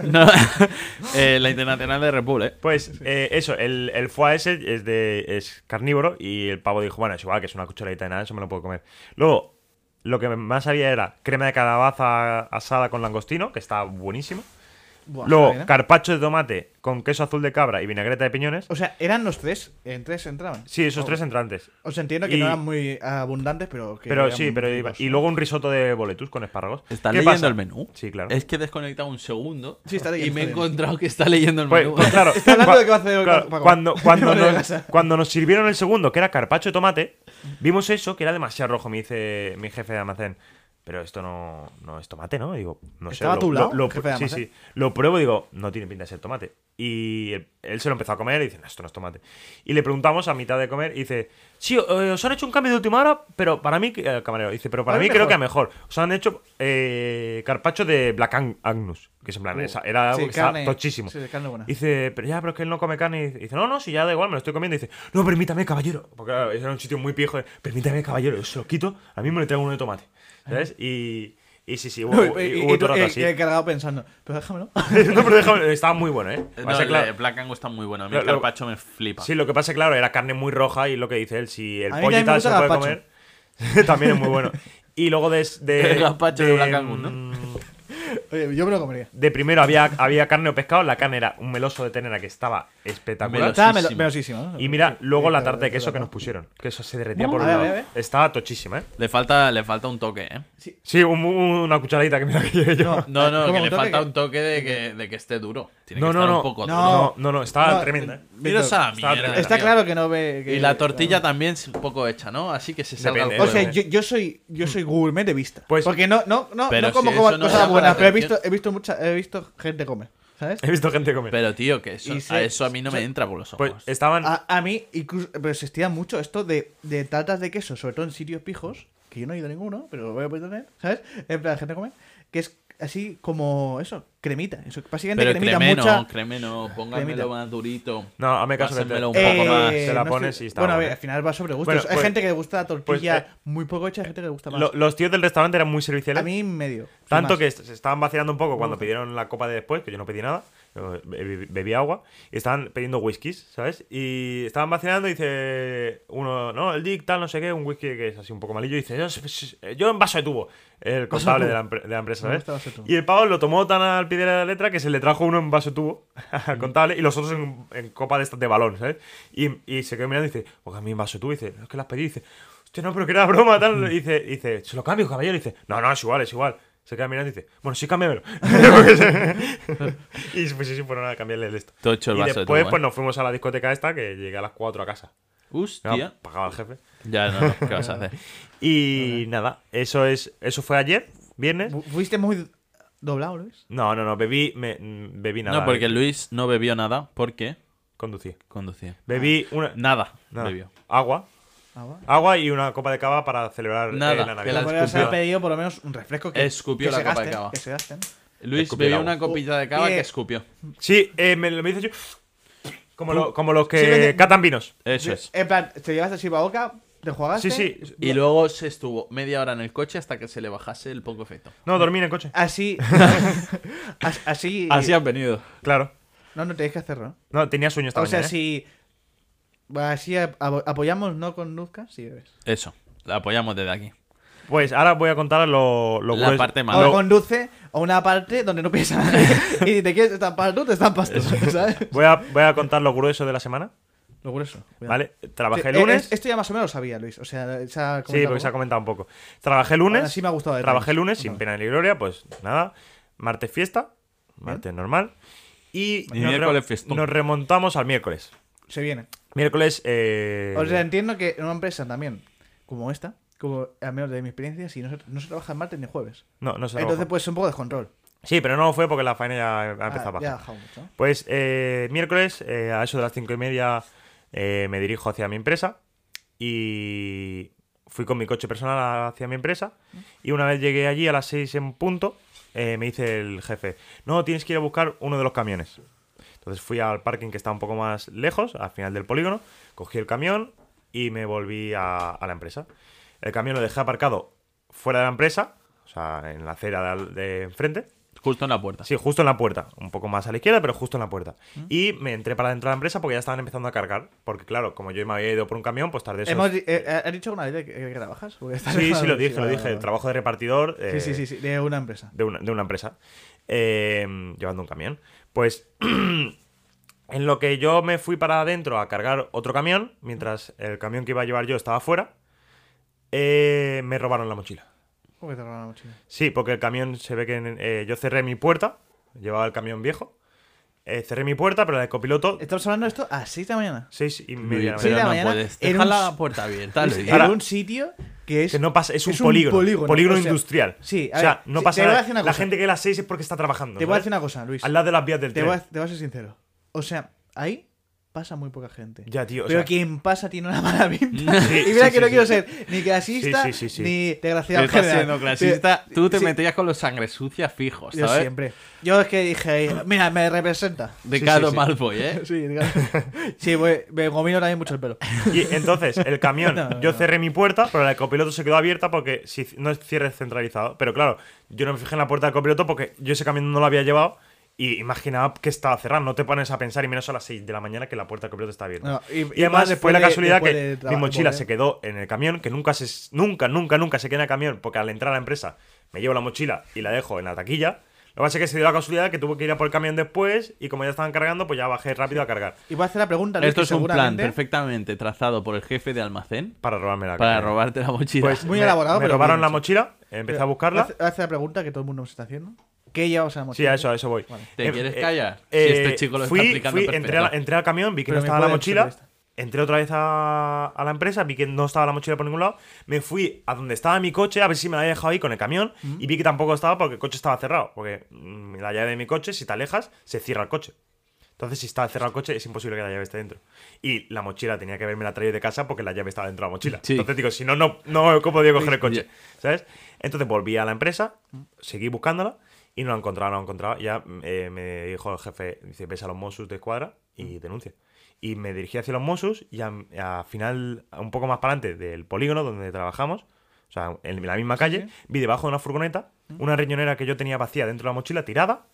[SPEAKER 2] No, eh, la internacional de Red Bull, ¿eh?
[SPEAKER 3] pues eh, eso, el, el foie ese es, de, es carnívoro y el pavo dijo, bueno, es igual que es una cucharadita de nada, eso me lo puedo comer. Luego, lo que más había era crema de calabaza asada con langostino, que está buenísimo.
[SPEAKER 4] Buah,
[SPEAKER 3] Luego,
[SPEAKER 4] está bien, ¿eh?
[SPEAKER 3] carpacho de tomate con queso azul de cabra y vinagreta de piñones.
[SPEAKER 4] O sea, eran los tres. En tres entraban.
[SPEAKER 3] Sí, esos
[SPEAKER 4] O-
[SPEAKER 3] tres entrantes.
[SPEAKER 4] O sea, entiendo que
[SPEAKER 3] Y-
[SPEAKER 4] no eran muy abundantes, pero. Que
[SPEAKER 3] Pero
[SPEAKER 4] eran
[SPEAKER 3] sí,
[SPEAKER 4] muy
[SPEAKER 3] pero iba-
[SPEAKER 4] ricos.
[SPEAKER 3] y luego un risotto de boletus con espárragos.
[SPEAKER 2] ¿Estás
[SPEAKER 3] ¿Qué
[SPEAKER 2] leyendo
[SPEAKER 3] pasa?
[SPEAKER 2] el menú?
[SPEAKER 3] Sí, claro.
[SPEAKER 2] Es que he desconectado un segundo
[SPEAKER 4] Sí, está leyendo,
[SPEAKER 2] y me he
[SPEAKER 4] está leyendo.
[SPEAKER 2] encontrado que está leyendo el
[SPEAKER 3] Pues,
[SPEAKER 2] menú.
[SPEAKER 3] pues, claro,
[SPEAKER 4] Está hablando
[SPEAKER 3] cua-
[SPEAKER 4] de que va a hacer
[SPEAKER 3] claro,
[SPEAKER 4] Paco.
[SPEAKER 3] cuando, cuando,
[SPEAKER 4] Vale,
[SPEAKER 3] nos,
[SPEAKER 4] pasa.
[SPEAKER 3] cuando nos sirvieron el segundo, que era carpacho de tomate, vimos eso, que era demasiado rojo, me dice mi jefe de almacén. Pero esto no, no es tomate, ¿no? Y digo, no sé.
[SPEAKER 4] Estaba a
[SPEAKER 3] lo-
[SPEAKER 4] tu
[SPEAKER 3] lo-
[SPEAKER 4] lado,
[SPEAKER 3] lo-
[SPEAKER 4] jefe de
[SPEAKER 3] sí,
[SPEAKER 4] almacén.
[SPEAKER 3] sí. Lo pruebo y digo, no tiene pinta de ser tomate. Y él, él se lo empezó a comer y dice, no, esto no es tomate. Y le preguntamos a mitad de comer y dice, sí, eh, os han hecho un cambio de última hora, pero para mí, que- eh, camarero, dice, pero para
[SPEAKER 4] Para
[SPEAKER 3] mí
[SPEAKER 4] mí
[SPEAKER 3] creo
[SPEAKER 4] mejor".
[SPEAKER 3] que a mejor. Os han hecho eh, carpacho de Black Ang- Agnus, que es en plan, esa- era algo
[SPEAKER 4] sí,
[SPEAKER 3] que estaba
[SPEAKER 4] carne-
[SPEAKER 3] tochísimo.
[SPEAKER 4] sí, carne buena.
[SPEAKER 3] Dice, pero ya, pero es que él no come carne. Y dice, no, no, si ya da igual, me lo estoy comiendo. Y dice, no, permítame, caballero. Porque claro, ese era un sitio muy pijo. eh, Permítame, caballero, yo se lo quito, a mí me le traigo uno de tomate. ¿Sabes? Y, y sí, sí, hubo,
[SPEAKER 4] y, y-
[SPEAKER 3] hubo
[SPEAKER 4] y tú- eh,
[SPEAKER 3] todo el rato
[SPEAKER 4] y-
[SPEAKER 3] así.
[SPEAKER 4] y el cargado pensando, pero déjamelo.
[SPEAKER 3] no, pero déjame, estaba muy bueno, ¿eh?
[SPEAKER 2] No,
[SPEAKER 3] Pasa que, claro,
[SPEAKER 2] el Black Angus está muy bueno. A mí
[SPEAKER 3] Lo-
[SPEAKER 2] el
[SPEAKER 3] lo-
[SPEAKER 2] carpacho me flipa.
[SPEAKER 3] sí, lo que pasa, claro, era carne muy roja y lo que dice él, si el
[SPEAKER 4] A mí
[SPEAKER 3] pollo y
[SPEAKER 4] también me
[SPEAKER 3] tal se
[SPEAKER 4] gusta
[SPEAKER 3] puede
[SPEAKER 4] gazpacho.
[SPEAKER 3] comer, también es muy bueno. Y luego de... de
[SPEAKER 2] El gazpacho de Black Angus, ¿no?
[SPEAKER 3] mm,
[SPEAKER 4] Oye, yo me lo comería.
[SPEAKER 3] De primero había, había carne o pescado, la carne era un meloso de tenera que estaba espectacular.
[SPEAKER 2] Melosísimo.
[SPEAKER 4] Estaba melo- melosísimo. ¿no?
[SPEAKER 3] Y mira, luego la
[SPEAKER 4] claro,
[SPEAKER 3] tarta de
[SPEAKER 4] claro,
[SPEAKER 3] queso
[SPEAKER 4] claro.
[SPEAKER 3] que nos pusieron. Que eso se derretía
[SPEAKER 4] Mm,
[SPEAKER 3] por
[SPEAKER 4] a
[SPEAKER 3] un
[SPEAKER 4] ver,
[SPEAKER 3] lado.
[SPEAKER 4] a ver, a ver.
[SPEAKER 3] Estaba tochísima, ¿eh?
[SPEAKER 2] Le, falta, le falta un toque, ¿eh?
[SPEAKER 3] Sí, un- un- una cucharadita que mira que llevé yo.
[SPEAKER 4] No,
[SPEAKER 2] No, no,
[SPEAKER 4] ¿Cómo,
[SPEAKER 2] que
[SPEAKER 4] un
[SPEAKER 2] le
[SPEAKER 4] toque
[SPEAKER 2] falta
[SPEAKER 4] que-
[SPEAKER 2] un toque de que, de que esté duro. Tiene
[SPEAKER 3] No,
[SPEAKER 2] que
[SPEAKER 3] no,
[SPEAKER 2] estar
[SPEAKER 3] no.
[SPEAKER 2] un poco
[SPEAKER 4] No.
[SPEAKER 2] duro.
[SPEAKER 3] No, no, no, estaba
[SPEAKER 4] No,
[SPEAKER 3] tremenda. ¿eh?
[SPEAKER 2] Miros a la
[SPEAKER 3] Está-
[SPEAKER 2] mierda,
[SPEAKER 3] está
[SPEAKER 4] Está
[SPEAKER 2] tío.
[SPEAKER 4] claro que no ve. que-
[SPEAKER 2] Y la tortilla también es un poco hecha, ¿no? Así que se salga
[SPEAKER 3] Depende,
[SPEAKER 2] el
[SPEAKER 4] O
[SPEAKER 2] huevo.
[SPEAKER 3] Bueno.
[SPEAKER 4] sea, yo, yo soy yo soy gourmet de vista.
[SPEAKER 3] Pues-
[SPEAKER 4] Porque no, no, no,
[SPEAKER 2] Pero
[SPEAKER 4] no como,
[SPEAKER 2] si
[SPEAKER 4] como
[SPEAKER 2] eso no
[SPEAKER 4] cosas
[SPEAKER 2] llama la
[SPEAKER 4] buenas, pero he
[SPEAKER 2] atención.
[SPEAKER 4] visto, he visto mucha, he visto gente comer, ¿sabes?
[SPEAKER 3] He visto gente comer.
[SPEAKER 2] Pero, tío, que eso,
[SPEAKER 4] Y se-
[SPEAKER 2] a eso a mí no me
[SPEAKER 4] se-
[SPEAKER 2] entra por los
[SPEAKER 3] Pues
[SPEAKER 2] ojos.
[SPEAKER 3] estaban.
[SPEAKER 4] A, a mí, incluso, pero se estira mucho esto de, de tartas de queso, sobre todo en sitios pijos, que yo no he ido a ninguno, pero lo voy a poner, ¿sabes? En plan, gente come, que es así como eso, cremita. Eso, básicamente
[SPEAKER 2] Pero
[SPEAKER 4] cremita,
[SPEAKER 2] creme
[SPEAKER 4] mucha.
[SPEAKER 2] no, creme no. Póngamelo
[SPEAKER 4] Cremita.
[SPEAKER 2] más durito.
[SPEAKER 3] No, hazme caso que te-
[SPEAKER 2] Pásenmelo un
[SPEAKER 4] Eh,
[SPEAKER 2] poco más.
[SPEAKER 3] Te la
[SPEAKER 4] no
[SPEAKER 3] pones
[SPEAKER 4] estoy-
[SPEAKER 3] y está
[SPEAKER 4] Bueno, a
[SPEAKER 3] bueno,
[SPEAKER 4] ver,
[SPEAKER 3] ¿eh?
[SPEAKER 4] al final va sobre gustos.
[SPEAKER 3] Bueno,
[SPEAKER 4] Hay
[SPEAKER 3] pues-
[SPEAKER 4] gente que le gusta la tortilla
[SPEAKER 3] pues,
[SPEAKER 4] muy poco hecha, hay gente que le gusta más.
[SPEAKER 3] lo- los tíos del restaurante eran muy serviciales.
[SPEAKER 4] a mí, medio. sin
[SPEAKER 3] Tanto
[SPEAKER 4] más.
[SPEAKER 3] que est- se estaban vacilando un poco cuando pidieron la copa de después, que yo no pedí nada, yo be- bebí agua, y estaban pidiendo whiskies, ¿sabes? Y estaban vacilando y dice uno, no, el Dick, tal, no sé qué, un whisky que es así un poco malillo, y dice, yo, s- s- yo en vaso de tubo, el contable de la, empre- de la empresa,
[SPEAKER 4] Me
[SPEAKER 3] ¿sabes?
[SPEAKER 4] gusta vaso de tubo.
[SPEAKER 3] Y el pavo lo tomó tan al pie de la letra que se le trajo uno en vaso de tubo al contable y los otros en, en copa de estas de balón, ¿sabes? Y, y se quedó mirando y dice, oye, a mí en vaso de tubo, y dice, no es que las pedí, y dice, hostia, no, pero que era broma, tal, y dice, y dice, se lo cambio, caballero, y dice, no, no, es igual, es igual. Se queda mirando y dice, bueno, sí, cámbiamelo. y pues sí, sí, fueron a cambiarle el esto.
[SPEAKER 2] Tocho el
[SPEAKER 3] y
[SPEAKER 2] vaso de
[SPEAKER 3] después,
[SPEAKER 2] tubo,
[SPEAKER 3] pues
[SPEAKER 2] ¿eh?
[SPEAKER 3] nos fuimos a la discoteca esta, que llegué a las 4 a casa. Ya
[SPEAKER 2] Hostia.
[SPEAKER 3] Pagaba el jefe.
[SPEAKER 2] Ya, no, no, ¿qué vas a hacer?
[SPEAKER 3] Y nada, eso es eso fue ayer, viernes.
[SPEAKER 4] Fu- Fuiste muy doblado, Luis.
[SPEAKER 3] No, no, no, bebí, me, mm, bebí nada.
[SPEAKER 2] No, porque Luis no bebió nada porque
[SPEAKER 3] Conducí.
[SPEAKER 2] conducía.
[SPEAKER 3] Bebí una.
[SPEAKER 2] Ah. Nada,
[SPEAKER 3] nada.
[SPEAKER 2] bebió.
[SPEAKER 3] Agua.
[SPEAKER 4] Ah, va.
[SPEAKER 3] Agua y una copa de cava para celebrar eh,
[SPEAKER 2] Nada, que
[SPEAKER 3] la
[SPEAKER 2] la
[SPEAKER 4] Pero
[SPEAKER 3] Navidad.
[SPEAKER 4] podrías
[SPEAKER 2] escupió.
[SPEAKER 4] haber pedido por lo menos un refresco que,
[SPEAKER 2] Escupió
[SPEAKER 4] que
[SPEAKER 2] la
[SPEAKER 4] se
[SPEAKER 2] copa de
[SPEAKER 4] gasten,
[SPEAKER 2] cava.
[SPEAKER 4] Que se gasten.
[SPEAKER 2] Luis
[SPEAKER 3] Escupió el
[SPEAKER 2] bebió
[SPEAKER 3] agua.
[SPEAKER 2] una copita de cava
[SPEAKER 4] Eh,
[SPEAKER 2] que escupió.
[SPEAKER 3] Sí, eh, me, lo- me hice yo. Como, lo- como los
[SPEAKER 4] Sí,
[SPEAKER 3] que
[SPEAKER 4] vende-
[SPEAKER 3] catan vinos.
[SPEAKER 2] Eso es.
[SPEAKER 4] En plan, te llevaste así para boca, te jugaste.
[SPEAKER 3] Sí, sí.
[SPEAKER 2] eh, Y luego se estuvo media hora en el coche hasta que se le bajase el poco efecto.
[SPEAKER 3] No, dormí en el coche.
[SPEAKER 4] Así. as- así.
[SPEAKER 2] Así han venido.
[SPEAKER 3] Claro.
[SPEAKER 4] No, no tenéis que hacerlo.
[SPEAKER 3] No, tenía sueño esta
[SPEAKER 4] O sea,
[SPEAKER 3] mañana, ¿eh?
[SPEAKER 4] si. Así ap- ap- apoyamos, no conduzcas, sí bebes.
[SPEAKER 2] Eso, la apoyamos desde aquí.
[SPEAKER 3] Pues ahora voy a contar lo, lo
[SPEAKER 2] La
[SPEAKER 3] grueso-
[SPEAKER 2] parte mala.
[SPEAKER 4] O
[SPEAKER 2] Malo.
[SPEAKER 3] lo-
[SPEAKER 4] conduce a una parte donde no piensa nadie. y si te quieres estampar tú, te estampas tú, ¿sabes?
[SPEAKER 3] voy, a, voy a contar lo grueso de la semana.
[SPEAKER 4] Lo grueso. cuidado.
[SPEAKER 3] ¿Vale?
[SPEAKER 4] Sí,
[SPEAKER 3] Trabajé el
[SPEAKER 4] eh,
[SPEAKER 3] lunes.
[SPEAKER 4] es- Esto ya más o menos lo sabía, Luis. O sea, se ha
[SPEAKER 3] Sí,
[SPEAKER 4] comentado
[SPEAKER 3] porque se ha
[SPEAKER 4] poco.
[SPEAKER 3] comentado un poco. Trabajé el lunes.
[SPEAKER 4] Ahora sí me ha gustado detalles.
[SPEAKER 3] Trabajé el lunes sin
[SPEAKER 4] Vale.
[SPEAKER 3] pena ni gloria, pues nada. Martes fiesta, martes normal. Y,
[SPEAKER 2] Y
[SPEAKER 3] nos,
[SPEAKER 2] miércoles
[SPEAKER 3] re-
[SPEAKER 2] fiestón.
[SPEAKER 3] nos remontamos al miércoles.
[SPEAKER 4] Se viene.
[SPEAKER 3] Miércoles. eh,
[SPEAKER 4] O sea, entiendo que en una empresa también, como esta, como al menos de mi experiencia, si no se, no se trabaja martes ni jueves.
[SPEAKER 3] no, no se trabajó.
[SPEAKER 4] Entonces, pues es un poco de descontrol.
[SPEAKER 3] Sí, pero no fue porque la faena ya ha
[SPEAKER 4] Ah,
[SPEAKER 3] empezado a bajar.
[SPEAKER 4] ya ha bajado mucho. ¿no?
[SPEAKER 3] Pues eh, miércoles, eh, a eso de las cinco y media, eh, me dirijo hacia mi empresa y fui con mi coche personal hacia mi empresa. Y una vez llegué allí a las seis en punto, eh, me dice el jefe, no, tienes que ir a buscar uno de los camiones. Entonces fui al parking que está un poco más lejos, al final del polígono, cogí el camión y me volví a, a la empresa. El camión lo dejé aparcado fuera de la empresa, o sea, en la acera de al- de enfrente.
[SPEAKER 2] Justo en la puerta.
[SPEAKER 3] Sí, justo en la puerta. Un poco más a la izquierda, pero justo en la puerta.
[SPEAKER 4] Mm.
[SPEAKER 3] Y me entré para dentro de la empresa porque ya estaban empezando a cargar. Porque, claro, como yo me había ido por un camión, pues tardé esos...
[SPEAKER 4] Hemos, di- eh, eh, ¿Has dicho alguna vez de que, que trabajas? Porque estás
[SPEAKER 3] Sí, sí,
[SPEAKER 4] dejando-
[SPEAKER 3] lo dije, lo
[SPEAKER 4] vale,
[SPEAKER 3] dije.
[SPEAKER 4] vale.
[SPEAKER 3] Trabajo de repartidor eh,
[SPEAKER 4] Sí, sí, sí, sí, de una empresa.
[SPEAKER 3] De, una, de una empresa. eh, llevando un camión. Pues... en lo que yo me fui para adentro a cargar otro camión, mientras el camión que iba a llevar yo estaba fuera, eh, me robaron la mochila.
[SPEAKER 4] ¿Cómo que te roban la mochila?
[SPEAKER 3] Sí, porque el camión se ve que en- eh, yo cerré mi puerta, llevaba el camión viejo. eh, cerré mi puerta, pero la de copiloto.
[SPEAKER 4] Estamos hablando de esto a 6 de la mañana.
[SPEAKER 3] Seis y media.
[SPEAKER 2] Luis,
[SPEAKER 3] de
[SPEAKER 2] pero
[SPEAKER 3] la
[SPEAKER 4] Sí,
[SPEAKER 3] mañana.
[SPEAKER 4] la
[SPEAKER 2] no
[SPEAKER 4] mañana
[SPEAKER 2] puedes.
[SPEAKER 4] era
[SPEAKER 2] Deja
[SPEAKER 4] un-
[SPEAKER 2] la puerta abierta, Luis.
[SPEAKER 4] En
[SPEAKER 3] Ahora-
[SPEAKER 4] un sitio que es.
[SPEAKER 3] Que no pasa, es un polígono. polígono.
[SPEAKER 4] o sea,
[SPEAKER 3] industrial.
[SPEAKER 4] Sí, a
[SPEAKER 3] o sea,
[SPEAKER 4] ver,
[SPEAKER 3] no
[SPEAKER 4] sí,
[SPEAKER 3] pasa
[SPEAKER 4] te voy a
[SPEAKER 3] nada.
[SPEAKER 4] decir una
[SPEAKER 3] La
[SPEAKER 4] cosa.
[SPEAKER 3] gente que a las seis es porque está trabajando.
[SPEAKER 4] Te voy a
[SPEAKER 3] ¿sabes?
[SPEAKER 4] decir una cosa, Luis.
[SPEAKER 3] Al lado de las vías del
[SPEAKER 4] Te
[SPEAKER 3] tren.
[SPEAKER 4] voy, a, te voy a ser sincero. O sea, ahí pasa muy poca gente.
[SPEAKER 3] Ya, tío, o
[SPEAKER 4] Pero
[SPEAKER 3] sea-
[SPEAKER 4] quien pasa tiene una mala pinta.
[SPEAKER 3] Sí,
[SPEAKER 4] y mira
[SPEAKER 3] sí,
[SPEAKER 4] que no
[SPEAKER 3] sí,
[SPEAKER 4] quiero
[SPEAKER 3] sí.
[SPEAKER 4] ser ni clasista
[SPEAKER 3] Sí, sí, sí, sí.
[SPEAKER 4] ni
[SPEAKER 2] Tú
[SPEAKER 4] desgraciado. en
[SPEAKER 2] estás
[SPEAKER 4] general.
[SPEAKER 2] siendo clasista. Tú te
[SPEAKER 4] Sí,
[SPEAKER 2] metías con los sangre sucias fijos,
[SPEAKER 4] Yo
[SPEAKER 2] ¿sabes?
[SPEAKER 4] siempre. Yo es que dije, mira, me representa.
[SPEAKER 2] De
[SPEAKER 3] Sí,
[SPEAKER 2] cada
[SPEAKER 3] sí, sí.
[SPEAKER 2] Malfoy, ¿eh?
[SPEAKER 4] Sí, claro. Sí, voy- me gomino también mucho el pelo.
[SPEAKER 3] Y entonces, el camión,
[SPEAKER 4] No, no,
[SPEAKER 3] yo
[SPEAKER 4] no.
[SPEAKER 3] cerré mi puerta, pero la del copiloto se quedó abierta porque si no es cierre centralizado. Pero claro, yo no me fijé en la puerta del copiloto porque yo ese camión no lo había llevado y imaginaba que estaba cerrado. No te pones a pensar, y menos a las 6 de la mañana, que la puerta del copiloto está abierta.
[SPEAKER 4] No, y-
[SPEAKER 3] y,
[SPEAKER 4] y más
[SPEAKER 3] además, fue
[SPEAKER 4] después
[SPEAKER 3] la
[SPEAKER 4] de-
[SPEAKER 3] casualidad
[SPEAKER 4] después
[SPEAKER 3] que
[SPEAKER 4] de tra-
[SPEAKER 3] mi mochila
[SPEAKER 4] volver.
[SPEAKER 3] se quedó en el camión, que nunca, se, nunca, nunca, nunca se queda en el camión porque al entrar a la empresa me llevo la mochila y la dejo en la taquilla. Lo que pasa es que se dio la casualidad que tuve que ir a por el camión después y como ya estaban cargando, pues ya bajé rápido a cargar
[SPEAKER 4] Y voy a hacer la pregunta. Luis,
[SPEAKER 2] Esto
[SPEAKER 4] que
[SPEAKER 2] es un plan
[SPEAKER 4] seguramente-
[SPEAKER 2] perfectamente trazado por el jefe de almacén
[SPEAKER 3] para robarme la
[SPEAKER 2] para
[SPEAKER 3] carga.
[SPEAKER 2] robarte la mochila.
[SPEAKER 3] Pues
[SPEAKER 4] Muy
[SPEAKER 3] me-
[SPEAKER 4] elaborado,
[SPEAKER 3] Me
[SPEAKER 4] pero
[SPEAKER 3] robaron
[SPEAKER 4] bien
[SPEAKER 3] la
[SPEAKER 4] hecho.
[SPEAKER 3] mochila, empecé a buscarla.
[SPEAKER 4] Voy a hacer la pregunta que todo el mundo nos está haciendo. ¿Qué llevamos a la
[SPEAKER 3] Sí,
[SPEAKER 4] mochila?
[SPEAKER 3] a eso, a eso voy. Eh,
[SPEAKER 4] Vale.
[SPEAKER 2] ¿Te quieres callar? Si este chico lo está
[SPEAKER 3] fui,
[SPEAKER 2] aplicando
[SPEAKER 3] fui,
[SPEAKER 2] perfecto.
[SPEAKER 3] entré, a la- entré al camión, vi que
[SPEAKER 4] Pero
[SPEAKER 3] no
[SPEAKER 4] me
[SPEAKER 3] estaba la
[SPEAKER 4] puede
[SPEAKER 3] mochila.
[SPEAKER 4] sorprender
[SPEAKER 3] Entré otra vez a, a la empresa, vi que no estaba la mochila por ningún lado. Me fui a donde estaba mi coche, a ver si me la había dejado ahí con el camión. Y vi que tampoco estaba porque el coche estaba cerrado. Porque mm, la llave de mi coche, si te alejas, se cierra el coche. Entonces, si está cerrado el coche, es imposible que la llave esté dentro. Y la mochila tenía que haberme la traído de casa porque la llave estaba dentro de la mochila.
[SPEAKER 2] Sí.
[SPEAKER 3] Entonces digo, si no, no, no ¿cómo podía coger el coche?
[SPEAKER 2] Ya.
[SPEAKER 3] ¿Sabes? Entonces volví a la empresa, seguí buscándola y no la encontraba, no la encontraba. Ya eh, me dijo el jefe, dice, ves a los Mossos de escuadra
[SPEAKER 2] Mm.
[SPEAKER 3] y denuncia. Y me dirigí hacia los Mossos y a- al final, un poco más para adelante del polígono donde trabajamos, o sea, en la misma calle, vi debajo de una furgoneta
[SPEAKER 2] Mm.
[SPEAKER 3] una riñonera que yo tenía vacía dentro de la mochila, tirada,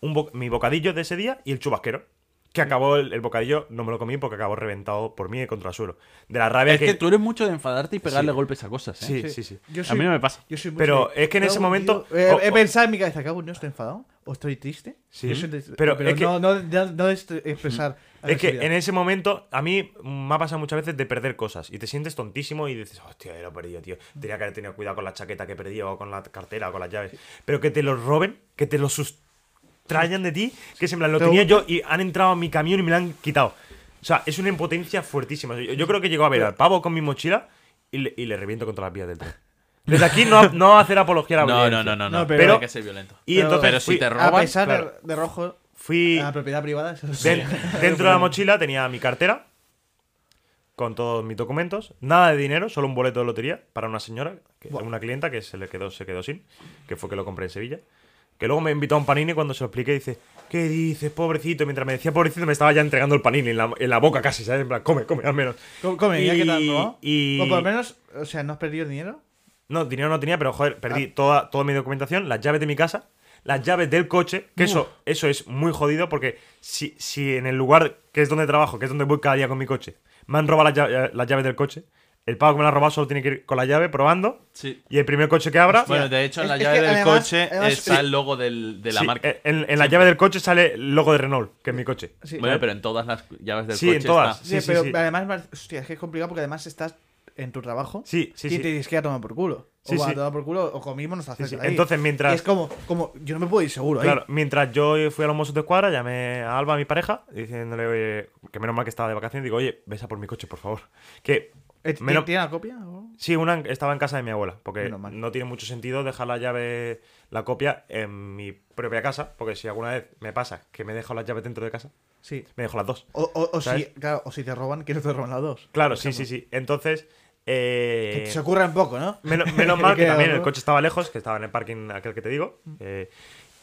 [SPEAKER 3] un bo- mi bocadillo de ese día y el chubasquero.
[SPEAKER 2] Mm.
[SPEAKER 3] Que acabó el, el bocadillo, no me lo comí porque acabó reventado por mí contra el suelo. De la rabia
[SPEAKER 2] es que... tú eres mucho de enfadarte y pegarle
[SPEAKER 3] Sí.
[SPEAKER 2] golpes a cosas, ¿eh?
[SPEAKER 3] Sí, sí, sí.
[SPEAKER 4] Yo
[SPEAKER 2] A mí no me pasa.
[SPEAKER 4] Yo soy mucho
[SPEAKER 3] Pero
[SPEAKER 4] de-
[SPEAKER 3] es que en ese
[SPEAKER 4] cago
[SPEAKER 3] momento-
[SPEAKER 4] Dios. Eh,
[SPEAKER 3] o-
[SPEAKER 4] he
[SPEAKER 3] o-
[SPEAKER 4] pensado en mi cabeza, cago, en Dios, estoy enfadado. O estoy triste.
[SPEAKER 3] Sí.
[SPEAKER 4] Yo soy triste,
[SPEAKER 3] Pero
[SPEAKER 4] Pero,
[SPEAKER 3] es que-
[SPEAKER 4] no, no, no, no es expresar.
[SPEAKER 3] Es que
[SPEAKER 4] agresividad.
[SPEAKER 3] en ese momento, a mí me ha pasado muchas veces de perder cosas y te sientes tontísimo y dices, hostia, lo he perdido, tío. Tenía que haber tenido cuidado con la chaqueta que he perdido o con la cartera o con las llaves. Pero que te los roben, que te los sustrayan de ti, que se me lo
[SPEAKER 4] Te
[SPEAKER 3] tenía yo y han entrado a mi camión y me la han quitado. O sea, es una impotencia fuertísima. Yo, yo creo que llegó a ver al pavo con mi mochila y le, y le reviento contra las vías del tren. Desde aquí no, no hacer apología a la
[SPEAKER 2] No, no, no,
[SPEAKER 3] violencia.
[SPEAKER 2] no,
[SPEAKER 4] No,
[SPEAKER 2] no.
[SPEAKER 4] pero-
[SPEAKER 2] Pero hay que ser violento.
[SPEAKER 3] Y
[SPEAKER 4] Pero-
[SPEAKER 3] entonces
[SPEAKER 2] Pero si
[SPEAKER 3] fui-
[SPEAKER 2] te
[SPEAKER 4] A
[SPEAKER 2] roban,
[SPEAKER 4] pesar de- Ah,
[SPEAKER 3] claro. Ah,
[SPEAKER 4] de, rojo,
[SPEAKER 3] fui,
[SPEAKER 4] a la propiedad privada. eso sí.
[SPEAKER 3] Den- dentro de la mochila tenía mi cartera con todos mis documentos, nada de dinero, solo un boleto de lotería para una señora, que-
[SPEAKER 4] Buah.
[SPEAKER 3] una clienta que se le quedó, se quedó sin, que fue que lo compré en Sevilla. Que luego me invitó a un panini cuando se lo expliqué dice, ¿qué dices, pobrecito? Y Mientras me decía pobrecito me estaba ya entregando el panini en la, en la boca casi, ¿sabes? En plan, come, come, al menos.
[SPEAKER 4] Co- Come, ya
[SPEAKER 3] Y-
[SPEAKER 4] que tal, ¿no?
[SPEAKER 3] y-
[SPEAKER 4] O por lo menos, o sea, ¿no has perdido el dinero?
[SPEAKER 3] No, dinero no tenía, pero joder, perdí
[SPEAKER 4] Ah.
[SPEAKER 3] toda, toda mi documentación, las llaves de mi casa, las llaves del coche, que eso, eso es muy jodido porque si, si en el lugar que es donde trabajo, que es donde voy cada día con mi coche, me han robado las llaves, las llaves del coche, el pago que me la ha robado solo tiene que ir con la llave probando
[SPEAKER 2] Sí.
[SPEAKER 3] y el primer coche que abra...
[SPEAKER 2] Bueno,
[SPEAKER 4] Hostia,
[SPEAKER 2] de hecho, en la
[SPEAKER 4] es- es
[SPEAKER 2] llave
[SPEAKER 4] que
[SPEAKER 2] del
[SPEAKER 4] además-
[SPEAKER 2] coche
[SPEAKER 4] además-
[SPEAKER 2] está
[SPEAKER 4] sí.
[SPEAKER 2] el logo del- de la
[SPEAKER 3] sí, eh,
[SPEAKER 2] marca.
[SPEAKER 3] en- En, en la llave del coche sale el logo de Renault, que es mi coche.
[SPEAKER 4] Sí.
[SPEAKER 2] Bueno, pero en todas las llaves del
[SPEAKER 3] Sí, en
[SPEAKER 2] coche
[SPEAKER 3] todas.
[SPEAKER 2] está.
[SPEAKER 4] Sí,
[SPEAKER 3] sí,
[SPEAKER 4] pero
[SPEAKER 3] sí.
[SPEAKER 4] además, me- hostia, es que es complicado porque además estás en tu trabajo
[SPEAKER 3] Sí, sí,
[SPEAKER 4] y
[SPEAKER 3] sí.
[SPEAKER 4] te tienes que ir a tomar por culo.
[SPEAKER 3] Sí,
[SPEAKER 4] o va
[SPEAKER 3] sí.
[SPEAKER 4] a tomar por culo o comimos nos hacemos
[SPEAKER 3] sí. Entonces, mientras-
[SPEAKER 4] es como, como, yo no me puedo ir seguro ¿eh?
[SPEAKER 3] Claro,
[SPEAKER 4] ahí.
[SPEAKER 3] mientras yo fui a los Mossos de Escuadra, llamé a Alba, mi pareja, diciéndole oye, que menos mal que estaba de vacaciones. Digo, oye, besa por mi coche, por favor. Que
[SPEAKER 4] Eh, ¿ti-
[SPEAKER 3] menos-
[SPEAKER 4] ¿Tiene la copia? o?
[SPEAKER 3] Sí, una en- estaba en casa de mi abuela, porque
[SPEAKER 4] Menos mal.
[SPEAKER 3] no tiene mucho sentido dejar la llave, la copia en mi propia casa, porque si alguna vez me pasa que me dejo las llaves dentro de casa,
[SPEAKER 4] Sí.
[SPEAKER 3] me dejo las dos.
[SPEAKER 4] O, o- o si,
[SPEAKER 3] ¿Sabes?
[SPEAKER 4] claro, o si te roban, que no te roban las dos.
[SPEAKER 3] Claro, sí, sí, sí. Entonces, eh,
[SPEAKER 4] Que se ocurra un poco, ¿no?
[SPEAKER 3] menos, menos mal que
[SPEAKER 4] Queda,
[SPEAKER 3] también
[SPEAKER 4] ¿no?
[SPEAKER 3] el coche estaba lejos, que estaba en el parking aquel que te digo, eh,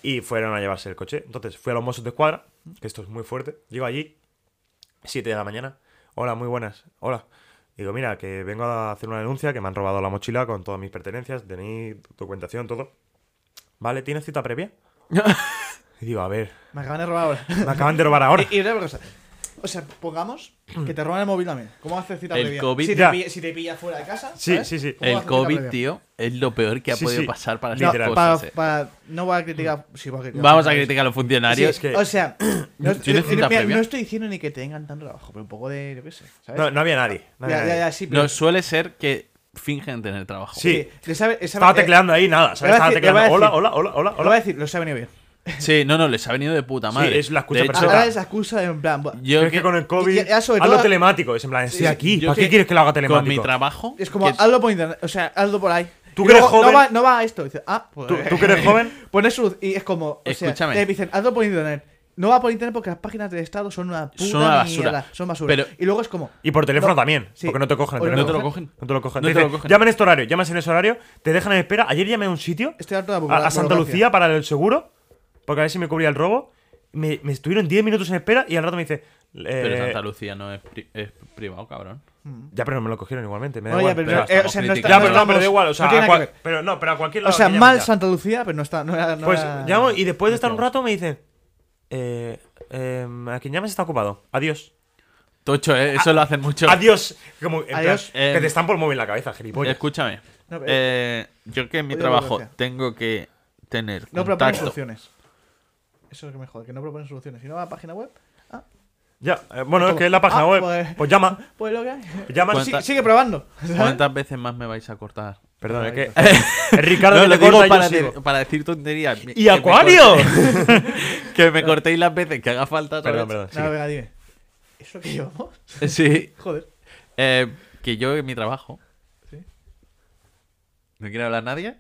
[SPEAKER 3] y fueron a llevarse el coche. Entonces fui a los Mossos de Escuadra, que esto es muy fuerte, llego allí, 7 de la mañana. Hola, muy buenas. Hola. Digo, mira, que vengo a hacer una denuncia, que me han robado la mochila con todas mis pertenencias, DNI, documentación, todo. Vale, ¿tienes cita previa? y digo, a ver,
[SPEAKER 4] Me acaban de robar ahora.
[SPEAKER 3] me acaban de robar ahora.
[SPEAKER 4] y, y una cosa. O sea, pongamos que te roban el móvil también. ¿Cómo haces cita
[SPEAKER 2] El
[SPEAKER 4] previa?
[SPEAKER 2] COVID-
[SPEAKER 4] si,
[SPEAKER 3] Ya.
[SPEAKER 4] te pilla, si te pilla fuera de casa.
[SPEAKER 3] Sí,
[SPEAKER 4] ¿sabes?
[SPEAKER 3] sí, sí.
[SPEAKER 4] ¿Cómo
[SPEAKER 2] El
[SPEAKER 4] haces cita
[SPEAKER 2] COVID,
[SPEAKER 4] previa?
[SPEAKER 2] tío, es lo peor que ha
[SPEAKER 3] Sí,
[SPEAKER 2] podido
[SPEAKER 3] sí.
[SPEAKER 2] pasar para
[SPEAKER 4] No,
[SPEAKER 2] estas
[SPEAKER 3] Literal.
[SPEAKER 2] cosas. eh.
[SPEAKER 4] para, para- no voy a criticar. Sí, voy a criticar.
[SPEAKER 2] Vamos a criticar a los funcionarios.
[SPEAKER 3] Sí, es que-
[SPEAKER 4] O sea, no,
[SPEAKER 2] ¿Tienes
[SPEAKER 4] eh,
[SPEAKER 2] cita
[SPEAKER 4] mira,
[SPEAKER 2] previa?
[SPEAKER 4] no estoy diciendo ni que tengan tanto trabajo, pero un poco de. Yo qué sé, ¿sabes?
[SPEAKER 3] No, no había nadie. no había
[SPEAKER 4] ya, ya,
[SPEAKER 3] nadie.
[SPEAKER 4] ya, sí, pero.
[SPEAKER 2] No suele ser que fingen tener trabajo.
[SPEAKER 3] Sí.
[SPEAKER 4] le sabe- le sabe-
[SPEAKER 3] Estaba
[SPEAKER 4] eh,
[SPEAKER 3] tecleando ahí, nada, ¿sabes?
[SPEAKER 4] le voy a
[SPEAKER 3] Estaba
[SPEAKER 4] decir- le voy a
[SPEAKER 3] tecleando. Hola,
[SPEAKER 4] decir-
[SPEAKER 3] hola, hola, hola,
[SPEAKER 4] Lo voy a
[SPEAKER 3] hola.
[SPEAKER 4] decir, lo sabe venir bien.
[SPEAKER 2] Sí, no, no, les ha venido de puta madre.
[SPEAKER 3] es la escucha
[SPEAKER 2] De hecho,
[SPEAKER 3] perfecta.
[SPEAKER 4] Ahora es la excusa en plan. buah,
[SPEAKER 2] Yo
[SPEAKER 3] Pero es
[SPEAKER 2] que-
[SPEAKER 3] que con el COVID.
[SPEAKER 4] ya- ya sobre
[SPEAKER 3] hazlo
[SPEAKER 4] todo-
[SPEAKER 3] telemático. Es en plan, estoy aquí.
[SPEAKER 2] yo
[SPEAKER 3] ¿Para qué
[SPEAKER 2] que-
[SPEAKER 3] quieres que lo haga
[SPEAKER 2] con mi
[SPEAKER 3] telemático?
[SPEAKER 2] trabajo.
[SPEAKER 4] Es como,
[SPEAKER 2] que-
[SPEAKER 4] hazlo por internet, o sea, hazlo por ahí.
[SPEAKER 3] Tú
[SPEAKER 4] Y
[SPEAKER 3] que eres
[SPEAKER 4] luego,
[SPEAKER 3] joven-
[SPEAKER 4] No va, no va a esto. Dice, ah, pues,
[SPEAKER 2] eh.
[SPEAKER 3] Tú- tú que eres joven-
[SPEAKER 4] Pones luz y es como. O sea,
[SPEAKER 2] Escúchame.
[SPEAKER 4] te dicen, hazlo por internet. No va por internet porque las páginas del Estado son una puta
[SPEAKER 2] Son una basura.
[SPEAKER 4] mierda, Son basura.
[SPEAKER 2] Pero-
[SPEAKER 4] y luego es como.
[SPEAKER 3] Y por teléfono
[SPEAKER 4] No,
[SPEAKER 3] también,
[SPEAKER 4] sí.
[SPEAKER 3] porque no te cogen el
[SPEAKER 4] O no
[SPEAKER 3] teléfono.
[SPEAKER 2] te lo cogen.
[SPEAKER 3] No te lo cogen.
[SPEAKER 2] No
[SPEAKER 3] Te
[SPEAKER 2] te lo
[SPEAKER 3] dicen,
[SPEAKER 2] cogen.
[SPEAKER 3] Llama en este horario, llamas en ese horario, te dejan en espera. Ayer llamé a un sitio,
[SPEAKER 4] Estoy harto de la
[SPEAKER 3] a, a
[SPEAKER 4] burocracia.
[SPEAKER 3] Santa Lucía, para el seguro, porque a ver si me cubría el robo. Me, me estuvieron 10 minutos en espera y al rato me dice.
[SPEAKER 2] Pero
[SPEAKER 3] eh,
[SPEAKER 2] Santa Lucía no es, pri- es privado, cabrón.
[SPEAKER 3] Ya, pero me lo cogieron igualmente. Me da
[SPEAKER 4] Oye,
[SPEAKER 3] igual.
[SPEAKER 4] pero,
[SPEAKER 2] pero
[SPEAKER 4] eh,
[SPEAKER 2] estamos
[SPEAKER 4] o sea, no
[SPEAKER 2] criticando.
[SPEAKER 4] está-
[SPEAKER 3] Ya, pero no,
[SPEAKER 4] estamos-
[SPEAKER 3] pero da igual. O sea,
[SPEAKER 4] no tiene
[SPEAKER 3] a
[SPEAKER 4] nada
[SPEAKER 3] cua-
[SPEAKER 4] que ver.
[SPEAKER 3] pero no, pero a cualquier
[SPEAKER 4] O
[SPEAKER 3] lado.
[SPEAKER 4] sea,
[SPEAKER 3] que llames
[SPEAKER 4] mal
[SPEAKER 3] ya.
[SPEAKER 4] Santa Lucía, pero no está. No era, no
[SPEAKER 3] Pues
[SPEAKER 4] era-
[SPEAKER 3] llamo y después de estar un rato me dicen. eh, eh, a quien llames está ocupado. Adiós.
[SPEAKER 2] Tocho, ¿eh? eso lo hacen mucho.
[SPEAKER 3] Adiós. Como, en plan,
[SPEAKER 4] Adiós.
[SPEAKER 2] Eh,
[SPEAKER 3] que te estampo el móvil en la cabeza, gilipollas.
[SPEAKER 2] Escúchame.
[SPEAKER 4] No, pero-
[SPEAKER 2] Eh, yo que en mi
[SPEAKER 4] Odio
[SPEAKER 2] trabajo
[SPEAKER 4] burocracia.
[SPEAKER 2] tengo que tener
[SPEAKER 4] No proponen
[SPEAKER 2] contacto.
[SPEAKER 4] soluciones. Eso es lo que me jode, que no proponen soluciones. Si no va a la página web, ah,
[SPEAKER 3] Ya, eh, bueno, es
[SPEAKER 4] Como-
[SPEAKER 3] que es la página
[SPEAKER 4] Ah,
[SPEAKER 3] web.
[SPEAKER 4] pues-
[SPEAKER 3] Pues llama.
[SPEAKER 4] pues lo que hay.
[SPEAKER 3] Llama
[SPEAKER 2] Cuenta-
[SPEAKER 3] sí.
[SPEAKER 4] Sí, sigue probando.
[SPEAKER 2] ¿Cuántas veces más me vais a cortar?
[SPEAKER 3] Perdón, es que. es Ricardo
[SPEAKER 2] No,
[SPEAKER 3] que
[SPEAKER 2] lo
[SPEAKER 3] te
[SPEAKER 2] digo
[SPEAKER 3] corta y yo
[SPEAKER 2] para,
[SPEAKER 3] sigo.
[SPEAKER 2] de- para decir tonterías. Que
[SPEAKER 3] ¡Y
[SPEAKER 2] me
[SPEAKER 3] Acuario!
[SPEAKER 2] cortéis- que me cortéis las veces que haga falta. ¿sabes?
[SPEAKER 3] Perdón, perdón.
[SPEAKER 4] No,
[SPEAKER 3] sigue.
[SPEAKER 4] venga, dime. ¿Eso que llevamos?
[SPEAKER 2] Sí.
[SPEAKER 4] Joder.
[SPEAKER 2] Eh, que yo en mi trabajo.
[SPEAKER 4] Sí.
[SPEAKER 2] ¿No quiere hablar nadie?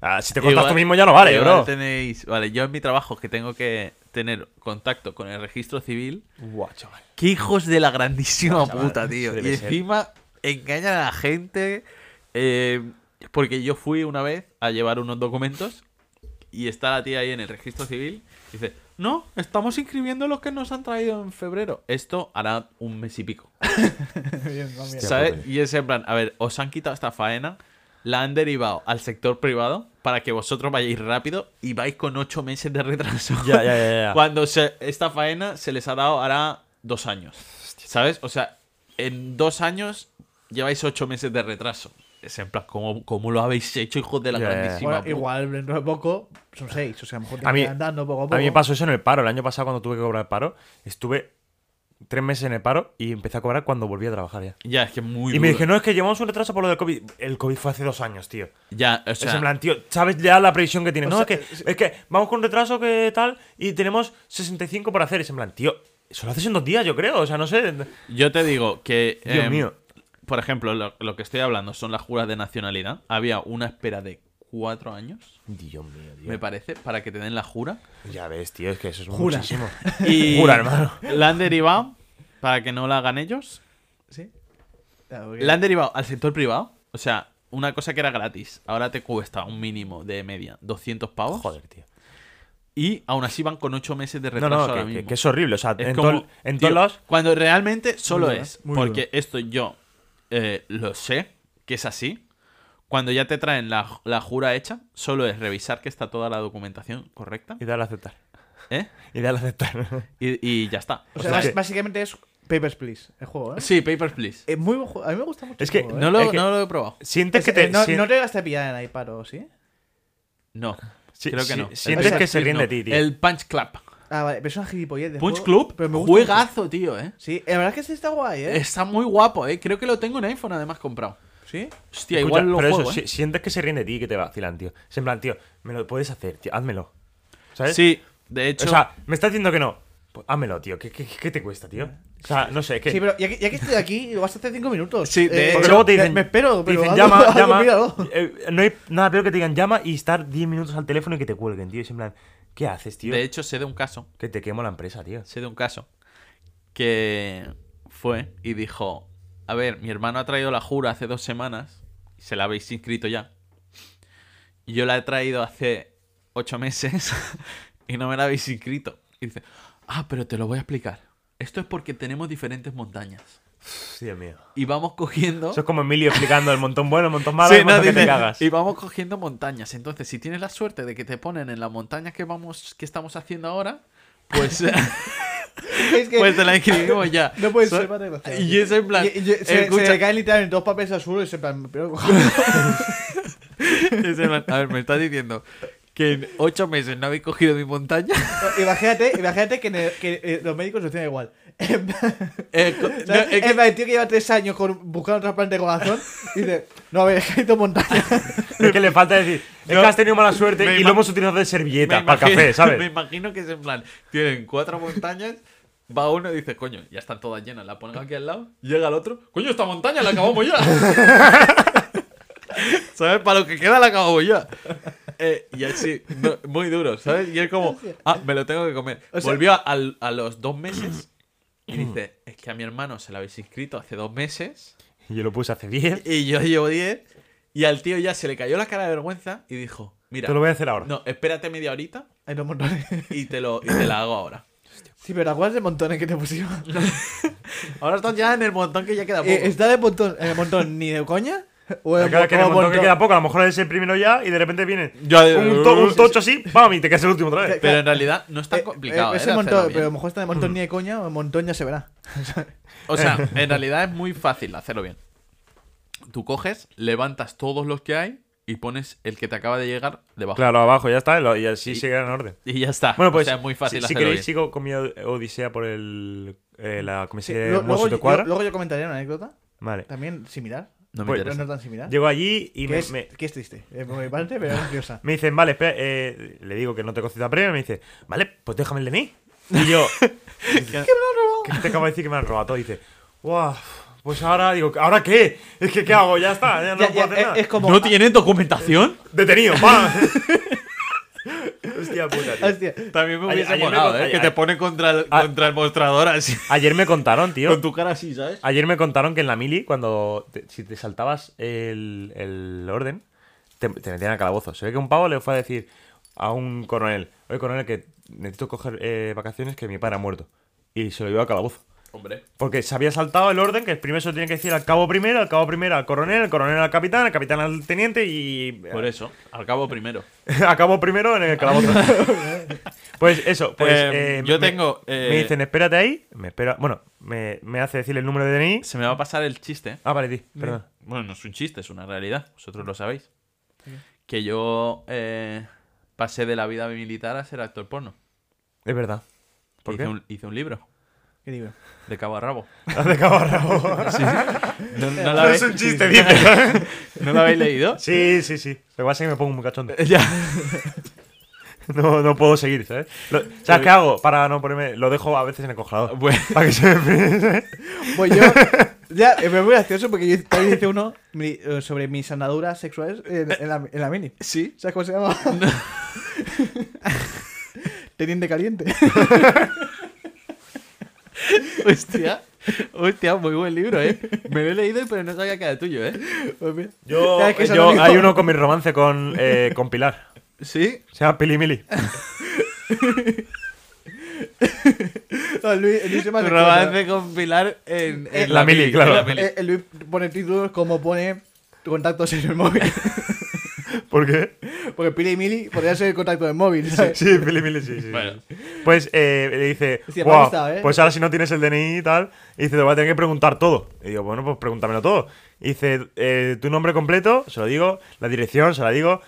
[SPEAKER 3] Ah, si te cortas
[SPEAKER 2] Igual-
[SPEAKER 3] tú mismo ya no vale,
[SPEAKER 2] igual
[SPEAKER 3] bro.
[SPEAKER 2] tenéis- vale, yo en mi trabajo que tengo que tener contacto con el registro civil.
[SPEAKER 3] Buah, chaval.
[SPEAKER 2] ¡Qué hijos de la grandísima
[SPEAKER 3] chaval,
[SPEAKER 2] puta, tío!
[SPEAKER 3] debe
[SPEAKER 2] Y
[SPEAKER 3] ser.
[SPEAKER 2] encima engañan a la gente. eh, porque yo fui una vez a llevar unos documentos y está la tía ahí en el registro civil. y dice, no, estamos inscribiendo los que nos han traído en febrero. Esto hará un mes y pico.
[SPEAKER 4] Bien, va bien.
[SPEAKER 3] Hostia.
[SPEAKER 2] ¿Sabes?
[SPEAKER 3] puta.
[SPEAKER 2] Y es en plan, a ver, os han quitado esta faena, la han derivado al sector privado para que vosotros vayáis rápido y vais con ocho meses de retraso.
[SPEAKER 3] Ya, ya, ya, ya.
[SPEAKER 2] Cuando se- esta faena se les ha dado hará dos años. ¿Sabes? O sea, en dos años lleváis ocho meses de retraso. Es en plan, ¿cómo, cómo lo habéis hecho, hijos de la
[SPEAKER 3] Ya, ya, ya.
[SPEAKER 2] grandísima?
[SPEAKER 4] Bueno,
[SPEAKER 2] puta?
[SPEAKER 4] igual dentro de poco son seis. O sea, a lo mejor
[SPEAKER 3] A
[SPEAKER 4] tienen
[SPEAKER 3] mí,
[SPEAKER 4] que ir andando poco a poco.
[SPEAKER 3] a mí me pasó eso en el paro. El año pasado, cuando tuve que cobrar paro, estuve tres meses en el paro y empecé a cobrar cuando volví a trabajar ya.
[SPEAKER 2] Ya, es que es muy
[SPEAKER 3] Y me
[SPEAKER 2] duro.
[SPEAKER 3] dije, no, es que llevamos un retraso por lo del COVID. El COVID fue hace dos años, tío.
[SPEAKER 2] Ya, o
[SPEAKER 3] es en
[SPEAKER 2] sea,
[SPEAKER 3] plan, tío, sabes ya la previsión que tiene.
[SPEAKER 4] O
[SPEAKER 3] No,
[SPEAKER 4] sea, eh,
[SPEAKER 3] es, que, es que vamos con retraso que tal y tenemos 65 por hacer. Es en plan, tío, eso lo haces en dos días, yo creo. O sea, no sé.
[SPEAKER 2] yo te digo que...
[SPEAKER 3] Dios
[SPEAKER 2] em,
[SPEAKER 3] mío.
[SPEAKER 2] Por ejemplo, lo, lo que estoy hablando son las juras de nacionalidad. Había una espera de cuatro años,
[SPEAKER 3] Dios mío, tío.
[SPEAKER 2] me parece, para que te den la jura.
[SPEAKER 3] Ya ves, tío, es que eso es
[SPEAKER 4] Jura.
[SPEAKER 3] muchísimo.
[SPEAKER 2] Y
[SPEAKER 3] Jura, hermano.
[SPEAKER 2] La han derivado para que no la hagan ellos.
[SPEAKER 4] ¿Sí? Claro, porque-
[SPEAKER 2] La han derivado al sector privado. O sea, una cosa que era gratis, ahora te cuesta un mínimo de media 200 pavos.
[SPEAKER 3] Joder, tío.
[SPEAKER 2] Y aún así van con ocho meses de
[SPEAKER 3] No,
[SPEAKER 2] retraso
[SPEAKER 3] no,
[SPEAKER 2] ahora
[SPEAKER 3] que- que,
[SPEAKER 2] mismo.
[SPEAKER 3] que es horrible. O sea,
[SPEAKER 2] Es
[SPEAKER 3] en,
[SPEAKER 2] como,
[SPEAKER 3] tol- en
[SPEAKER 2] tío,
[SPEAKER 3] todos lados.
[SPEAKER 2] Cuando realmente solo
[SPEAKER 4] duro,
[SPEAKER 2] es.
[SPEAKER 4] eh, muy
[SPEAKER 2] Porque esto yo eh, lo sé, que es así. Cuando ya te traen la, la jura hecha, solo es revisar que está toda la documentación correcta.
[SPEAKER 3] Y dale a aceptar.
[SPEAKER 2] ¿eh?
[SPEAKER 3] Y dale a aceptar.
[SPEAKER 2] Y, y ya está.
[SPEAKER 4] O
[SPEAKER 3] o
[SPEAKER 4] sea,
[SPEAKER 3] sea
[SPEAKER 4] bas-
[SPEAKER 3] que-
[SPEAKER 4] básicamente es Papers, Please, el juego, ¿eh?
[SPEAKER 2] Sí, papers, please.
[SPEAKER 4] Es muy buen juego. A mí me gusta mucho.
[SPEAKER 3] Es
[SPEAKER 4] el
[SPEAKER 3] que
[SPEAKER 4] juego, ¿eh?
[SPEAKER 2] No lo,
[SPEAKER 3] es que-
[SPEAKER 2] no lo he probado.
[SPEAKER 3] Sientes
[SPEAKER 4] Es-
[SPEAKER 3] que te.
[SPEAKER 4] eh, no,
[SPEAKER 3] sien-
[SPEAKER 4] no te vas a pillar en iPad o sí.
[SPEAKER 2] No,
[SPEAKER 3] Sí,
[SPEAKER 2] creo que
[SPEAKER 3] sí,
[SPEAKER 2] no. El
[SPEAKER 3] sientes
[SPEAKER 2] Papers,
[SPEAKER 3] que se
[SPEAKER 2] Please
[SPEAKER 3] ríen
[SPEAKER 2] no.
[SPEAKER 3] de ti, tío.
[SPEAKER 2] El Punch Club.
[SPEAKER 4] Ah, vale, pero es una gilipollez de
[SPEAKER 2] Punch
[SPEAKER 4] juego,
[SPEAKER 2] Club,
[SPEAKER 4] pero me gusta mucho.
[SPEAKER 2] juegazo, tío, ¿eh?
[SPEAKER 4] Sí, la verdad es que sí está guay, ¿eh?
[SPEAKER 2] Está muy guapo, ¿eh? Creo que lo tengo en iPhone, además, comprado.
[SPEAKER 4] Sí.
[SPEAKER 2] Hostia,
[SPEAKER 3] Escucha,
[SPEAKER 2] igual lo
[SPEAKER 3] pero
[SPEAKER 2] juego,
[SPEAKER 3] eso,
[SPEAKER 2] ¿eh?
[SPEAKER 3] si- sientes que se ríen de ti y que te vacilan, tío. Es en plan, tío, me lo puedes hacer, tío, házmelo. ¿Sabes?
[SPEAKER 2] Sí, de hecho...
[SPEAKER 3] O sea, me estás diciendo que no. Pues házmelo, tío. ¿Qué, qué, qué te cuesta, tío? O sea, no sé, es que.
[SPEAKER 4] Sí, pero ya que, ya que estoy aquí, lo vas a hacer cinco minutos. Eh,
[SPEAKER 2] Sí, de hecho-
[SPEAKER 3] Porque luego te
[SPEAKER 4] me-
[SPEAKER 3] dicen.
[SPEAKER 4] Me, espero,
[SPEAKER 3] te
[SPEAKER 4] pero.
[SPEAKER 3] dicen,
[SPEAKER 4] algo-
[SPEAKER 3] llama,
[SPEAKER 4] algo,
[SPEAKER 3] llama.
[SPEAKER 4] míralo.
[SPEAKER 3] Eh, no hay nada peor que te digan llama y estar 10 minutos al teléfono y que te cuelguen, tío. Es en plan, ¿qué haces, tío?
[SPEAKER 2] De hecho, sé de un caso
[SPEAKER 3] Que te quemo la empresa, tío.
[SPEAKER 2] sé de un caso que fue y dijo, a ver, mi hermano ha traído la jura hace dos semanas, se la habéis inscrito ya. Y yo la he traído hace ocho meses y no me la habéis inscrito. Y dice, ah, pero te lo voy a explicar. Esto es porque tenemos diferentes montañas.
[SPEAKER 3] Pff, Dios mío.
[SPEAKER 2] Y vamos cogiendo...
[SPEAKER 3] Eso es como Emilio explicando el montón bueno, el montón malo,
[SPEAKER 2] Sí,
[SPEAKER 3] el montón
[SPEAKER 2] no,
[SPEAKER 3] que
[SPEAKER 2] dice,
[SPEAKER 3] te cagas.
[SPEAKER 2] Y vamos cogiendo montañas. Entonces, si tienes la suerte de que te ponen en la montaña que vamos, que estamos haciendo ahora, pues,
[SPEAKER 4] Es que-
[SPEAKER 2] pues te la inscribimos ya.
[SPEAKER 4] No puede
[SPEAKER 2] So-
[SPEAKER 4] ser más desgraciado.
[SPEAKER 2] Y es en plan.
[SPEAKER 4] Y- y- se- se,
[SPEAKER 2] escucha,
[SPEAKER 4] le caen literalmente dos papeles al suelo y se en plan. Pero,
[SPEAKER 2] es en plan, a ver, me estás diciendo que en ocho meses no habéis cogido mi montaña.
[SPEAKER 4] imagínate, imagínate que, en el- que, eh, los médicos lo tienen igual. En plan-
[SPEAKER 2] Eh, co-
[SPEAKER 4] O
[SPEAKER 2] no,
[SPEAKER 4] sea,
[SPEAKER 2] es que-
[SPEAKER 4] es más, el tío que lleva tres años con, buscando un trasplante de corazón y dice: No, a ver, es que hay dos montañas.
[SPEAKER 3] Es que le falta decir, es
[SPEAKER 2] Yo-
[SPEAKER 3] que has tenido mala suerte
[SPEAKER 2] me
[SPEAKER 3] y
[SPEAKER 2] ima-
[SPEAKER 3] lo hemos utilizado de
[SPEAKER 2] me
[SPEAKER 3] servilleta para el
[SPEAKER 2] imagino-
[SPEAKER 3] café,
[SPEAKER 2] Me
[SPEAKER 3] ¿sabes?
[SPEAKER 2] imagino que es en plan. Tienen cuatro montañas. Va uno y dice, coño, ya están todas llenas, la ponen aquí al lado. Llega el otro, coño, esta montaña la acabamos ya. ¿Sabes? Para lo que queda la acabamos ya. eh, y así, no, muy duro, ¿sabes? Y él como, ah, me lo tengo que comer.
[SPEAKER 4] O sea-
[SPEAKER 2] Volvió al- a, los dos meses y dice, es que a mi hermano se lo habéis inscrito hace dos meses
[SPEAKER 3] Y yo lo puse hace 10.
[SPEAKER 2] y yo llevo diez. Y al tío ya se le cayó la cara de vergüenza y dijo, mira,
[SPEAKER 3] Te lo voy a hacer ahora.
[SPEAKER 2] no, espérate media horita
[SPEAKER 4] Hay unos montones.
[SPEAKER 2] y te, lo, y te la hago ahora.
[SPEAKER 4] Sí, pero acuerdas de montones que te pusimos.
[SPEAKER 2] Ahora estás ya en el montón que ya queda poco.
[SPEAKER 4] Eh, ¿Está de montón, en el montón ni de coña? O en
[SPEAKER 3] Acaba que en el
[SPEAKER 4] o
[SPEAKER 3] montón que
[SPEAKER 4] montón.
[SPEAKER 3] queda poco, a lo mejor es el primero ya y de repente viene
[SPEAKER 2] Ya,
[SPEAKER 3] un, to- un tocho así, ¡pam! y te quedas el último otra vez.
[SPEAKER 2] eh, Pero en realidad no es tan
[SPEAKER 4] Eh,
[SPEAKER 2] complicado.
[SPEAKER 4] eh,
[SPEAKER 2] ¿eh?
[SPEAKER 4] es
[SPEAKER 2] de
[SPEAKER 4] el montón,
[SPEAKER 2] hacerlo
[SPEAKER 4] pero a lo
[SPEAKER 2] bien.
[SPEAKER 4] mejor está de
[SPEAKER 2] Mm.
[SPEAKER 4] montón ni de coña, o en montón ya se verá.
[SPEAKER 2] O sea, en realidad es muy fácil hacerlo bien. Tú coges, levantas todos los que hay y pones el que te acaba de llegar debajo.
[SPEAKER 3] Claro, abajo ya está, y lo- y así
[SPEAKER 2] Y-
[SPEAKER 3] sigue en orden.
[SPEAKER 2] Y ya está.
[SPEAKER 3] Bueno, pues
[SPEAKER 2] o sea, es muy fácil
[SPEAKER 3] si, si
[SPEAKER 2] hacerlo
[SPEAKER 3] queréis
[SPEAKER 2] bien.
[SPEAKER 3] sigo con mi od- odisea por el, eh, la
[SPEAKER 4] Sí,
[SPEAKER 3] comisaría de
[SPEAKER 4] lo- luego,
[SPEAKER 3] Hermoso
[SPEAKER 4] yo,
[SPEAKER 3] de Cuadra.
[SPEAKER 4] luego yo comentaré una anécdota
[SPEAKER 3] Vale.
[SPEAKER 4] también similar.
[SPEAKER 2] No me
[SPEAKER 3] Pues,
[SPEAKER 4] Pero
[SPEAKER 2] interesa.
[SPEAKER 4] no tan similar.
[SPEAKER 3] Llego allí y
[SPEAKER 4] que,
[SPEAKER 3] me,
[SPEAKER 4] es,
[SPEAKER 3] me-
[SPEAKER 4] que es triste. eh, por mi parte, pero es curiosa.
[SPEAKER 3] me dicen, vale, espera, eh, le digo que no tengo cita previa, y me dice, vale, pues déjame el DNI. Y yo, que te acabo de decir que me han robado todo. Y dice, guau, pues ahora digo, ¿ahora qué? Es que ¿qué hago? Ya está, ya no
[SPEAKER 4] Ya-
[SPEAKER 3] puedo
[SPEAKER 4] ya,
[SPEAKER 3] hacer
[SPEAKER 4] es-
[SPEAKER 3] nada.
[SPEAKER 4] es como.
[SPEAKER 2] ¿No tienen documentación?
[SPEAKER 3] Detenido, pa. Hostia puta, tío.
[SPEAKER 4] Hostia.
[SPEAKER 2] También me
[SPEAKER 3] Ayer-
[SPEAKER 2] hubiese
[SPEAKER 3] ayer me
[SPEAKER 2] molado,
[SPEAKER 3] con-
[SPEAKER 2] ¿eh? que
[SPEAKER 3] ayer-
[SPEAKER 2] te pone contra el,
[SPEAKER 3] Ah.
[SPEAKER 2] contra el mostrador así.
[SPEAKER 3] Ayer me contaron, tío.
[SPEAKER 2] Con tu cara así, ¿sabes?
[SPEAKER 3] Ayer me contaron que en la mili, cuando te- si te saltabas el, el orden, te, te metían al calabozo. Se ve que un pavo le fue a decir a un coronel, oye coronel, que necesito coger eh, vacaciones que mi padre ha muerto. Y se lo llevó al calabozo.
[SPEAKER 2] Hombre.
[SPEAKER 3] Porque se había saltado el orden, que primero se lo tiene que decir al cabo primero, al cabo primero al coronel, al coronel al capitán, al capitán al teniente y...
[SPEAKER 2] Por eso, al cabo primero.
[SPEAKER 3] al cabo primero en el calabozo. pues eso, pues...
[SPEAKER 2] Eh,
[SPEAKER 3] eh,
[SPEAKER 2] yo
[SPEAKER 3] me-
[SPEAKER 2] tengo, eh,
[SPEAKER 3] Me dicen, espérate ahí, me espera... Bueno, me, me hace decir el número de DNI.
[SPEAKER 2] Se me va a pasar el chiste.
[SPEAKER 3] Ah, vale, ti, perdón.
[SPEAKER 2] Bueno, no es un chiste, es una realidad. Vosotros lo sabéis. Que yo eh, pasé de la vida militar a ser actor porno.
[SPEAKER 3] Es verdad. ¿Por
[SPEAKER 2] hice,
[SPEAKER 3] qué? Ah,
[SPEAKER 2] Un, hice un libro
[SPEAKER 4] ¿Qué digo?
[SPEAKER 2] de cabo a rabo.
[SPEAKER 3] De cabo a rabo.
[SPEAKER 2] No, no
[SPEAKER 3] No
[SPEAKER 2] la habéis,
[SPEAKER 3] es un chiste, dice.
[SPEAKER 2] ¿no la habéis leído?
[SPEAKER 3] Sí, sí, sí. Lo que pasa es que me pongo muy cachondo.
[SPEAKER 2] Ya.
[SPEAKER 3] No, no puedo seguir, ¿sabes? Lo- ¿Sabes qué hago? Para no ponerme... Lo dejo a veces en el congelador.
[SPEAKER 2] Bueno.
[SPEAKER 3] Para que se me...
[SPEAKER 4] Pues yo. Ya, eh, me muy gracioso porque yo también hice uno mi- eh, sobre mis andaduras sexuales
[SPEAKER 2] Eh.
[SPEAKER 4] en, en la, en la mini.
[SPEAKER 2] Sí.
[SPEAKER 4] ¿Sabes cómo se llama? Teniente caliente.
[SPEAKER 2] Hostia. Hostia, muy buen libro, ¿eh? Me lo he leído, pero no sabía que era tuyo, ¿eh?
[SPEAKER 4] Pues mira.
[SPEAKER 3] Yo,
[SPEAKER 4] ¿Sabes que eso
[SPEAKER 3] yo-
[SPEAKER 4] no digo?
[SPEAKER 3] hay uno con mi romance con, eh, con Pilar.
[SPEAKER 2] Sí.
[SPEAKER 3] Se llama Pili Mili.
[SPEAKER 4] No, el Luis, el Luis se me hace
[SPEAKER 2] Romance con Pilar en, en
[SPEAKER 4] Eh,
[SPEAKER 3] la mili,
[SPEAKER 2] en
[SPEAKER 3] claro.
[SPEAKER 2] la
[SPEAKER 4] cosa.
[SPEAKER 2] mili.
[SPEAKER 4] Eh, el Luis pone títulos como pone contactos en el móvil.
[SPEAKER 3] ¿Por qué?
[SPEAKER 4] Porque Pili y Mili podrían ser el contacto del móvil. ¿sabes?
[SPEAKER 3] Sí, Pili Mili, sí, sí.
[SPEAKER 2] Bueno.
[SPEAKER 3] Pues eh, le dice,
[SPEAKER 4] Sí, me ha
[SPEAKER 3] "Guau,
[SPEAKER 4] gustado, ¿eh?"
[SPEAKER 3] pues ahora si no tienes el DNI y tal, y dice, te voy a tener que preguntar todo. Y digo, bueno, pues pregúntamelo todo. Y dice, eh, tu nombre completo, se lo digo, la dirección, se la digo,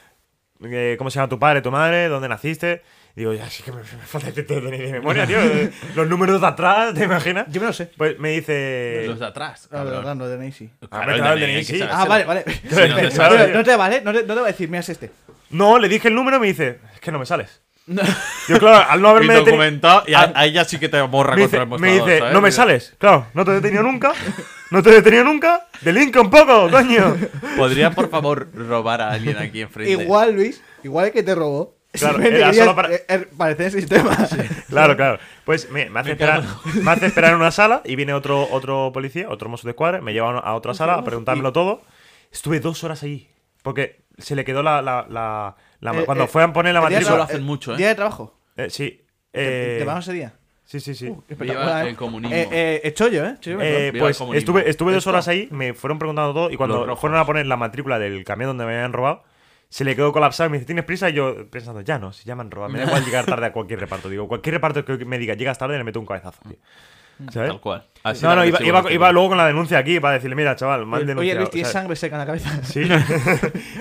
[SPEAKER 3] eh, cómo se llama tu padre, tu madre, dónde naciste. Y digo, ya, sí que me, me falta el DNI de memoria, tío. eh, Los números de atrás, ¿te imaginas?
[SPEAKER 4] Yo me lo sé.
[SPEAKER 3] Pues me dice...
[SPEAKER 2] Los de atrás.
[SPEAKER 4] No, de
[SPEAKER 2] cabrón.
[SPEAKER 4] verdad, no de Nancy.
[SPEAKER 3] Ah, pero claro, el DNI,
[SPEAKER 2] hay que
[SPEAKER 3] sí.
[SPEAKER 2] saberse.
[SPEAKER 4] Ah, vale, vale.
[SPEAKER 2] no, te
[SPEAKER 4] Pero-
[SPEAKER 2] sale,
[SPEAKER 4] pero
[SPEAKER 3] tío.
[SPEAKER 4] no te vale, no te, no te va a decir, mira, es este.
[SPEAKER 3] No, le dije el número y me dice, es que no me sales. Yo, claro, al no
[SPEAKER 2] Y
[SPEAKER 3] haberme detenido.
[SPEAKER 2] documentado, y a-
[SPEAKER 3] Ah,
[SPEAKER 2] ahí ya sí que te borra
[SPEAKER 3] me
[SPEAKER 2] contra
[SPEAKER 3] dice,
[SPEAKER 2] el
[SPEAKER 3] me
[SPEAKER 2] mostrador,
[SPEAKER 3] dice,
[SPEAKER 2] ¿sabes?
[SPEAKER 3] no me sales. Claro, no te he detenido nunca. No te he detenido nunca. Delinca un poco, coño.
[SPEAKER 2] ¿Podrías, por favor, robar a alguien aquí enfrente?
[SPEAKER 4] Igual, Luis, igual el que te robó.
[SPEAKER 3] Claro,
[SPEAKER 4] simplemente
[SPEAKER 3] era
[SPEAKER 4] quería,
[SPEAKER 3] solo para-
[SPEAKER 4] eh, eh, parecer el sistema.
[SPEAKER 3] Claro, claro. Pues me, me hace esperar, me hace esperar en una sala y viene otro, otro policía, otro mozo de escuadra, me lleva a una- a otra sala a preguntármelo todo. Estuve dos horas allí. Porque se le quedó la. la, la- la-
[SPEAKER 4] Eh,
[SPEAKER 3] cuando
[SPEAKER 4] eh,
[SPEAKER 3] fue a poner la
[SPEAKER 4] el día de
[SPEAKER 2] Eso lo
[SPEAKER 3] matrícula.
[SPEAKER 4] traba-
[SPEAKER 2] hacen
[SPEAKER 4] el
[SPEAKER 2] mucho, ¿eh?
[SPEAKER 4] Día de trabajo.
[SPEAKER 3] Eh, sí.
[SPEAKER 4] Te-
[SPEAKER 3] eh,
[SPEAKER 4] te vamos ese día.
[SPEAKER 3] sí, sí, sí.
[SPEAKER 4] Espectacular,
[SPEAKER 2] el
[SPEAKER 4] ¿eh?
[SPEAKER 2] comunismo.
[SPEAKER 4] Eh, eh, es chollo, ¿eh? Chollo,
[SPEAKER 3] Eh,
[SPEAKER 2] Viva el
[SPEAKER 3] pues
[SPEAKER 2] comunismo.
[SPEAKER 3] estuve, estuve dos
[SPEAKER 2] Esto.
[SPEAKER 3] horas ahí, me fueron preguntando todo y
[SPEAKER 2] Los
[SPEAKER 3] cuando
[SPEAKER 2] rojos.
[SPEAKER 3] fueron a poner la matrícula del camión donde me habían robado, se le quedó colapsado y me dice, ¿tienes prisa? Y yo pensando, ya no, si ya me han robado, me da igual llegar tarde a cualquier reparto. Digo, cualquier reparto que me diga, llegas tarde, le meto un cabezazo. tío". ¿Sabes?
[SPEAKER 2] Mm. Tal cual. Así
[SPEAKER 3] ¿Eh? No, no,
[SPEAKER 2] también
[SPEAKER 3] iba,
[SPEAKER 2] sigo
[SPEAKER 3] iba-
[SPEAKER 2] contigo.
[SPEAKER 3] iba luego con la denuncia aquí para decirle, mira, chaval, me han
[SPEAKER 4] Oye,
[SPEAKER 3] denunciado.
[SPEAKER 4] Oye, Luis, tiene
[SPEAKER 3] ¿sabes?
[SPEAKER 4] sangre seca en la cabeza.
[SPEAKER 3] Sí.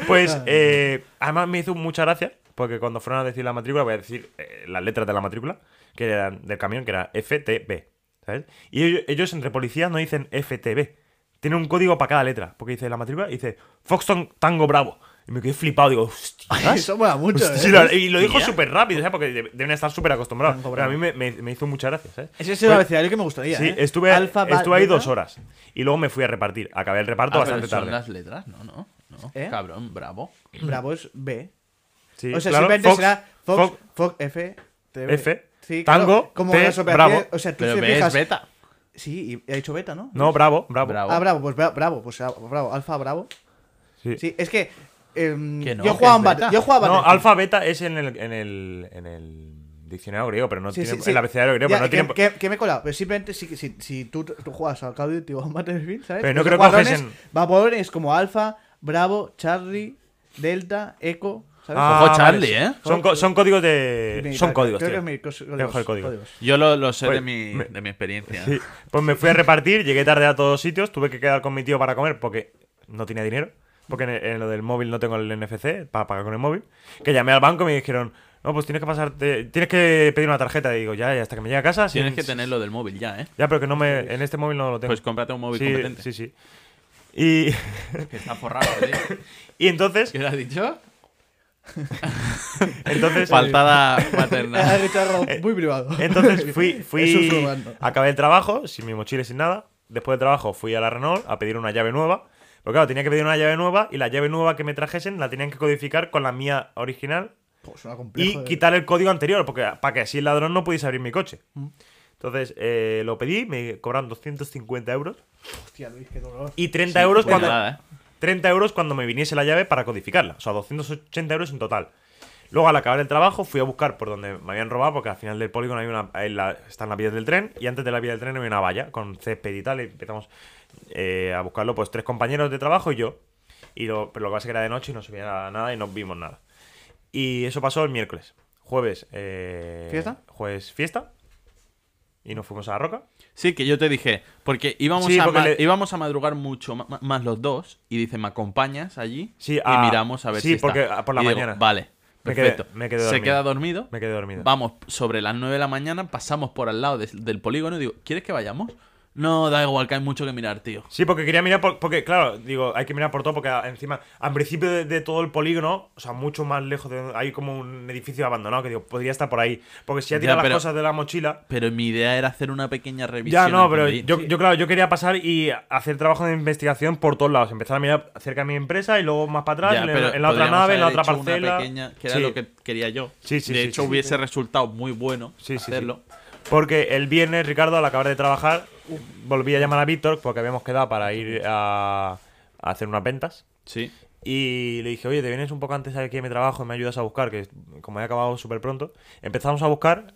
[SPEAKER 3] pues
[SPEAKER 4] Ah.
[SPEAKER 3] eh, además me hizo mucha gracia porque cuando fueron a decir la matrícula, voy a decir eh, las letras de la matrícula, que eran del camión, que era FTB. ¿Sabes? Y ellos, ellos, entre policías no dicen FTB. Tienen un código para cada letra. Porque dice la matrícula y dice Foxton Tango Bravo. Y me quedé flipado. Digo, hostia.
[SPEAKER 4] Eso mola mucho,
[SPEAKER 3] Ah, Hostia,
[SPEAKER 4] ¿Ah, ¿eh?
[SPEAKER 3] la- y lo dijo súper rápido, ¿sabes? Porque de- deben estar súper acostumbrados.
[SPEAKER 4] Tango
[SPEAKER 3] Pero a mí
[SPEAKER 4] Bravo.
[SPEAKER 3] me, me- me hizo mucha gracia, ¿sabes?
[SPEAKER 4] Ese es el
[SPEAKER 3] Pues-
[SPEAKER 4] abecedario que me gustaría.
[SPEAKER 3] Sí,
[SPEAKER 4] ¿eh?
[SPEAKER 3] estuve,
[SPEAKER 4] Alfa, ba-
[SPEAKER 3] estuve ahí
[SPEAKER 4] beta.
[SPEAKER 3] dos horas. Y luego me fui a repartir. Acabé el reparto
[SPEAKER 2] Ah, pero
[SPEAKER 3] bastante
[SPEAKER 2] son
[SPEAKER 3] tarde.
[SPEAKER 2] las letras, no, no. no.
[SPEAKER 4] ¿Eh?
[SPEAKER 2] Cabrón, bravo.
[SPEAKER 4] Bravo es B.
[SPEAKER 3] Sí,
[SPEAKER 4] o sea,
[SPEAKER 3] claro,
[SPEAKER 4] simplemente
[SPEAKER 3] Fox,
[SPEAKER 4] será Fox,
[SPEAKER 3] Fox,
[SPEAKER 4] Fox, F, TV.
[SPEAKER 3] F,
[SPEAKER 4] Sí,
[SPEAKER 3] Tango,
[SPEAKER 4] claro, como
[SPEAKER 3] T,
[SPEAKER 4] las operaciones-
[SPEAKER 3] Bravo.
[SPEAKER 4] O sea, tú
[SPEAKER 2] Pero
[SPEAKER 4] te
[SPEAKER 2] B es
[SPEAKER 4] fijas-
[SPEAKER 2] beta.
[SPEAKER 4] Sí, y ha dicho beta, ¿no?
[SPEAKER 3] No, bravo, bravo.
[SPEAKER 2] Bravo.
[SPEAKER 4] Ah, bravo, pues bra- bravo, pues ah, bravo, alfa, bravo.
[SPEAKER 3] Sí.
[SPEAKER 4] Sí, es que. em,
[SPEAKER 2] Que no,
[SPEAKER 4] yo
[SPEAKER 2] que
[SPEAKER 4] jugaba
[SPEAKER 2] es
[SPEAKER 4] en bat-
[SPEAKER 2] beta.
[SPEAKER 4] Yo jugaba
[SPEAKER 3] No,
[SPEAKER 4] Battlefield.
[SPEAKER 3] alfa, beta es en el, en el, en el diccionario griego, pero no
[SPEAKER 4] Sí,
[SPEAKER 3] tiene.
[SPEAKER 4] sí, sí.
[SPEAKER 3] El abecedario griego,
[SPEAKER 4] Ya,
[SPEAKER 3] pero no
[SPEAKER 4] que,
[SPEAKER 3] tiene.
[SPEAKER 4] que- que me he colado. Pero simplemente si, si, si tú, tú juegas al Call of Duty o a Battlefield, ¿sabes? Pues
[SPEAKER 3] Pero no
[SPEAKER 4] Esos
[SPEAKER 3] creo que juegues
[SPEAKER 4] guarrones, vapones como Alfa, Bravo, Charlie, Delta, Echo, ¿sabes?
[SPEAKER 2] Ah, Ojo, Charlie, ¿eh?
[SPEAKER 3] Son, co- son códigos de.
[SPEAKER 4] Militar.
[SPEAKER 3] eh, Son códigos,
[SPEAKER 4] Creo
[SPEAKER 3] tío.
[SPEAKER 4] que es mi-
[SPEAKER 3] Dejo el código.
[SPEAKER 4] códigos.
[SPEAKER 2] Yo lo, lo sé
[SPEAKER 3] Oye,
[SPEAKER 2] de, mi,
[SPEAKER 3] me-
[SPEAKER 2] de mi experiencia.
[SPEAKER 3] Sí. Pues me fui a repartir, llegué tarde a todos sitios, tuve que quedar con mi tío para comer porque no tenía dinero. Porque en, en lo del móvil no tengo el NFC para pagar con el móvil. Que llamé al banco y me dijeron, no, pues tienes que pasarte, tienes que pedir una tarjeta. Y digo, ya, ya, hasta que me llegue a casa.
[SPEAKER 2] Tienes
[SPEAKER 3] sin-
[SPEAKER 2] que tenerlo del móvil ya, ¿eh?
[SPEAKER 3] Ya, pero que no me, en este móvil no lo tengo.
[SPEAKER 2] Pues cómprate un móvil
[SPEAKER 3] sí,
[SPEAKER 2] competente.
[SPEAKER 3] Sí, sí. Y,
[SPEAKER 2] Que está forrado, tío.
[SPEAKER 3] y entonces,
[SPEAKER 2] ¿Qué le has dicho?
[SPEAKER 3] entonces,
[SPEAKER 2] Faltada
[SPEAKER 4] Ha
[SPEAKER 2] materna.
[SPEAKER 4] dicho algo Ah, muy privado.
[SPEAKER 3] Eh, entonces fui,
[SPEAKER 4] Eso
[SPEAKER 3] fui,
[SPEAKER 4] es urbano.
[SPEAKER 3] acabé el trabajo sin mi mochila y sin nada. Después del trabajo fui a la Renault a pedir una llave nueva. Pero claro, tenía que pedir una llave nueva y la llave nueva que me trajesen la tenían que codificar con la mía original
[SPEAKER 4] Pues suena complejo.
[SPEAKER 3] y
[SPEAKER 4] eh.
[SPEAKER 3] quitar el código anterior, porque para que así el ladrón no pudiese abrir mi coche.
[SPEAKER 4] Mm.
[SPEAKER 3] Entonces eh, lo pedí, me cobraron 250 euros
[SPEAKER 4] Hostia, Luis, qué dolor.
[SPEAKER 3] y 30 euros
[SPEAKER 2] Bueno,
[SPEAKER 3] cuando,
[SPEAKER 2] nada, ¿eh?
[SPEAKER 3] 30 euros cuando me viniese la llave para codificarla. O sea, 280 euros en total. Luego, al acabar el trabajo, fui a buscar por donde me habían robado, porque al final del polígono hay una, hay la- están las vías del tren, y antes de la vía del tren había una valla con césped y tal, y empezamos eh, a buscarlo, pues tres compañeros de trabajo y yo. Y lo- pero lo que pasa es que era de noche y no se veía nada, nada y no vimos nada. Y eso pasó el miércoles. Jueves. eh,
[SPEAKER 4] ¿Fiesta?
[SPEAKER 3] Jueves fiesta. Y nos fuimos a la roca.
[SPEAKER 2] Sí, que yo te dije, porque íbamos,
[SPEAKER 3] Sí,
[SPEAKER 2] a,
[SPEAKER 3] porque
[SPEAKER 2] ma-
[SPEAKER 3] le-
[SPEAKER 2] íbamos a madrugar mucho ma- ma- más los dos y dice, ¿me acompañas allí?
[SPEAKER 3] Sí,
[SPEAKER 2] y
[SPEAKER 3] a-
[SPEAKER 2] miramos a ver
[SPEAKER 3] sí,
[SPEAKER 2] si está.
[SPEAKER 3] porque, ah, por la
[SPEAKER 2] Y digo,
[SPEAKER 3] mañana.
[SPEAKER 2] vale,
[SPEAKER 3] Me quedé-
[SPEAKER 2] perfecto.
[SPEAKER 3] me quedé
[SPEAKER 2] Se
[SPEAKER 3] dormido.
[SPEAKER 2] queda dormido.
[SPEAKER 3] Me quedé dormido.
[SPEAKER 2] Vamos sobre las 9 de la mañana, pasamos por al lado des- del polígono y digo, ¿quieres que vayamos? No, da igual, que hay mucho que mirar, tío.
[SPEAKER 3] Sí, porque quería mirar por- porque, claro, digo, hay que mirar por todo, porque a- encima, al principio de, de todo el polígono, o sea, mucho más lejos de donde- hay como un edificio abandonado que digo, podría estar por ahí. Porque si ya
[SPEAKER 2] Ya,
[SPEAKER 3] tiras las
[SPEAKER 2] pero-
[SPEAKER 3] cosas de la mochila.
[SPEAKER 2] Pero mi idea era hacer una pequeña revisión.
[SPEAKER 3] Ya no,
[SPEAKER 2] antes
[SPEAKER 3] pero
[SPEAKER 2] de ir.
[SPEAKER 3] yo, yo, claro, yo quería pasar y hacer trabajo de investigación por todos lados. Empezar a mirar cerca de mi empresa y luego más para atrás,
[SPEAKER 2] Ya,
[SPEAKER 3] en,
[SPEAKER 2] pero
[SPEAKER 3] en la otra
[SPEAKER 2] podríamos
[SPEAKER 3] nave, en la
[SPEAKER 2] haber
[SPEAKER 3] otra
[SPEAKER 2] hecho una
[SPEAKER 3] parcela.
[SPEAKER 2] pequeña- que era
[SPEAKER 3] Sí.
[SPEAKER 2] lo que quería yo.
[SPEAKER 3] Sí, sí,
[SPEAKER 2] de
[SPEAKER 3] sí,
[SPEAKER 2] hecho,
[SPEAKER 3] sí.
[SPEAKER 2] hubiese resultado muy bueno
[SPEAKER 3] Sí, sí, sí.
[SPEAKER 2] hacerlo.
[SPEAKER 3] Porque el viernes, Ricardo, al acabar de trabajar, volví a llamar a Víctor porque habíamos quedado para ir a- a hacer unas ventas.
[SPEAKER 2] Sí.
[SPEAKER 3] Y le dije, oye, te vienes un poco antes aquí a mi trabajo y me ayudas a buscar, que como he acabado súper pronto, empezamos a buscar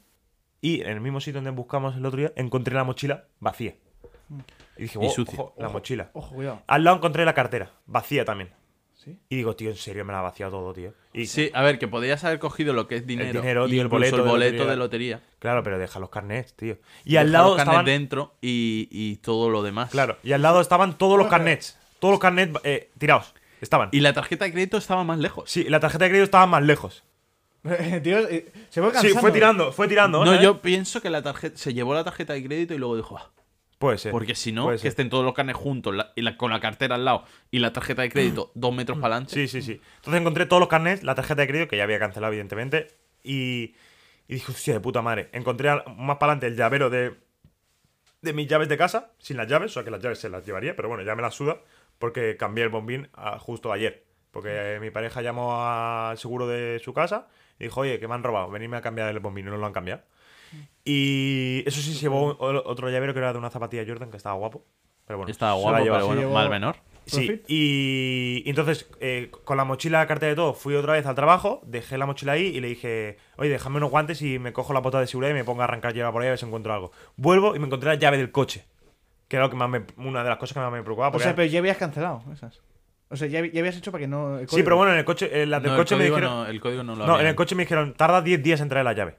[SPEAKER 3] y en el mismo sitio donde buscamos el otro día encontré la mochila vacía. Y dije,
[SPEAKER 2] Y
[SPEAKER 3] "Oh,
[SPEAKER 2] sucia.
[SPEAKER 3] ojo, la mochila.
[SPEAKER 4] Ojo, cuidado.
[SPEAKER 3] Al lado encontré la cartera, vacía también.
[SPEAKER 4] ¿Sí?
[SPEAKER 3] Y digo, tío, en serio me la ha vaciado todo, tío. Y,
[SPEAKER 2] Sí, a ver, que podías haber cogido lo que es dinero,
[SPEAKER 3] dinero,
[SPEAKER 2] y
[SPEAKER 3] tío, el
[SPEAKER 2] incluso
[SPEAKER 3] boleto de
[SPEAKER 2] de
[SPEAKER 3] lotería.
[SPEAKER 2] lotería.
[SPEAKER 3] Claro, pero deja los carnets, tío. Y
[SPEAKER 2] Dejar
[SPEAKER 3] al lado
[SPEAKER 2] los carnets
[SPEAKER 3] estaban...
[SPEAKER 2] dentro y, y todo lo demás.
[SPEAKER 3] Claro, y al lado estaban todos los
[SPEAKER 4] Bueno, pero-
[SPEAKER 3] carnets. Todos los carnets eh, tirados. Estaban.
[SPEAKER 2] Y la tarjeta de crédito estaba más lejos.
[SPEAKER 3] Sí, la tarjeta de crédito estaba más lejos.
[SPEAKER 4] Tío, eh, se fue
[SPEAKER 3] Sí,
[SPEAKER 4] cansando.
[SPEAKER 3] fue tirando, fue tirando.
[SPEAKER 2] No,
[SPEAKER 3] ¿eh?
[SPEAKER 2] yo pienso que la tarjeta se llevó la tarjeta de crédito y luego dijo, ah,
[SPEAKER 3] Puede ser.
[SPEAKER 2] porque si no,
[SPEAKER 3] puede
[SPEAKER 2] que
[SPEAKER 3] ser.
[SPEAKER 2] estén todos los carnes juntos la- y la- con la cartera al lado y la tarjeta de crédito dos metros para adelante.
[SPEAKER 3] Sí, sí, sí. Entonces encontré todos los carnets, la tarjeta de crédito, que ya había cancelado, evidentemente, y, y dije, hostia, de puta madre. Encontré al- más para adelante el llavero de, de mis llaves de casa, sin las llaves, o sea que las llaves se las llevaría, pero bueno, ya me las suda, porque cambié el bombín a- justo ayer. Porque eh, mi pareja llamó al seguro de su casa y dijo, oye, que me han robado, venirme a cambiar el bombín, y no lo han cambiado. Y eso sí, se llevó un- otro llavero que era de una zapatilla Jordan, que estaba guapo. Pero bueno,
[SPEAKER 2] Estaba
[SPEAKER 3] se la
[SPEAKER 2] guapo,
[SPEAKER 3] lleva.
[SPEAKER 2] pero bueno,
[SPEAKER 4] llevó-
[SPEAKER 2] mal menor.
[SPEAKER 3] Sí,
[SPEAKER 4] Profit.
[SPEAKER 3] y y entonces eh, con la mochila, la cartera y todo, fui otra vez al trabajo, dejé la mochila ahí y le dije, oye, déjame unos guantes y me cojo la bota de seguridad y me pongo a arrancar lleva por ahí a ver si encuentro algo. Vuelvo y me encontré la llave del coche, que era lo que más me- una de las cosas que más me preocupaba.
[SPEAKER 4] O
[SPEAKER 3] Ah, porque
[SPEAKER 4] sea,
[SPEAKER 3] era-
[SPEAKER 4] pero ya habías cancelado esas. O sea, ya, ya habías hecho para que no. el
[SPEAKER 3] Sí, pero
[SPEAKER 4] código.
[SPEAKER 3] bueno, en el coche, en la del
[SPEAKER 2] No,
[SPEAKER 3] coche
[SPEAKER 2] el,
[SPEAKER 3] me
[SPEAKER 2] código
[SPEAKER 3] dijeron...
[SPEAKER 2] no, el código no lo
[SPEAKER 3] No, en
[SPEAKER 2] había.
[SPEAKER 3] el coche me dijeron, tarda 10 días en traer la llave.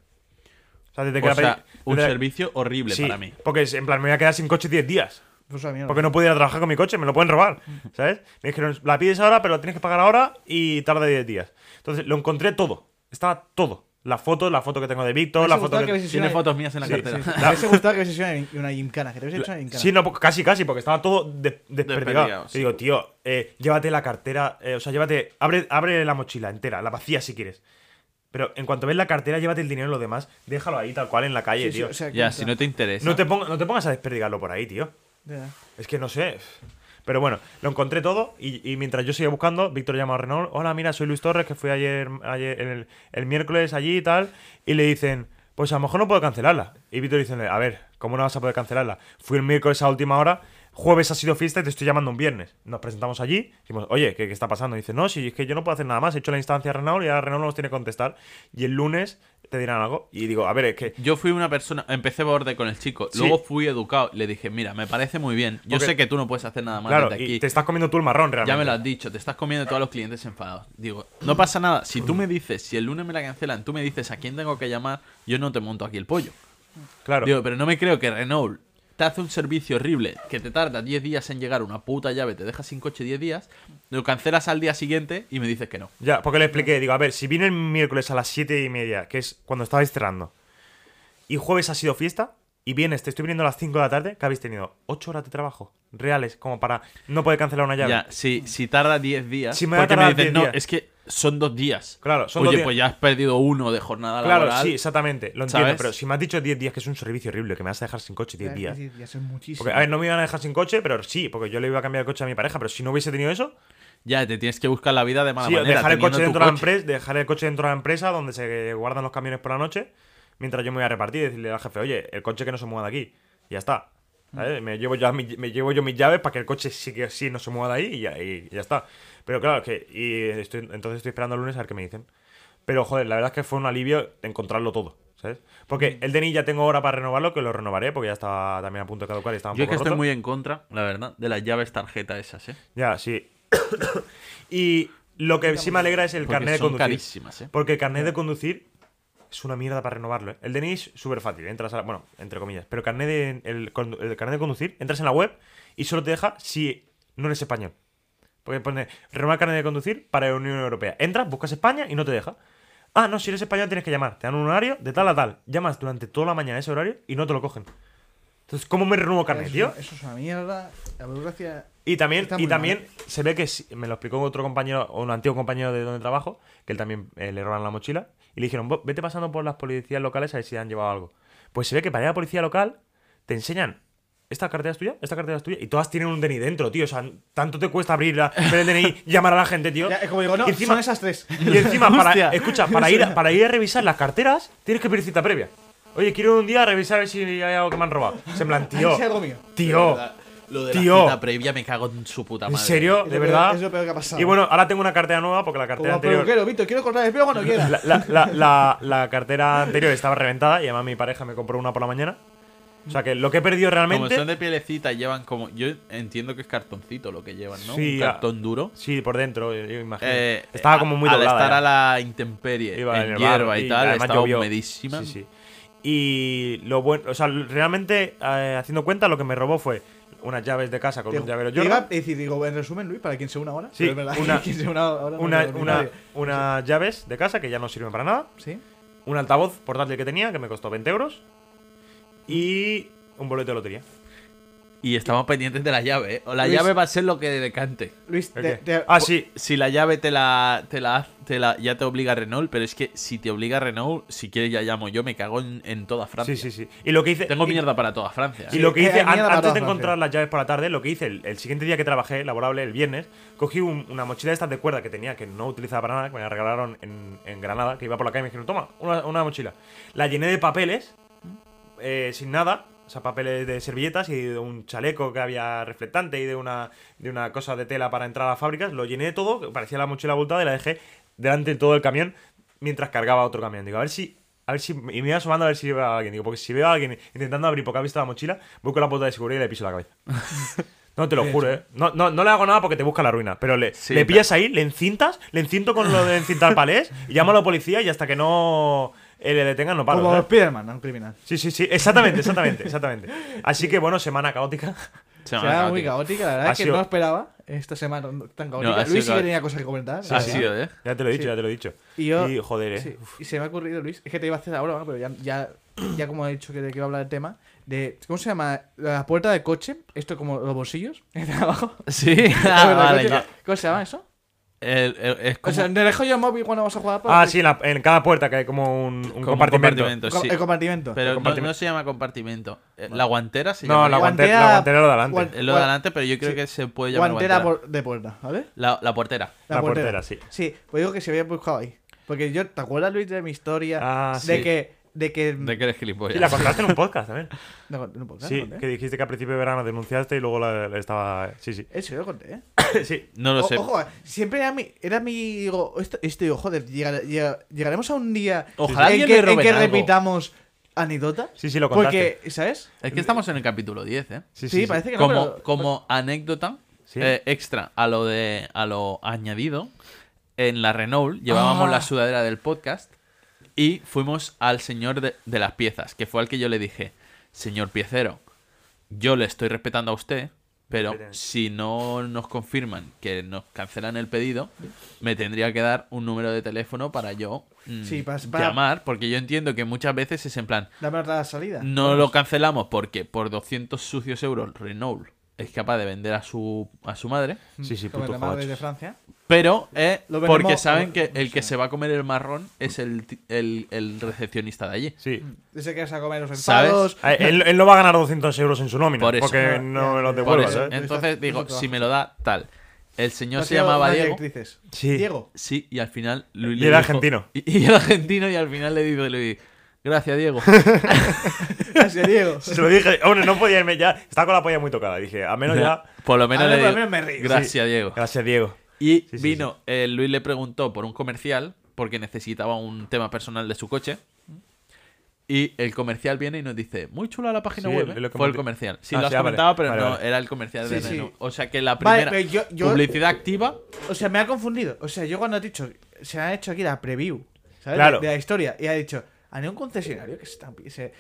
[SPEAKER 3] O sea, desde que
[SPEAKER 2] O
[SPEAKER 3] la pedí-
[SPEAKER 2] sea, un
[SPEAKER 3] desde-
[SPEAKER 2] servicio horrible
[SPEAKER 3] Sí,
[SPEAKER 2] para mí.
[SPEAKER 3] Porque es- en plan, me voy a quedar sin coche 10 días.
[SPEAKER 4] Pues a mí no.
[SPEAKER 3] Porque no pudiera trabajar con mi coche, me lo pueden robar, ¿sabes? Me dijeron, la pides ahora, pero la tienes que pagar ahora y tarda 10 días. Entonces, lo encontré todo. Estaba todo. La foto, la foto que tengo de Víctor,
[SPEAKER 4] Me
[SPEAKER 3] la
[SPEAKER 4] hubiese
[SPEAKER 3] foto
[SPEAKER 4] gustado
[SPEAKER 3] que...
[SPEAKER 4] que
[SPEAKER 2] Tiene fotos mías en la
[SPEAKER 3] Sí,
[SPEAKER 2] cartera.
[SPEAKER 4] Me hubiese gustado que hubiese hecho una gincana. Que te hubiese hecho una gincana.
[SPEAKER 3] Sí, no, porque casi, casi, porque estaba todo de- desperdigado.
[SPEAKER 2] Desperdigado, sí.
[SPEAKER 3] Y digo, tío, eh, llévate la cartera, eh, o sea, llévate, abre, abre la mochila entera, la vacía si quieres. Pero en cuanto ves la cartera, llévate el dinero y lo demás, déjalo ahí tal cual en la calle,
[SPEAKER 4] Sí, sí,
[SPEAKER 3] tío.
[SPEAKER 4] o sea,
[SPEAKER 2] Ya,
[SPEAKER 4] que-
[SPEAKER 2] si no te interesa.
[SPEAKER 3] no, te ponga- no te pongas a desperdigarlo por ahí, tío.
[SPEAKER 4] Ya.
[SPEAKER 3] Es que no sé. Pero bueno, lo encontré todo y, y mientras yo seguía buscando, Víctor llama a Renault. Hola, mira, soy Luis Torres, que fui ayer, ayer en el, el miércoles allí y tal. Y le dicen, pues a lo mejor no puedo cancelarla. Y Víctor dice, a ver, ¿cómo no vas a poder cancelarla? Fui el miércoles a última hora. Jueves ha sido fiesta y te estoy llamando un viernes. Nos presentamos allí, dijimos, oye, ¿qué, qué está pasando? Y dice, no, si es que yo no puedo hacer nada más, he hecho la instancia a Renault y ahora Renault no nos tiene que contestar. Y el lunes te dirán algo. Y digo, a ver, es que
[SPEAKER 2] Yo fui una persona, empecé borde con el chico,
[SPEAKER 3] Sí.
[SPEAKER 2] luego fui educado, le dije, mira, me parece muy bien, yo
[SPEAKER 3] Porque-
[SPEAKER 2] sé que tú no puedes hacer nada más
[SPEAKER 3] Claro,
[SPEAKER 2] desde
[SPEAKER 3] y
[SPEAKER 2] aquí.
[SPEAKER 3] te estás comiendo tú el marrón realmente.
[SPEAKER 2] Ya me lo has dicho, te estás comiendo todos los clientes enfadados. Digo, no pasa nada, si tú me dices, si el lunes me la cancelan, tú me dices a quién tengo que llamar, yo no te monto aquí el pollo.
[SPEAKER 3] Claro.
[SPEAKER 2] Digo, pero no me creo que Renault te hace un servicio horrible que te tarda 10 días en llegar una puta llave, te deja sin coche 10 días, lo cancelas al día siguiente y me dices que no.
[SPEAKER 3] Ya, porque le expliqué, digo, a ver, si vine el miércoles a las 7 y media, que es cuando estabais cerrando, y jueves ha sido fiesta, y vienes, te estoy viniendo a las 5 de la tarde, que habéis tenido 8 horas de trabajo reales, como para no poder cancelar una llave.
[SPEAKER 2] Ya, si, si tarda 10 días,
[SPEAKER 3] Si me va a
[SPEAKER 2] porque me
[SPEAKER 3] tardar
[SPEAKER 2] dices,
[SPEAKER 3] 10
[SPEAKER 2] no,
[SPEAKER 3] días".
[SPEAKER 2] es que son dos días.
[SPEAKER 3] Claro, son
[SPEAKER 2] Oye,
[SPEAKER 3] dos días.
[SPEAKER 2] pues ya has perdido uno de jornada
[SPEAKER 3] Claro,
[SPEAKER 2] laboral.
[SPEAKER 3] sí, exactamente, lo entiendo,
[SPEAKER 2] ¿Sabes?
[SPEAKER 3] pero si me has dicho 10 días, que es un servicio horrible, que me vas a dejar sin coche
[SPEAKER 4] Eh,
[SPEAKER 3] 10 días.
[SPEAKER 4] Ya es muchísimo.
[SPEAKER 3] Porque, a ver, no me iban a dejar sin coche, pero sí, porque yo le iba a cambiar el coche a mi pareja, pero si no hubiese tenido eso,
[SPEAKER 2] Ya, te tienes que buscar la vida de mala
[SPEAKER 3] Sí,
[SPEAKER 2] manera.
[SPEAKER 3] dejar el
[SPEAKER 2] pues teniendo
[SPEAKER 3] coche
[SPEAKER 2] tu
[SPEAKER 3] dentro de la
[SPEAKER 2] coche.
[SPEAKER 3] empresa, dejar el coche dentro de la empresa donde se guardan los camiones por la noche, mientras yo me voy a repartir y decirle al jefe, oye, el coche que no se mueva de aquí. Y ya está.
[SPEAKER 2] Mm.
[SPEAKER 3] ¿Sabes? Me, llevo ya mi- me llevo yo mis llaves para que el coche sí que sí no se mueva de ahí y ya, y ya está. Pero claro, es que y estoy, entonces estoy esperando el lunes a ver qué me dicen. Pero joder, la verdad es que fue un alivio encontrarlo todo. ¿Sabes?
[SPEAKER 2] Mm.
[SPEAKER 3] Porque el DNI ya tengo hora para renovarlo, que lo renovaré porque ya estaba también a punto de caducar y estaba un
[SPEAKER 2] Yo es
[SPEAKER 3] poco
[SPEAKER 2] que estoy
[SPEAKER 3] roto.
[SPEAKER 2] muy en contra, la verdad, de las llaves tarjeta esas, ¿eh?
[SPEAKER 3] Ya, sí. y lo que sí me alegra es el
[SPEAKER 2] Porque
[SPEAKER 3] carnet de
[SPEAKER 2] son
[SPEAKER 3] conducir.
[SPEAKER 2] carísimas, ¿eh?
[SPEAKER 3] Porque el carnet de conducir es una mierda para renovarlo. ¿eh? El DNI es súper fácil. Entras a la- Bueno, entre comillas. Pero carnet de, el, condu- el carnet de conducir, entras en la web y solo te deja si no eres español. Porque pone renovar carnet de conducir para la Unión Europea. Entras, buscas España y no te deja. Ah, no, si eres español tienes que llamar. Te dan un horario de tal a tal. Llamas durante toda la mañana ese horario y no te lo cogen. Entonces, ¿cómo me renuevo carnet,
[SPEAKER 4] eso,
[SPEAKER 3] tío?
[SPEAKER 4] eso es una mierda. La burocracia.
[SPEAKER 3] Y también,
[SPEAKER 4] Está
[SPEAKER 3] y
[SPEAKER 4] muy
[SPEAKER 3] también
[SPEAKER 4] mal. ¿eh?
[SPEAKER 3] se ve que si- me lo explicó otro compañero, un antiguo compañero de donde trabajo, que él también eh, le roban la mochila, y le dijeron, "Vo- vete pasando por las policías locales a ver si han llevado algo. Pues se ve que para ir a la policía local te enseñan, esta cartera es tuya, esta cartera es tuya, y todas tienen un DNI dentro, tío. O sea, tanto te cuesta abrir la, ver el DNI, llamar a la gente, tío.
[SPEAKER 4] Ya, es como digo, no,
[SPEAKER 3] y encima,
[SPEAKER 4] son esas tres.
[SPEAKER 3] y encima para,
[SPEAKER 2] Hostia.
[SPEAKER 3] escucha, para ir, a- para ir a revisar las carteras, tienes que pedir cita previa. Oye, quiero ir un día a revisar a ver si hay algo que me han robado. Se en plan, tío.
[SPEAKER 4] Es algo mío.
[SPEAKER 3] Tío.
[SPEAKER 2] Lo de
[SPEAKER 3] Tío.
[SPEAKER 2] la cita previa me cago en su puta
[SPEAKER 3] ¿En
[SPEAKER 2] madre. ¿eh?
[SPEAKER 3] serio?
[SPEAKER 4] Es
[SPEAKER 3] ¿De
[SPEAKER 4] lo peor-
[SPEAKER 3] verdad?
[SPEAKER 4] es lo peor que ha pasado.
[SPEAKER 3] Y bueno, ahora tengo una cartera nueva porque la
[SPEAKER 4] Como
[SPEAKER 3] cartera
[SPEAKER 4] a
[SPEAKER 3] anterior.
[SPEAKER 4] peluquero, Víctor, quiero cortar el pelo cuando quiera.
[SPEAKER 3] La, la- la- la- la cartera anterior estaba reventada y además mi pareja me compró una por la mañana. O sea que lo que he perdido
[SPEAKER 2] Como
[SPEAKER 3] realmente.
[SPEAKER 2] son de pielecita y llevan como. Yo entiendo que es cartoncito lo que llevan, ¿no?
[SPEAKER 3] Sí,
[SPEAKER 2] Un
[SPEAKER 3] a-
[SPEAKER 2] cartón duro.
[SPEAKER 3] Sí, por dentro, yo- yo imagino.
[SPEAKER 2] Eh,
[SPEAKER 3] estaba
[SPEAKER 2] a-
[SPEAKER 3] como muy
[SPEAKER 2] Al
[SPEAKER 3] doblada.
[SPEAKER 2] estar
[SPEAKER 3] ya.
[SPEAKER 2] a la intemperie,
[SPEAKER 3] Iba en
[SPEAKER 2] en
[SPEAKER 3] el
[SPEAKER 2] hierba
[SPEAKER 3] barro
[SPEAKER 2] y, tal,
[SPEAKER 3] además
[SPEAKER 2] estaba
[SPEAKER 3] llovió.
[SPEAKER 2] humedísima.
[SPEAKER 3] Sí, sí. Y lo bueno, o sea, realmente eh, haciendo cuenta, lo que me robó fue unas llaves de casa con
[SPEAKER 4] Te-
[SPEAKER 3] un llavero
[SPEAKER 4] te iba a
[SPEAKER 3] Jordan.
[SPEAKER 4] decir, digo, en resumen, Luis, para quien sea una hora.
[SPEAKER 3] Sí,
[SPEAKER 4] pero es verdad,
[SPEAKER 3] una-
[SPEAKER 4] quien sea una hora. no
[SPEAKER 3] Una,
[SPEAKER 4] es lo
[SPEAKER 3] una-
[SPEAKER 4] ordinario.
[SPEAKER 3] unas llaves de casa que ya no sirven para nada.
[SPEAKER 4] Sí.
[SPEAKER 3] un altavoz portátil que tenía, que me costó 20 euros, y un boleto de lotería.
[SPEAKER 2] Y estamos pendientes de la llave, ¿eh? O la
[SPEAKER 4] Luis-
[SPEAKER 2] llave va a ser lo que decante.
[SPEAKER 4] Luis,
[SPEAKER 3] ¿El
[SPEAKER 4] te-
[SPEAKER 3] qué?
[SPEAKER 4] te-
[SPEAKER 3] ah, sí.
[SPEAKER 2] Si la llave te la, te la, te la- ya te obliga Renault, pero es que si te obliga Renault, si quieres ya llamo yo, me cago en, en toda Francia.
[SPEAKER 3] Sí, sí, sí. Y lo que hice...
[SPEAKER 2] Tengo
[SPEAKER 3] y-
[SPEAKER 2] mierda para toda Francia.
[SPEAKER 3] Y
[SPEAKER 2] ¿eh?
[SPEAKER 3] lo que
[SPEAKER 4] Sí,
[SPEAKER 3] hice,
[SPEAKER 4] hay mierda
[SPEAKER 3] an-
[SPEAKER 4] para
[SPEAKER 3] antes
[SPEAKER 4] toda
[SPEAKER 3] de
[SPEAKER 4] Francia.
[SPEAKER 3] encontrar las llaves por la tarde, lo que hice el, el siguiente día que trabajé, laborable, el viernes, cogí un- una mochila de estas de cuerda que tenía, que no utilizaba para nada, que me la regalaron en, en Granada, que iba por la calle y me dijeron, toma, una, una mochila. La llené de papeles, eh, sin nada, o sea, papeles de servilletas y de un chaleco que había reflectante y de una, de una cosa de tela para entrar a las fábricas, lo llené de todo, que parecía la mochila abultada y la dejé delante de todo el camión mientras cargaba otro camión. Digo, a ver si... A ver si, y me iba asomando a ver si veo a alguien. Digo, porque si veo a alguien intentando abrir porque ha visto la mochila, voy con la puerta de seguridad y le piso la cabeza. No, te lo juro, ¿eh? No, no, no le hago nada porque te busca la ruina. Pero le,
[SPEAKER 2] Sí,
[SPEAKER 3] le
[SPEAKER 2] pero-
[SPEAKER 3] pillas ahí, le encintas, le encinto con lo de encintar palés, y llamo a la policía y hasta que no eh, le detengan no paro.
[SPEAKER 4] Como
[SPEAKER 3] ¿sabes?
[SPEAKER 4] Spiderman, a un criminal.
[SPEAKER 3] Sí, sí, sí, exactamente, exactamente, exactamente. Así que bueno, semana caótica.
[SPEAKER 2] Se me
[SPEAKER 4] Será
[SPEAKER 2] ha
[SPEAKER 4] muy
[SPEAKER 2] acabado,
[SPEAKER 4] caótica, la verdad
[SPEAKER 3] Ha
[SPEAKER 4] es que
[SPEAKER 3] sido-
[SPEAKER 4] no esperaba esta semana tan caótica.
[SPEAKER 2] ha sido
[SPEAKER 4] Luis sí que
[SPEAKER 2] caótica.
[SPEAKER 4] tenía cosas que comentar.
[SPEAKER 2] tío.
[SPEAKER 4] la
[SPEAKER 2] Ha
[SPEAKER 4] verdad.
[SPEAKER 2] sido, ¿eh?
[SPEAKER 3] Ya te lo he dicho,
[SPEAKER 4] Sí.
[SPEAKER 3] ya te lo he dicho.
[SPEAKER 4] Y yo.
[SPEAKER 3] joder, eh.
[SPEAKER 4] sí, y se me ha ocurrido, Luis, es que te iba a hacer ahora, bueno, pero ya, ya, ya como he dicho que, de que iba a hablar el tema. De, ¿Cómo se llama? La puerta del coche, esto como los bolsillos, de abajo.
[SPEAKER 2] Sí.
[SPEAKER 4] La
[SPEAKER 2] Ah,
[SPEAKER 4] puerta del
[SPEAKER 2] vale,
[SPEAKER 4] coche,
[SPEAKER 2] ya.
[SPEAKER 4] ¿Cómo se llama eso?
[SPEAKER 2] el- el- es como
[SPEAKER 4] O sea, en el joya móvil cuando vas a jugar. pues,
[SPEAKER 3] Ah,
[SPEAKER 4] te-
[SPEAKER 3] sí, en, la- en cada puerta que hay como un, un
[SPEAKER 2] como un
[SPEAKER 3] compartimento.
[SPEAKER 2] compartimento,
[SPEAKER 4] co-
[SPEAKER 2] sí.
[SPEAKER 4] El compartimento.
[SPEAKER 2] Pero no- no,
[SPEAKER 3] compartimento.
[SPEAKER 2] se llama compartimento. Eh, La guantera se
[SPEAKER 3] No,
[SPEAKER 2] llama.
[SPEAKER 3] la,
[SPEAKER 2] ya.
[SPEAKER 3] guante- la guantera lo de adelante.
[SPEAKER 4] guan-
[SPEAKER 2] Es lo de adelante, pero yo creo
[SPEAKER 4] sí.
[SPEAKER 2] que se puede llamar
[SPEAKER 4] guantera
[SPEAKER 2] guantera.
[SPEAKER 4] por- de puerta, ¿vale?
[SPEAKER 2] La, la portera.
[SPEAKER 3] La portera, sí.
[SPEAKER 4] Sí, pues digo que se había buscado ahí. Porque yo, ¿te acuerdas, Luis, de mi historia?
[SPEAKER 3] Ah,
[SPEAKER 4] de
[SPEAKER 2] sí.
[SPEAKER 4] que. De que.
[SPEAKER 2] De que eres gilipollas.
[SPEAKER 3] Sí, la contaste en un podcast también.
[SPEAKER 4] No, no puedo,
[SPEAKER 3] Sí,
[SPEAKER 4] ¿no?
[SPEAKER 3] que dijiste que a principio de verano denunciaste y luego la, la estaba. Sí, sí.
[SPEAKER 4] Eso yo lo conté, ¿eh?
[SPEAKER 3] sí.
[SPEAKER 2] No lo
[SPEAKER 4] O-
[SPEAKER 2] sé.
[SPEAKER 4] Ojo, eh, siempre era mi. Era mi digo, esto, esto digo, joder, llega- llega- llegaremos a un día
[SPEAKER 2] Ojalá
[SPEAKER 4] en
[SPEAKER 2] alguien
[SPEAKER 4] que,
[SPEAKER 2] le
[SPEAKER 4] en
[SPEAKER 2] roben
[SPEAKER 4] que
[SPEAKER 2] algo.
[SPEAKER 4] repitamos anécdota.
[SPEAKER 3] Sí, sí, lo contaste.
[SPEAKER 4] Porque, ¿sabes?
[SPEAKER 2] Es que estamos en el capítulo 10, ¿eh?
[SPEAKER 4] Sí, parece que no.
[SPEAKER 2] como,
[SPEAKER 4] pero- pues
[SPEAKER 2] como anécdota
[SPEAKER 3] Sí.
[SPEAKER 2] eh, extra a lo de a lo añadido, en la Renault llevábamos
[SPEAKER 3] Ah.
[SPEAKER 2] la sudadera del podcast y fuimos al señor de, de las piezas, que fue al que yo le dije, señor piecero, yo le estoy respetando a usted, pero
[SPEAKER 3] Respeten.
[SPEAKER 2] si no nos confirman que nos cancelan el pedido, me tendría que dar un número de teléfono para yo mm,
[SPEAKER 4] Sí, para- para-
[SPEAKER 2] llamar, porque yo entiendo que muchas veces es en plan,
[SPEAKER 4] Dame otra salida.
[SPEAKER 2] no lo cancelamos porque por 200 sucios euros Renault es capaz de vender a su, a su madre.
[SPEAKER 3] Sí, sí,
[SPEAKER 4] mm, Como
[SPEAKER 3] puto
[SPEAKER 4] la madre
[SPEAKER 3] joder.
[SPEAKER 4] de Francia.
[SPEAKER 2] Pero eh,
[SPEAKER 4] Lo veremos-
[SPEAKER 2] porque saben que
[SPEAKER 4] lo-
[SPEAKER 2] el que se va a comer el marrón es el, ti- el, el recepcionista de allí.
[SPEAKER 3] Sí.
[SPEAKER 4] Ese que vas a comer los
[SPEAKER 2] ¿Sabes?
[SPEAKER 4] enfados.
[SPEAKER 3] Ah, Él, él no va a ganar 200 euros en su nómina.
[SPEAKER 2] Por eso.
[SPEAKER 3] Porque no me ¿eh? los
[SPEAKER 2] Por
[SPEAKER 3] devuelve.
[SPEAKER 4] Por Bueno,
[SPEAKER 2] eso.
[SPEAKER 4] ¿sabes?
[SPEAKER 2] Entonces
[SPEAKER 4] Eso
[SPEAKER 2] digo,
[SPEAKER 4] trabaja.
[SPEAKER 2] si me lo da, tal. El señor se
[SPEAKER 4] No ha sido
[SPEAKER 2] llamaba
[SPEAKER 4] unas
[SPEAKER 2] Diego.
[SPEAKER 4] directrices.
[SPEAKER 3] Sí.
[SPEAKER 4] Diego.
[SPEAKER 2] Sí, y al final
[SPEAKER 3] Y
[SPEAKER 2] Luis dijo-
[SPEAKER 3] era argentino.
[SPEAKER 2] Y, y era argentino y al final le digo Luis, gracias Diego.
[SPEAKER 4] Gracias, Diego.
[SPEAKER 3] Se lo dije. Hombre, no podía irme ya. Estaba con la polla muy tocada. Dije, a menos ya.
[SPEAKER 2] Por lo menos
[SPEAKER 4] A ver,
[SPEAKER 2] le
[SPEAKER 4] por lo
[SPEAKER 2] digo,
[SPEAKER 4] menos me río.
[SPEAKER 2] gracias
[SPEAKER 3] Sí.
[SPEAKER 2] Diego.
[SPEAKER 3] Gracias, Diego.
[SPEAKER 2] Y
[SPEAKER 3] sí,
[SPEAKER 2] vino, eh, Luis le preguntó por un comercial, porque necesitaba un tema personal de su coche. Y el comercial viene y nos dice, muy chula la página
[SPEAKER 3] Sí,
[SPEAKER 2] web.
[SPEAKER 3] el-
[SPEAKER 2] ¿eh?".
[SPEAKER 3] el
[SPEAKER 2] Fue el
[SPEAKER 3] comerci-
[SPEAKER 2] comercial. Sí,
[SPEAKER 3] Ah,
[SPEAKER 2] lo has
[SPEAKER 3] sí, ah, vale.
[SPEAKER 2] comentado, pero
[SPEAKER 3] Vale,
[SPEAKER 2] no,
[SPEAKER 3] vale.
[SPEAKER 2] era el comercial de
[SPEAKER 4] Sí,
[SPEAKER 2] Renault.
[SPEAKER 4] sí.
[SPEAKER 2] O sea que la
[SPEAKER 4] Vale,
[SPEAKER 2] primera
[SPEAKER 4] pero yo- yo-
[SPEAKER 2] publicidad activa,
[SPEAKER 4] O sea, me ha confundido. O sea, yo cuando he dicho, se ha hecho aquí la preview, ¿sabes?
[SPEAKER 3] Claro.
[SPEAKER 4] De, de la historia. Y ha dicho, a un concesionario que se tan- se-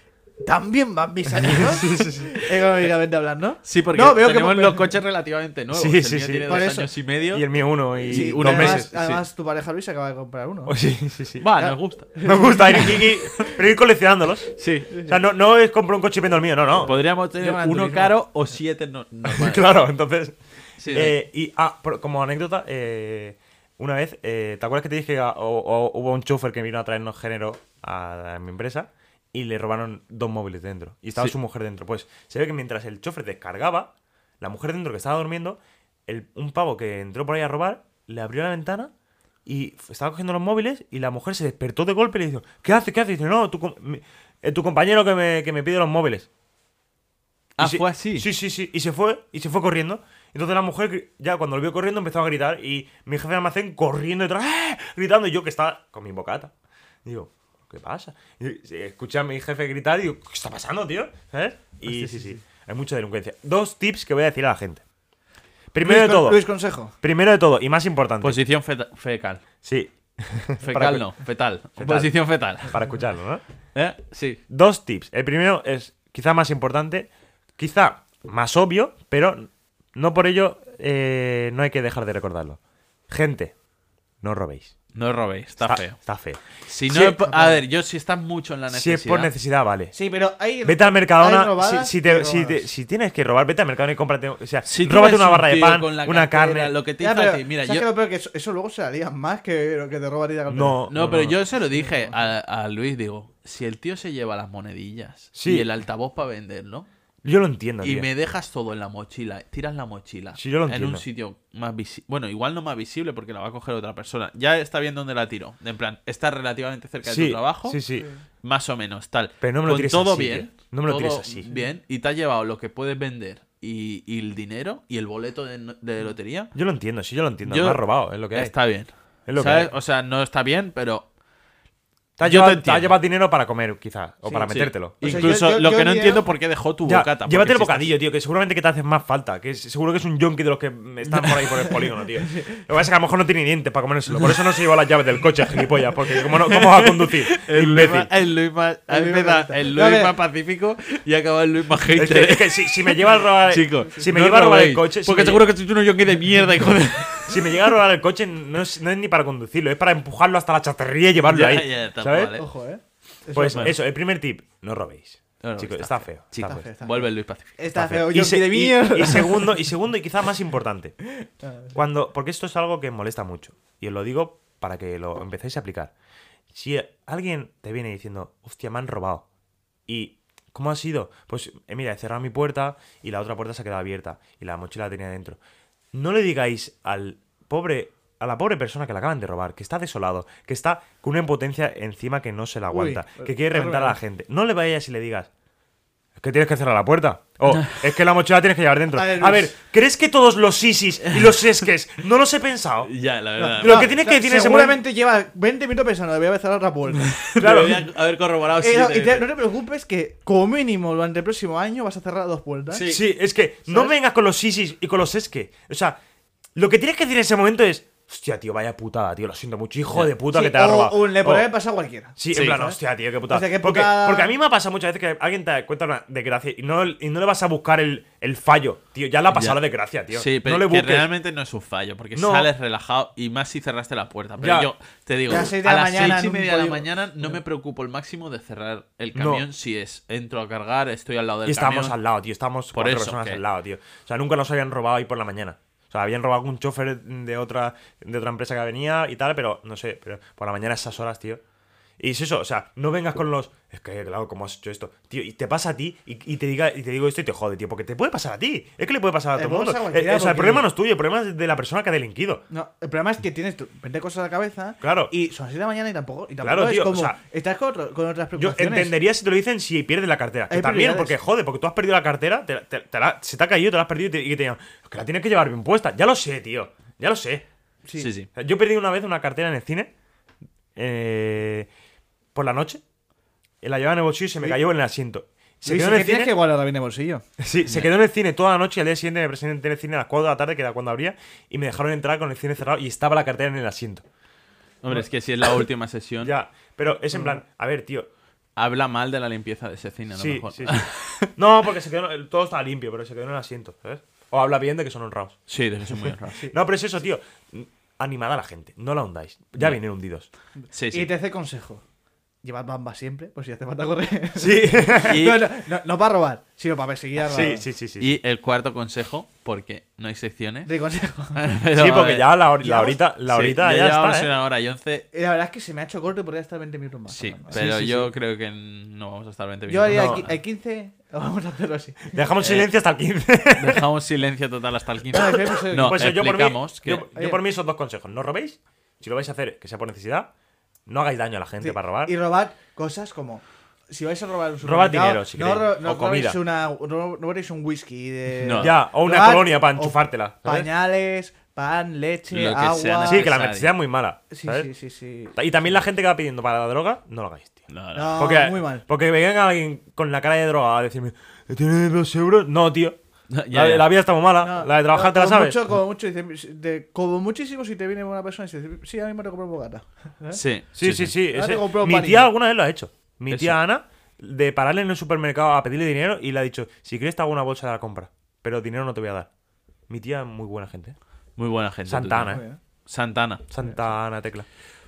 [SPEAKER 4] también van mis amigos. Económicamente hablando.
[SPEAKER 2] sí, porque
[SPEAKER 4] No, veo que
[SPEAKER 2] tenemos
[SPEAKER 4] me-
[SPEAKER 2] los coches relativamente nuevos.
[SPEAKER 3] Sí,
[SPEAKER 2] el
[SPEAKER 3] sí,
[SPEAKER 2] mío
[SPEAKER 3] sí.
[SPEAKER 2] tiene
[SPEAKER 4] Por
[SPEAKER 2] dos
[SPEAKER 4] eso.
[SPEAKER 2] años y medio.
[SPEAKER 3] Y el mío uno y
[SPEAKER 4] Sí,
[SPEAKER 3] dos
[SPEAKER 4] además,
[SPEAKER 3] meses.
[SPEAKER 4] Además, tu pareja Luis acaba de comprar uno.
[SPEAKER 3] Oh, sí, sí, sí.
[SPEAKER 2] Va, nos gusta.
[SPEAKER 3] Me gusta ir, ir- ir- pero ir coleccionándolos.
[SPEAKER 2] Sí.
[SPEAKER 3] O sea, no, no es compro un coche y vendo el mío, no, no.
[SPEAKER 2] Podríamos tener
[SPEAKER 4] Gran
[SPEAKER 2] uno
[SPEAKER 4] Turismo.
[SPEAKER 2] caro o siete no- normales.
[SPEAKER 3] Claro, entonces.
[SPEAKER 2] Sí,
[SPEAKER 3] eh, y ah, por- como anécdota, eh, una vez, eh, ¿te acuerdas que te dije que ah, o- o- hubo un chofer que vino a traernos género a, a mi empresa y le robaron dos móviles dentro? Y estaba
[SPEAKER 2] Sí.
[SPEAKER 3] su mujer dentro. Pues se ve que mientras el chofer descargaba, la mujer dentro que estaba durmiendo, el- un pavo que entró por ahí a robar le abrió la ventana. Y f- estaba cogiendo los móviles y la mujer se despertó de golpe y le dijo, ¿qué haces? ¿Qué haces? Y dice, no, tu, com- mi- eh, tu compañero que me, que me pide los móviles. Y
[SPEAKER 2] Ah,
[SPEAKER 3] se-
[SPEAKER 2] fue así.
[SPEAKER 3] Sí, sí, sí. Y se fue, y se fue corriendo. Entonces la mujer, gri- ya cuando lo vio corriendo, empezó a gritar. Y mi jefe de almacén corriendo detrás, ¡ah! gritando. Y yo que estaba con mi bocata. Digo, ¿qué pasa? Y se- escuché a mi jefe gritar y digo, ¿qué está pasando, tío? ¿Sabes? Y sí, sí, sí, Hay mucha delincuencia. Dos tips que voy a decir a la gente. Primero
[SPEAKER 4] Luis,
[SPEAKER 3] de
[SPEAKER 4] con- Pues
[SPEAKER 3] todo.
[SPEAKER 4] Luis, consejo.
[SPEAKER 3] Primero de todo, y más importante.
[SPEAKER 2] Posición feta- fecal.
[SPEAKER 3] sí. Para
[SPEAKER 2] Fecal
[SPEAKER 3] escu-
[SPEAKER 2] no, fetal.
[SPEAKER 3] Fetal.
[SPEAKER 2] Posición fetal.
[SPEAKER 3] Para escucharlo, ¿no?
[SPEAKER 2] ¿Eh? Sí.
[SPEAKER 3] Dos tips. El primero es quizá más importante, quizá más obvio, pero no por ello eh, no hay que dejar de recordarlo. Gente, no robéis.
[SPEAKER 2] No robéis, está, feo.
[SPEAKER 3] Está feo.
[SPEAKER 2] Si
[SPEAKER 3] Si
[SPEAKER 2] no,
[SPEAKER 3] es-
[SPEAKER 2] a ver, yo si estás mucho en la
[SPEAKER 3] Si
[SPEAKER 2] necesidad.
[SPEAKER 3] es por necesidad, vale.
[SPEAKER 4] Sí, pero hay.
[SPEAKER 3] Vete al
[SPEAKER 4] hay
[SPEAKER 3] Mercadona. Si,
[SPEAKER 4] robadas
[SPEAKER 3] si
[SPEAKER 4] y
[SPEAKER 3] te-
[SPEAKER 4] robadas.
[SPEAKER 3] si te- si tienes que robar, vete al Mercadona y cómprate. O sea,
[SPEAKER 2] Si tú
[SPEAKER 3] róbate
[SPEAKER 2] ves
[SPEAKER 3] una
[SPEAKER 2] un
[SPEAKER 3] barra de
[SPEAKER 2] tío
[SPEAKER 3] pan,
[SPEAKER 2] con la
[SPEAKER 3] una
[SPEAKER 2] cartera,
[SPEAKER 3] carne.
[SPEAKER 2] Lo que te
[SPEAKER 4] Ya,
[SPEAKER 2] hizo
[SPEAKER 4] pero,
[SPEAKER 2] a ti. Mira,
[SPEAKER 4] ¿sabes
[SPEAKER 2] yo.
[SPEAKER 4] que lo peor? Que eso, eso luego se haría más que lo que te robaría la cartera.
[SPEAKER 3] No,
[SPEAKER 2] No, pero yo se lo dije a, a Luis, digo, si el tío se lleva las monedillas
[SPEAKER 3] Sí.
[SPEAKER 2] y el altavoz para venderlo
[SPEAKER 3] Yo lo entiendo.
[SPEAKER 2] y
[SPEAKER 3] tío.
[SPEAKER 2] me dejas todo en la mochila, tiras la mochila
[SPEAKER 3] Sí, yo lo
[SPEAKER 2] en
[SPEAKER 3] entiendo.
[SPEAKER 2] un sitio más visible, bueno, igual no más visible porque la va a coger otra persona, ya está bien dónde la tiro, en plan, está relativamente cerca de
[SPEAKER 3] Sí,
[SPEAKER 2] tu trabajo,
[SPEAKER 3] Sí, sí.
[SPEAKER 2] más o menos, tal.
[SPEAKER 3] Pero no me lo
[SPEAKER 2] Con
[SPEAKER 3] tires
[SPEAKER 2] todo
[SPEAKER 3] así,
[SPEAKER 2] bien.
[SPEAKER 3] tío. No me
[SPEAKER 2] todo
[SPEAKER 3] lo tires así.
[SPEAKER 2] Bien, y te has llevado lo que puedes vender y, y el dinero y el boleto de, no- de lotería.
[SPEAKER 3] Yo lo entiendo, sí, yo lo entiendo.
[SPEAKER 2] Yo-
[SPEAKER 3] me has robado, es lo que hay.
[SPEAKER 2] Está bien.
[SPEAKER 3] Es lo que
[SPEAKER 2] ¿Sabes?
[SPEAKER 3] hay.
[SPEAKER 2] O sea, no está bien, pero.
[SPEAKER 3] Te has
[SPEAKER 2] yo te
[SPEAKER 3] llevado, te has
[SPEAKER 2] entiendo.
[SPEAKER 3] llevado dinero para comer, quizás, o
[SPEAKER 4] Sí,
[SPEAKER 3] para
[SPEAKER 4] sí.
[SPEAKER 3] metértelo.
[SPEAKER 4] O sea,
[SPEAKER 2] Incluso
[SPEAKER 4] yo- yo-
[SPEAKER 2] lo
[SPEAKER 4] yo
[SPEAKER 2] que no
[SPEAKER 4] diría-
[SPEAKER 2] entiendo por qué dejó tu
[SPEAKER 3] Ya,
[SPEAKER 2] bocata. porque
[SPEAKER 3] llévate el
[SPEAKER 2] si
[SPEAKER 3] bocadillo, tío, que seguramente que te haces más falta. Que es- seguro que es un yonki de los que mm, están por ahí por el polígono, tío. Lo que pasa es que a lo mejor no tiene dientes para comérselo. Por eso no se lleva las llaves del coche, gilipollas. Porque como no, ¿cómo vas a conducir?
[SPEAKER 2] El Luis,
[SPEAKER 3] Imbécil.
[SPEAKER 2] más- el Luis más, ha
[SPEAKER 4] El Luis
[SPEAKER 2] empezado
[SPEAKER 4] más-
[SPEAKER 2] el
[SPEAKER 4] No,
[SPEAKER 2] Luis
[SPEAKER 4] que-
[SPEAKER 2] más pacífico y ha acabado el Luis más hater.
[SPEAKER 3] Es que, es que si, si me lleva a robar,
[SPEAKER 2] Chicos,
[SPEAKER 3] si me
[SPEAKER 2] no
[SPEAKER 3] lleva a robar el
[SPEAKER 2] robéis,
[SPEAKER 3] coche, si
[SPEAKER 2] Porque
[SPEAKER 3] me, lle-
[SPEAKER 2] seguro que soy un yonki de mierda, hijo de.
[SPEAKER 3] si me llega a robar el coche, no es, no es ni para conducirlo, es para empujarlo hasta la chatarrería y llevarlo
[SPEAKER 2] Ya,
[SPEAKER 3] ahí.
[SPEAKER 2] ya, tampoco
[SPEAKER 3] ¿sabes?
[SPEAKER 2] vale.
[SPEAKER 4] Ojo, eh. Eso
[SPEAKER 3] Pues
[SPEAKER 4] es-
[SPEAKER 3] eso, el primer tip, no robéis.
[SPEAKER 2] No, no,
[SPEAKER 3] Chico,
[SPEAKER 2] está
[SPEAKER 3] está feo.
[SPEAKER 2] Chico,
[SPEAKER 3] está
[SPEAKER 4] feo.
[SPEAKER 3] feo.
[SPEAKER 4] Está
[SPEAKER 2] Vuelve Luis Pacífico.
[SPEAKER 4] Está feo,
[SPEAKER 3] Y,
[SPEAKER 4] yo
[SPEAKER 3] se-
[SPEAKER 4] de
[SPEAKER 3] y-
[SPEAKER 4] mierda.
[SPEAKER 3] y segundo, y segundo, y quizá más importante.
[SPEAKER 4] Ah,
[SPEAKER 3] Cuando, porque esto es algo que molesta mucho. Y os lo digo para que lo empecéis a aplicar. Si alguien te viene diciendo, hostia, me han robado. ¿Y cómo ha sido? Pues eh, mira, he cerrado mi puerta y la otra puerta se ha quedado abierta y la mochila la tenía dentro. No le digáis al pobre, a la pobre persona que la acaban de robar, que está desolado, que está con una impotencia encima que no se la aguanta,
[SPEAKER 4] Uy, eh,
[SPEAKER 3] que quiere
[SPEAKER 4] claro,
[SPEAKER 3] reventar a la
[SPEAKER 4] claro.
[SPEAKER 3] gente. No le vayas y le digas, es que tienes que cerrar la puerta. O es que la mochila tienes que llevar dentro.
[SPEAKER 4] Vale,
[SPEAKER 3] A
[SPEAKER 4] Luis.
[SPEAKER 3] ver, ¿crees que todos los sisis y los sesques no los he pensado?
[SPEAKER 2] Ya, la verdad. Ah,
[SPEAKER 3] Lo que tienes que
[SPEAKER 4] no,
[SPEAKER 3] decir en ese
[SPEAKER 4] Seguramente lleva 20 minutos pensando, voy a empezar otra vuelta.
[SPEAKER 2] claro.
[SPEAKER 3] claro.
[SPEAKER 2] Debería haber corroborado.
[SPEAKER 4] Eh, no, y
[SPEAKER 2] siete
[SPEAKER 4] te-
[SPEAKER 2] veces.
[SPEAKER 4] no te preocupes que como mínimo durante el próximo año vas a cerrar dos puertas.
[SPEAKER 2] Sí.
[SPEAKER 3] Sí, es que no
[SPEAKER 4] ¿Sabes?
[SPEAKER 3] vengas con los sisis y con los sesques. O sea, lo que tienes que decir en ese momento es, hostia, tío, vaya putada, tío, lo siento mucho, hijo de puta
[SPEAKER 4] Sí,
[SPEAKER 3] que te ha
[SPEAKER 4] o-
[SPEAKER 3] robado.
[SPEAKER 4] O le
[SPEAKER 3] O-
[SPEAKER 4] podría pasar a cualquiera.
[SPEAKER 3] Sí,
[SPEAKER 2] Sí,
[SPEAKER 3] en plan,
[SPEAKER 2] ¿sabes?
[SPEAKER 3] hostia, tío, qué putada.
[SPEAKER 4] O sea, qué
[SPEAKER 3] porque,
[SPEAKER 4] putada.
[SPEAKER 3] porque a mí me ha pasado muchas veces que alguien te cuenta una desgracia y no, y no le vas a buscar el, el fallo, tío. Ya la ha pasado
[SPEAKER 2] Ya.
[SPEAKER 3] la desgracia, tío.
[SPEAKER 2] Sí, pero
[SPEAKER 3] no le
[SPEAKER 2] que
[SPEAKER 3] busques.
[SPEAKER 2] realmente no es un fallo, porque
[SPEAKER 3] No.
[SPEAKER 2] sales relajado y más si cerraste la puerta. Pero
[SPEAKER 3] Ya.
[SPEAKER 2] yo te digo,
[SPEAKER 4] A las seis de
[SPEAKER 2] a
[SPEAKER 4] la
[SPEAKER 2] las
[SPEAKER 4] mañana
[SPEAKER 2] seis y
[SPEAKER 4] en un
[SPEAKER 2] media de la
[SPEAKER 4] polígono.
[SPEAKER 2] mañana no me preocupo el máximo de cerrar el
[SPEAKER 3] No.
[SPEAKER 2] camión si es entro a cargar, estoy al lado del
[SPEAKER 3] Y estábamos
[SPEAKER 2] camión.
[SPEAKER 3] al lado, tío. Estábamos
[SPEAKER 2] Por
[SPEAKER 3] cuatro
[SPEAKER 2] eso,
[SPEAKER 3] personas
[SPEAKER 2] que-
[SPEAKER 3] al lado, tío. O sea, nunca nos habían robado ahí por la mañana. O sea, habían robado un chofer de otra, de otra empresa que venía y tal, pero no sé, pero por la mañana a esas horas, tío. Y es eso, o sea, no vengas con los. Es que, claro, ¿cómo has hecho esto? Tío, y te pasa a ti y, y te diga, y te digo esto y te jode, tío, porque te puede pasar a ti. Es que le puede pasar a
[SPEAKER 4] Le
[SPEAKER 3] todo el
[SPEAKER 4] puede
[SPEAKER 3] mundo.
[SPEAKER 4] pasar a
[SPEAKER 3] Eh,
[SPEAKER 4] cualquiera,
[SPEAKER 3] o sea, el
[SPEAKER 4] porque-
[SPEAKER 3] problema no es tuyo, el problema es de la persona que ha delinquido.
[SPEAKER 4] No, el problema es que tienes tu- 20 cosas a la cabeza.
[SPEAKER 3] Claro.
[SPEAKER 4] Y son 6 de la mañana y tampoco. Y tampoco
[SPEAKER 3] Claro,
[SPEAKER 4] es
[SPEAKER 3] tío,
[SPEAKER 4] como.
[SPEAKER 3] o sea,
[SPEAKER 4] estás con, otro- con otras
[SPEAKER 3] Yo
[SPEAKER 4] preocupaciones.
[SPEAKER 3] entendería si te lo dicen si pierdes la cartera. Que
[SPEAKER 4] Hay
[SPEAKER 3] también, porque
[SPEAKER 4] prioridades.
[SPEAKER 3] jode, porque tú has perdido la cartera, te, te- te la- se te ha caído, te la has perdido y te, y que te digan, "Es que la tienes que llevar bien puesta. Ya lo sé, tío. Ya lo sé.
[SPEAKER 4] Sí.
[SPEAKER 2] Sí, sí.
[SPEAKER 3] O sea, Yo perdí una vez una cartera en el cine eh, por la noche. eh, La llevaba en el bolsillo y se me cayó en el asiento. Se
[SPEAKER 4] Luis,
[SPEAKER 3] quedó en
[SPEAKER 4] es
[SPEAKER 3] el
[SPEAKER 4] que tienes
[SPEAKER 3] cine.
[SPEAKER 4] que guardarla bien en el bolsillo.
[SPEAKER 3] Sí, se quedó en el cine toda la noche y al día siguiente me presenté en el cine a las 4 de la tarde, que era cuando abría, y me dejaron entrar con el cine cerrado y estaba la cartera en el asiento.
[SPEAKER 2] Hombre, es que si es la última sesión,
[SPEAKER 3] Ya, pero
[SPEAKER 4] Mm.
[SPEAKER 3] es en plan, a ver, tío,
[SPEAKER 2] habla mal de la limpieza de ese cine, a lo
[SPEAKER 3] Sí,
[SPEAKER 2] mejor.
[SPEAKER 3] sí, sí. No, porque se quedó, el- todo estaba limpio, pero se quedó en el asiento, ¿sabes? O habla bien de que son honrados.
[SPEAKER 2] Sí, de que son muy honrados.
[SPEAKER 3] No, pero es eso, tío. Animad a la gente, no la hundáis. Ya vienen hundidos.
[SPEAKER 2] Sí, sí.
[SPEAKER 4] Y tercer consejo: llevad bamba siempre, pues si hace falta correr.
[SPEAKER 3] Sí,
[SPEAKER 2] Y-
[SPEAKER 4] No, no, no, no para robar, sino para perseguir a
[SPEAKER 3] sí, sí, sí. Sí,
[SPEAKER 2] Y el cuarto consejo, porque no hay secciones.
[SPEAKER 4] De consejo.
[SPEAKER 2] Pero,
[SPEAKER 3] Sí,
[SPEAKER 2] a
[SPEAKER 3] porque
[SPEAKER 2] ver,
[SPEAKER 3] ya la, hor- la
[SPEAKER 4] Llevamos-
[SPEAKER 3] horita, la
[SPEAKER 2] sí,
[SPEAKER 3] horita
[SPEAKER 2] ya
[SPEAKER 3] ya,
[SPEAKER 2] llevamos
[SPEAKER 3] está. ¿eh?
[SPEAKER 2] una hora y once.
[SPEAKER 4] Y La verdad es que se me ha hecho corto y podría estar 20 minutos más.
[SPEAKER 2] Sí,
[SPEAKER 4] hablando.
[SPEAKER 2] pero
[SPEAKER 3] sí,
[SPEAKER 2] yo creo que no vamos a estar 20
[SPEAKER 4] Yo
[SPEAKER 2] minutos.
[SPEAKER 4] haría
[SPEAKER 3] No.
[SPEAKER 4] qui- el 15, vamos a hacerlo así.
[SPEAKER 3] Dejamos
[SPEAKER 2] Eh,
[SPEAKER 3] silencio hasta el 15.
[SPEAKER 2] Dejamos silencio total hasta el 15.
[SPEAKER 4] No, es que-
[SPEAKER 2] No,
[SPEAKER 3] Pues yo por, mí,
[SPEAKER 2] explicamos que...
[SPEAKER 3] yo, yo por mí esos dos consejos. No robéis. Si lo vais a hacer, que sea por necesidad. No hagáis daño a la gente
[SPEAKER 4] Sí,
[SPEAKER 3] para robar.
[SPEAKER 4] Y robar cosas como. Si vais a robar un
[SPEAKER 3] Robad
[SPEAKER 4] supermercado,
[SPEAKER 3] dinero, si
[SPEAKER 4] no,
[SPEAKER 3] queréis,
[SPEAKER 4] ro- no
[SPEAKER 3] o
[SPEAKER 4] robéis
[SPEAKER 3] comida.
[SPEAKER 4] Una, no robéis un whisky. De,
[SPEAKER 2] No.
[SPEAKER 3] Ya, o una
[SPEAKER 4] Robad
[SPEAKER 3] colonia para
[SPEAKER 4] o
[SPEAKER 3] enchufártela. ¿sabes?
[SPEAKER 4] Pañales, pan, leche,
[SPEAKER 2] Lo que sea
[SPEAKER 4] agua.
[SPEAKER 3] Sí, que la
[SPEAKER 2] Necesario.
[SPEAKER 3] necesidad es muy mala.
[SPEAKER 4] sí,
[SPEAKER 3] ¿sabes?
[SPEAKER 4] sí, sí, sí.
[SPEAKER 3] Y también la gente que va pidiendo para la droga, no ¿eh? lo hagáis, tío.
[SPEAKER 2] No, no.
[SPEAKER 4] No,
[SPEAKER 3] Porque,
[SPEAKER 4] muy mal.
[SPEAKER 3] Porque venga alguien con la cara de droga a decirme, ¿tienes dos euros? No, tío.
[SPEAKER 2] Ya,
[SPEAKER 3] la,
[SPEAKER 2] ya.
[SPEAKER 3] la vida está muy mala.
[SPEAKER 4] No,
[SPEAKER 3] la de trabajar
[SPEAKER 4] no,
[SPEAKER 3] te la
[SPEAKER 4] como
[SPEAKER 3] sabes.
[SPEAKER 4] Mucho, como, mucho, dice, de- como muchísimo si te viene una persona y dice, sí, a mí me lo compró bogata.
[SPEAKER 2] Sí,
[SPEAKER 3] sí, sí, sí.
[SPEAKER 4] Ahora
[SPEAKER 3] ese-
[SPEAKER 4] te compro un
[SPEAKER 3] mi
[SPEAKER 4] panini.
[SPEAKER 3] tía alguna vez lo ha hecho. Mi
[SPEAKER 2] Eso.
[SPEAKER 3] tía Ana, de pararle en el supermercado a pedirle dinero y le ha dicho, si quieres te hago una bolsa de la compra, pero dinero no te voy a dar. Mi tía es muy buena gente. ¿eh?
[SPEAKER 2] Muy buena gente.
[SPEAKER 3] Santa Ana,
[SPEAKER 4] Muy
[SPEAKER 3] ¿eh?
[SPEAKER 4] bien.
[SPEAKER 2] Santana.
[SPEAKER 3] Santa Ana Tecla.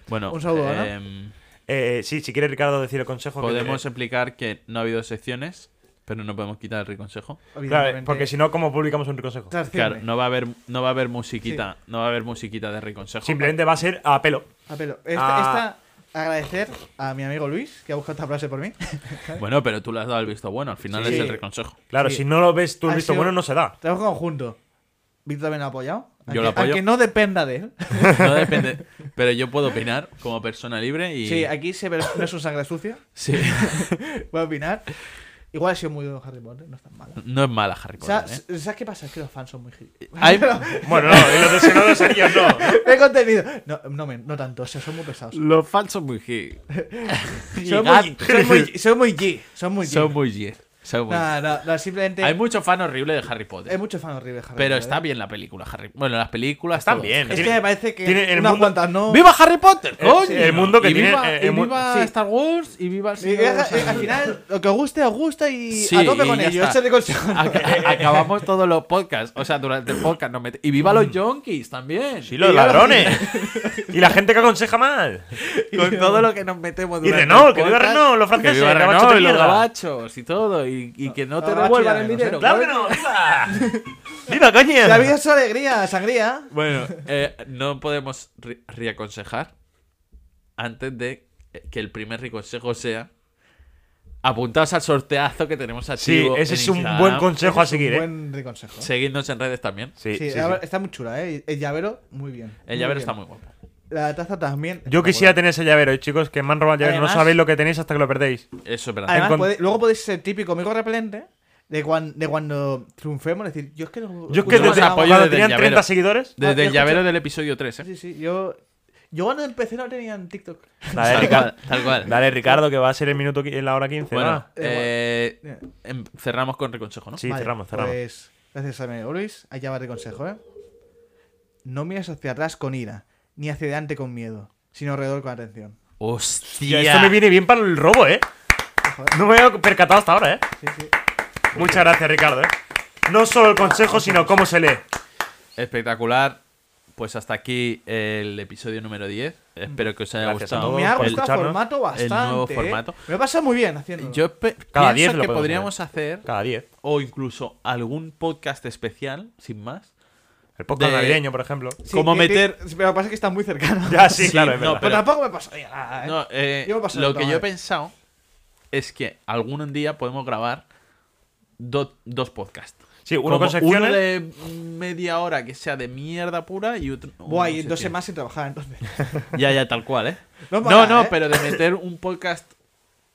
[SPEAKER 2] Bueno,
[SPEAKER 4] Un saludo, Ana.
[SPEAKER 2] em,
[SPEAKER 3] Eh, eh, sí, si quiere Ricardo decir el consejo. que-
[SPEAKER 2] podemos explicar que no ha habido secciones, pero no podemos quitar el reconsejo.
[SPEAKER 3] Claro, porque
[SPEAKER 4] Evidentemente,
[SPEAKER 3] si no, ¿cómo publicamos un consejo?
[SPEAKER 4] trasciende.
[SPEAKER 2] Claro, no va a haber, no va a haber musiquita, no va a haber musiquita de reconsejo.
[SPEAKER 3] Simplemente va a ser a pelo.
[SPEAKER 4] A pelo. Esta,
[SPEAKER 3] Ah.
[SPEAKER 4] esta, agradecer a mi amigo Luis, que ha buscado esta frase por mí.
[SPEAKER 2] Bueno, pero tú le has dado el visto bueno, al final
[SPEAKER 4] Sí.
[SPEAKER 2] es el reconsejo.
[SPEAKER 3] Claro,
[SPEAKER 4] Sí.
[SPEAKER 3] si no lo ves tú el
[SPEAKER 4] Ha
[SPEAKER 3] visto
[SPEAKER 4] sido-
[SPEAKER 3] bueno, no se da.
[SPEAKER 4] Trabajo conjunto. Víctor también lo ha apoyado.
[SPEAKER 2] Yo lo
[SPEAKER 4] Aunque-
[SPEAKER 2] apoyo.
[SPEAKER 4] Aunque no dependa de él.
[SPEAKER 2] No depende, pero yo puedo opinar como persona libre y
[SPEAKER 4] Sí, aquí se ve no es un sangre sucia.
[SPEAKER 2] Sí.
[SPEAKER 4] Voy a opinar. Igual ha sido muy duro Harry Potter, no es tan malo.
[SPEAKER 2] no es mala Harry
[SPEAKER 4] O
[SPEAKER 2] Potter.
[SPEAKER 4] sea,
[SPEAKER 2] ¿eh?
[SPEAKER 4] s- ¿Sabes qué pasa? Es que los fans son muy gilipollas.
[SPEAKER 2] Hay-
[SPEAKER 3] Bueno, no, y los lesionados serían no.
[SPEAKER 4] Me he contenido. No, no, men, no tanto, o sea, son muy pesados.
[SPEAKER 2] Los falsos muy
[SPEAKER 4] Son muy, son muy, son muy G. Son muy G.
[SPEAKER 2] Son muy 10. Sabe muy-
[SPEAKER 4] No, no, no, simplemente.
[SPEAKER 2] Hay mucho fan horrible de Harry Potter.
[SPEAKER 4] Hay mucho fan horrible de Harry
[SPEAKER 2] pero
[SPEAKER 4] Potter,
[SPEAKER 2] está
[SPEAKER 4] ¿eh?
[SPEAKER 2] bien la película, Harry. Bueno, las películas
[SPEAKER 3] Están
[SPEAKER 2] todas.
[SPEAKER 3] bien.
[SPEAKER 4] Es que
[SPEAKER 3] Tiene-
[SPEAKER 4] me parece que.
[SPEAKER 3] tiene el
[SPEAKER 4] unas
[SPEAKER 3] mundo-
[SPEAKER 4] cuantas no.
[SPEAKER 2] ¡Viva Harry Potter!
[SPEAKER 3] Eh,
[SPEAKER 2] ¡Coño!
[SPEAKER 3] sí, el mundo que
[SPEAKER 2] Y
[SPEAKER 3] tiene-
[SPEAKER 2] viva-
[SPEAKER 3] eh,
[SPEAKER 2] y
[SPEAKER 3] el mu-
[SPEAKER 2] viva
[SPEAKER 4] sí.
[SPEAKER 2] Star Wars y viva el
[SPEAKER 4] Y,
[SPEAKER 2] Señor de
[SPEAKER 4] eh,
[SPEAKER 2] los
[SPEAKER 4] eh, al
[SPEAKER 2] Anillos.
[SPEAKER 4] final, lo que os guste, os gusta y
[SPEAKER 2] Sí,
[SPEAKER 4] a tope
[SPEAKER 2] y
[SPEAKER 4] con
[SPEAKER 2] ya
[SPEAKER 4] ello.
[SPEAKER 2] está.
[SPEAKER 4] Ese es el consejo.
[SPEAKER 2] Ac- eh, acabamos todos los podcasts. O sea, durante el podcast nos mete- Y viva los yonkis también.
[SPEAKER 3] Mm. Sí, los
[SPEAKER 4] Y ahora-
[SPEAKER 3] ladrones. y la gente que aconseja mal.
[SPEAKER 2] Con todo lo que nos metemos
[SPEAKER 3] Y
[SPEAKER 2] durante
[SPEAKER 3] Renault,
[SPEAKER 2] el
[SPEAKER 3] que viva
[SPEAKER 2] podcast,
[SPEAKER 3] Renault, los
[SPEAKER 2] Que
[SPEAKER 3] franceses,
[SPEAKER 2] viva
[SPEAKER 3] gabachos
[SPEAKER 2] Renault
[SPEAKER 3] de
[SPEAKER 2] y los
[SPEAKER 3] mierda.
[SPEAKER 2] gabachos y todo. Y, y que no te
[SPEAKER 4] Gabachos
[SPEAKER 2] devuelvan
[SPEAKER 4] ya
[SPEAKER 2] el
[SPEAKER 4] menos, ¿eh?
[SPEAKER 2] dinero.
[SPEAKER 3] ¡Claro que no! ¡Viva! ¡Viva, coño!
[SPEAKER 4] La vida es su alegría, sangría.
[SPEAKER 2] Bueno, eh, no podemos re- reaconsejar antes de que el primer reconsejo sea apuntaos al sorteazo que tenemos
[SPEAKER 3] Sí,
[SPEAKER 2] activo.
[SPEAKER 3] ese
[SPEAKER 2] en
[SPEAKER 3] es un
[SPEAKER 2] Instagram.
[SPEAKER 3] buen consejo a seguir, ¿eh?
[SPEAKER 4] Buen consejo.
[SPEAKER 2] Seguidnos en redes también.
[SPEAKER 3] Sí,
[SPEAKER 4] Sí,
[SPEAKER 3] sí,
[SPEAKER 4] a
[SPEAKER 3] sí.
[SPEAKER 4] ver, está muy chula, ¿eh? El llavero, muy bien.
[SPEAKER 2] El llavero
[SPEAKER 4] bien.
[SPEAKER 2] está muy guapo.
[SPEAKER 4] La taza también.
[SPEAKER 3] Yo quisiera tener ese llavero, eh, chicos, que me han robado el llavero. No
[SPEAKER 4] Además-
[SPEAKER 3] sabéis lo que tenéis hasta que lo perdéis.
[SPEAKER 2] Eso es verdad.
[SPEAKER 4] Además,
[SPEAKER 3] Encon-
[SPEAKER 4] puede- luego podéis ser típico amigo repelente de, cuan- de cuando triunfemos. Es decir, yo es que no.
[SPEAKER 3] Yo es que
[SPEAKER 2] Yo
[SPEAKER 4] escuchaba
[SPEAKER 2] te
[SPEAKER 3] desde-
[SPEAKER 4] nada
[SPEAKER 2] apoyo desde
[SPEAKER 3] cuando
[SPEAKER 2] el
[SPEAKER 3] tenían 30
[SPEAKER 2] llavero.
[SPEAKER 3] seguidores,
[SPEAKER 4] Ah,
[SPEAKER 2] Desde
[SPEAKER 4] ya
[SPEAKER 2] el llavero
[SPEAKER 4] escuché.
[SPEAKER 2] del episodio 3, ¿eh?
[SPEAKER 4] Sí, sí, yo. Yo cuando empecé no tenía en TikTok.
[SPEAKER 3] Dale,
[SPEAKER 2] Tal
[SPEAKER 3] Ricardo.
[SPEAKER 2] cual, tal cual.
[SPEAKER 3] Dale, Ricardo, que va a ser el minuto qui- en la hora 15.
[SPEAKER 2] Bueno,
[SPEAKER 3] va.
[SPEAKER 2] eh,
[SPEAKER 4] Eh,
[SPEAKER 2] em- cerramos con reconsejo, ¿no?
[SPEAKER 3] Sí,
[SPEAKER 4] Vale,
[SPEAKER 3] cerramos, cerramos.
[SPEAKER 4] Pues, gracias a mi amigo Luis. Allá va de consejo, ¿eh? No mires hacia atrás con ira, ni hacia adelante con miedo, sino alrededor con atención.
[SPEAKER 2] ¡Hostia!
[SPEAKER 3] Tío, Esto me viene bien para el robo, ¿eh? No me había percatado hasta ahora, ¿eh?
[SPEAKER 4] Sí, sí.
[SPEAKER 3] Muchas gracias, Ricardo. ¿eh? No solo el consejo, sino cómo se lee.
[SPEAKER 2] Espectacular. Pues hasta aquí el episodio número 10. Espero que os haya
[SPEAKER 3] Gracias a
[SPEAKER 2] gustado.
[SPEAKER 3] todos.
[SPEAKER 4] Me ha
[SPEAKER 3] por
[SPEAKER 4] gustado el
[SPEAKER 3] escucharnos.
[SPEAKER 4] formato
[SPEAKER 2] El
[SPEAKER 4] bastante.
[SPEAKER 2] nuevo
[SPEAKER 4] ¿eh?
[SPEAKER 2] formato.
[SPEAKER 4] Me lo pasa muy bien haciendo.
[SPEAKER 2] Yo pe-
[SPEAKER 3] Cada 10
[SPEAKER 2] pienso
[SPEAKER 3] lo
[SPEAKER 2] que
[SPEAKER 3] podemos
[SPEAKER 2] podríamos hacer,
[SPEAKER 3] Cada 10.
[SPEAKER 2] o incluso algún podcast especial, sin más.
[SPEAKER 3] El podcast
[SPEAKER 2] De-
[SPEAKER 3] navideño, por ejemplo.
[SPEAKER 2] ¿Cómo
[SPEAKER 4] que- que-
[SPEAKER 2] meter-
[SPEAKER 4] Pero pasa que está muy cercano.
[SPEAKER 3] Ya, sí, claro, es
[SPEAKER 2] no,
[SPEAKER 3] verdad.
[SPEAKER 4] Pero
[SPEAKER 2] pero-
[SPEAKER 4] tampoco me pasaría nada, ¿eh?
[SPEAKER 2] No, eh,
[SPEAKER 4] Yo me paso de
[SPEAKER 2] lo
[SPEAKER 4] puta
[SPEAKER 2] que yo he
[SPEAKER 4] madre.
[SPEAKER 2] pensado es que algún día podemos grabar do- dos podcasts.
[SPEAKER 3] Sí, uno
[SPEAKER 2] Como
[SPEAKER 3] con secciones.
[SPEAKER 2] Uno de media hora que sea de mierda pura y otro. no
[SPEAKER 4] Buah, y
[SPEAKER 2] sé,
[SPEAKER 4] dos
[SPEAKER 2] tío.
[SPEAKER 4] semanas sin trabajar, entonces.
[SPEAKER 2] Ya, ya, tal cual, ¿eh?
[SPEAKER 4] No
[SPEAKER 2] No,
[SPEAKER 4] para,
[SPEAKER 2] no,
[SPEAKER 4] ¿eh?
[SPEAKER 2] pero de meter un podcast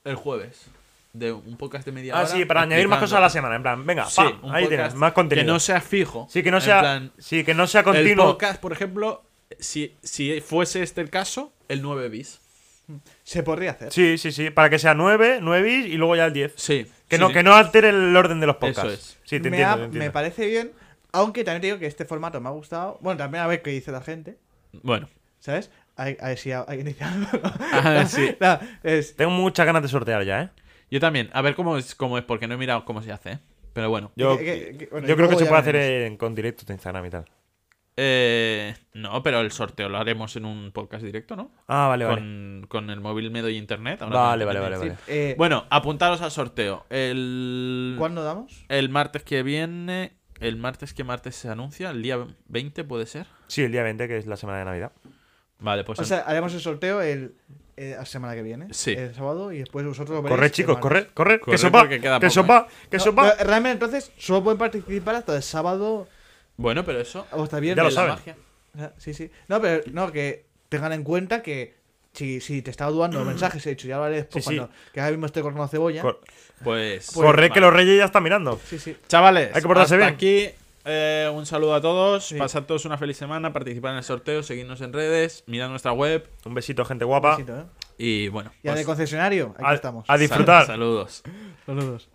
[SPEAKER 2] el jueves. De un podcast de media
[SPEAKER 3] Ah,
[SPEAKER 2] hora.
[SPEAKER 3] sí, para añadir más
[SPEAKER 2] explicando.
[SPEAKER 3] cosas a la semana. En plan, venga,
[SPEAKER 2] Sí,
[SPEAKER 3] pam,
[SPEAKER 2] un
[SPEAKER 3] ahí
[SPEAKER 2] podcast
[SPEAKER 3] tienes, más
[SPEAKER 2] Que
[SPEAKER 3] contenido.
[SPEAKER 2] no sea fijo.
[SPEAKER 3] sí, que no
[SPEAKER 2] en
[SPEAKER 3] sea,
[SPEAKER 2] plan,
[SPEAKER 3] sí, que no sea
[SPEAKER 2] el
[SPEAKER 3] continuo.
[SPEAKER 2] podcast, por ejemplo, si, si fuese este el caso, el 9 bis.
[SPEAKER 4] Se podría hacer.
[SPEAKER 3] Sí, sí, sí. Para que sea 9, 9 y luego ya el 10.
[SPEAKER 2] Sí.
[SPEAKER 3] Que,
[SPEAKER 2] sí,
[SPEAKER 3] no,
[SPEAKER 2] sí.
[SPEAKER 3] que no altere el orden de los podcasts.
[SPEAKER 2] Eso es.
[SPEAKER 3] Sí, te
[SPEAKER 4] me,
[SPEAKER 3] entiendo,
[SPEAKER 4] ha-
[SPEAKER 3] te
[SPEAKER 4] me
[SPEAKER 3] entiendo.
[SPEAKER 4] parece bien. Aunque también te digo que este formato me ha gustado. Bueno, también a ver qué dice la gente.
[SPEAKER 2] Bueno.
[SPEAKER 4] ¿Sabes? A, a ver si ha- alguien dice algo.
[SPEAKER 2] Ah, sí.
[SPEAKER 4] No, es-
[SPEAKER 3] Tengo muchas ganas de sortear ya, ¿eh?
[SPEAKER 2] Yo también. A ver cómo es, cómo es porque no he mirado cómo se hace. ¿eh? Pero bueno.
[SPEAKER 3] Yo,
[SPEAKER 4] que- que- que- bueno,
[SPEAKER 3] yo
[SPEAKER 4] y
[SPEAKER 3] creo que
[SPEAKER 4] luego
[SPEAKER 3] se
[SPEAKER 4] ya
[SPEAKER 3] puede hacer
[SPEAKER 4] veremos.
[SPEAKER 3] en- con directo de Instagram y tal.
[SPEAKER 2] Eh, no, pero el sorteo lo haremos en un podcast directo, ¿no?
[SPEAKER 3] Ah, vale, vale.
[SPEAKER 2] con, con el móvil me doy internet. ahora
[SPEAKER 3] Vale,
[SPEAKER 2] me doy
[SPEAKER 3] vale, vale,
[SPEAKER 2] internet,
[SPEAKER 3] vale.
[SPEAKER 2] sí.
[SPEAKER 4] Eh,
[SPEAKER 2] Bueno, apuntaros al sorteo. El,
[SPEAKER 4] ¿Cuándo damos?
[SPEAKER 2] el martes que viene. El martes que martes se anuncia. El día 20 puede ser.
[SPEAKER 3] Sí, el día 20, que es la semana de Navidad.
[SPEAKER 2] Vale, pues.
[SPEAKER 4] O sea, haremos el sorteo el, eh, la semana que viene.
[SPEAKER 2] Sí.
[SPEAKER 4] El sábado y después vosotros lo veréis
[SPEAKER 3] Corred,
[SPEAKER 4] el
[SPEAKER 3] chicos,
[SPEAKER 4] martes.
[SPEAKER 3] corred, corred.
[SPEAKER 2] Corred
[SPEAKER 3] Que sopa,
[SPEAKER 2] porque queda poco,
[SPEAKER 3] que
[SPEAKER 2] ¿eh?
[SPEAKER 3] sopa, que
[SPEAKER 4] No,
[SPEAKER 3] sopa.
[SPEAKER 4] pero realmente entonces solo pueden participar hasta el sábado
[SPEAKER 2] bueno, pero eso.
[SPEAKER 4] o hasta viernes.
[SPEAKER 3] Ya lo
[SPEAKER 2] es la
[SPEAKER 3] saben.
[SPEAKER 2] magia.
[SPEAKER 4] Ah, Sí, sí. No, pero no, que tengan en cuenta que si, si te está dudando los mensajes, he dicho, ya lo haré después
[SPEAKER 3] Mm. Sí, sí.
[SPEAKER 4] cuando. Que ahora mismo estoy cortando cebolla.
[SPEAKER 3] Cor-
[SPEAKER 2] Pues.
[SPEAKER 3] corred, que
[SPEAKER 2] vale.
[SPEAKER 3] los reyes ya están mirando.
[SPEAKER 4] sí, sí.
[SPEAKER 2] Chavales,
[SPEAKER 3] Hay que portarse
[SPEAKER 2] hasta
[SPEAKER 3] bien.
[SPEAKER 2] aquí. eh, un saludo a todos.
[SPEAKER 4] Sí.
[SPEAKER 2] Pasad todos una feliz semana. Participad en el sorteo. Seguidnos en redes. Mirad nuestra web.
[SPEAKER 3] Un besito, gente guapa.
[SPEAKER 4] Besito, ¿eh?
[SPEAKER 2] Y bueno.
[SPEAKER 4] Y al
[SPEAKER 2] pues,
[SPEAKER 4] de concesionario, aquí
[SPEAKER 3] A,
[SPEAKER 4] estamos.
[SPEAKER 3] a
[SPEAKER 2] sal-
[SPEAKER 3] disfrutar.
[SPEAKER 2] Saludos.
[SPEAKER 4] Saludos.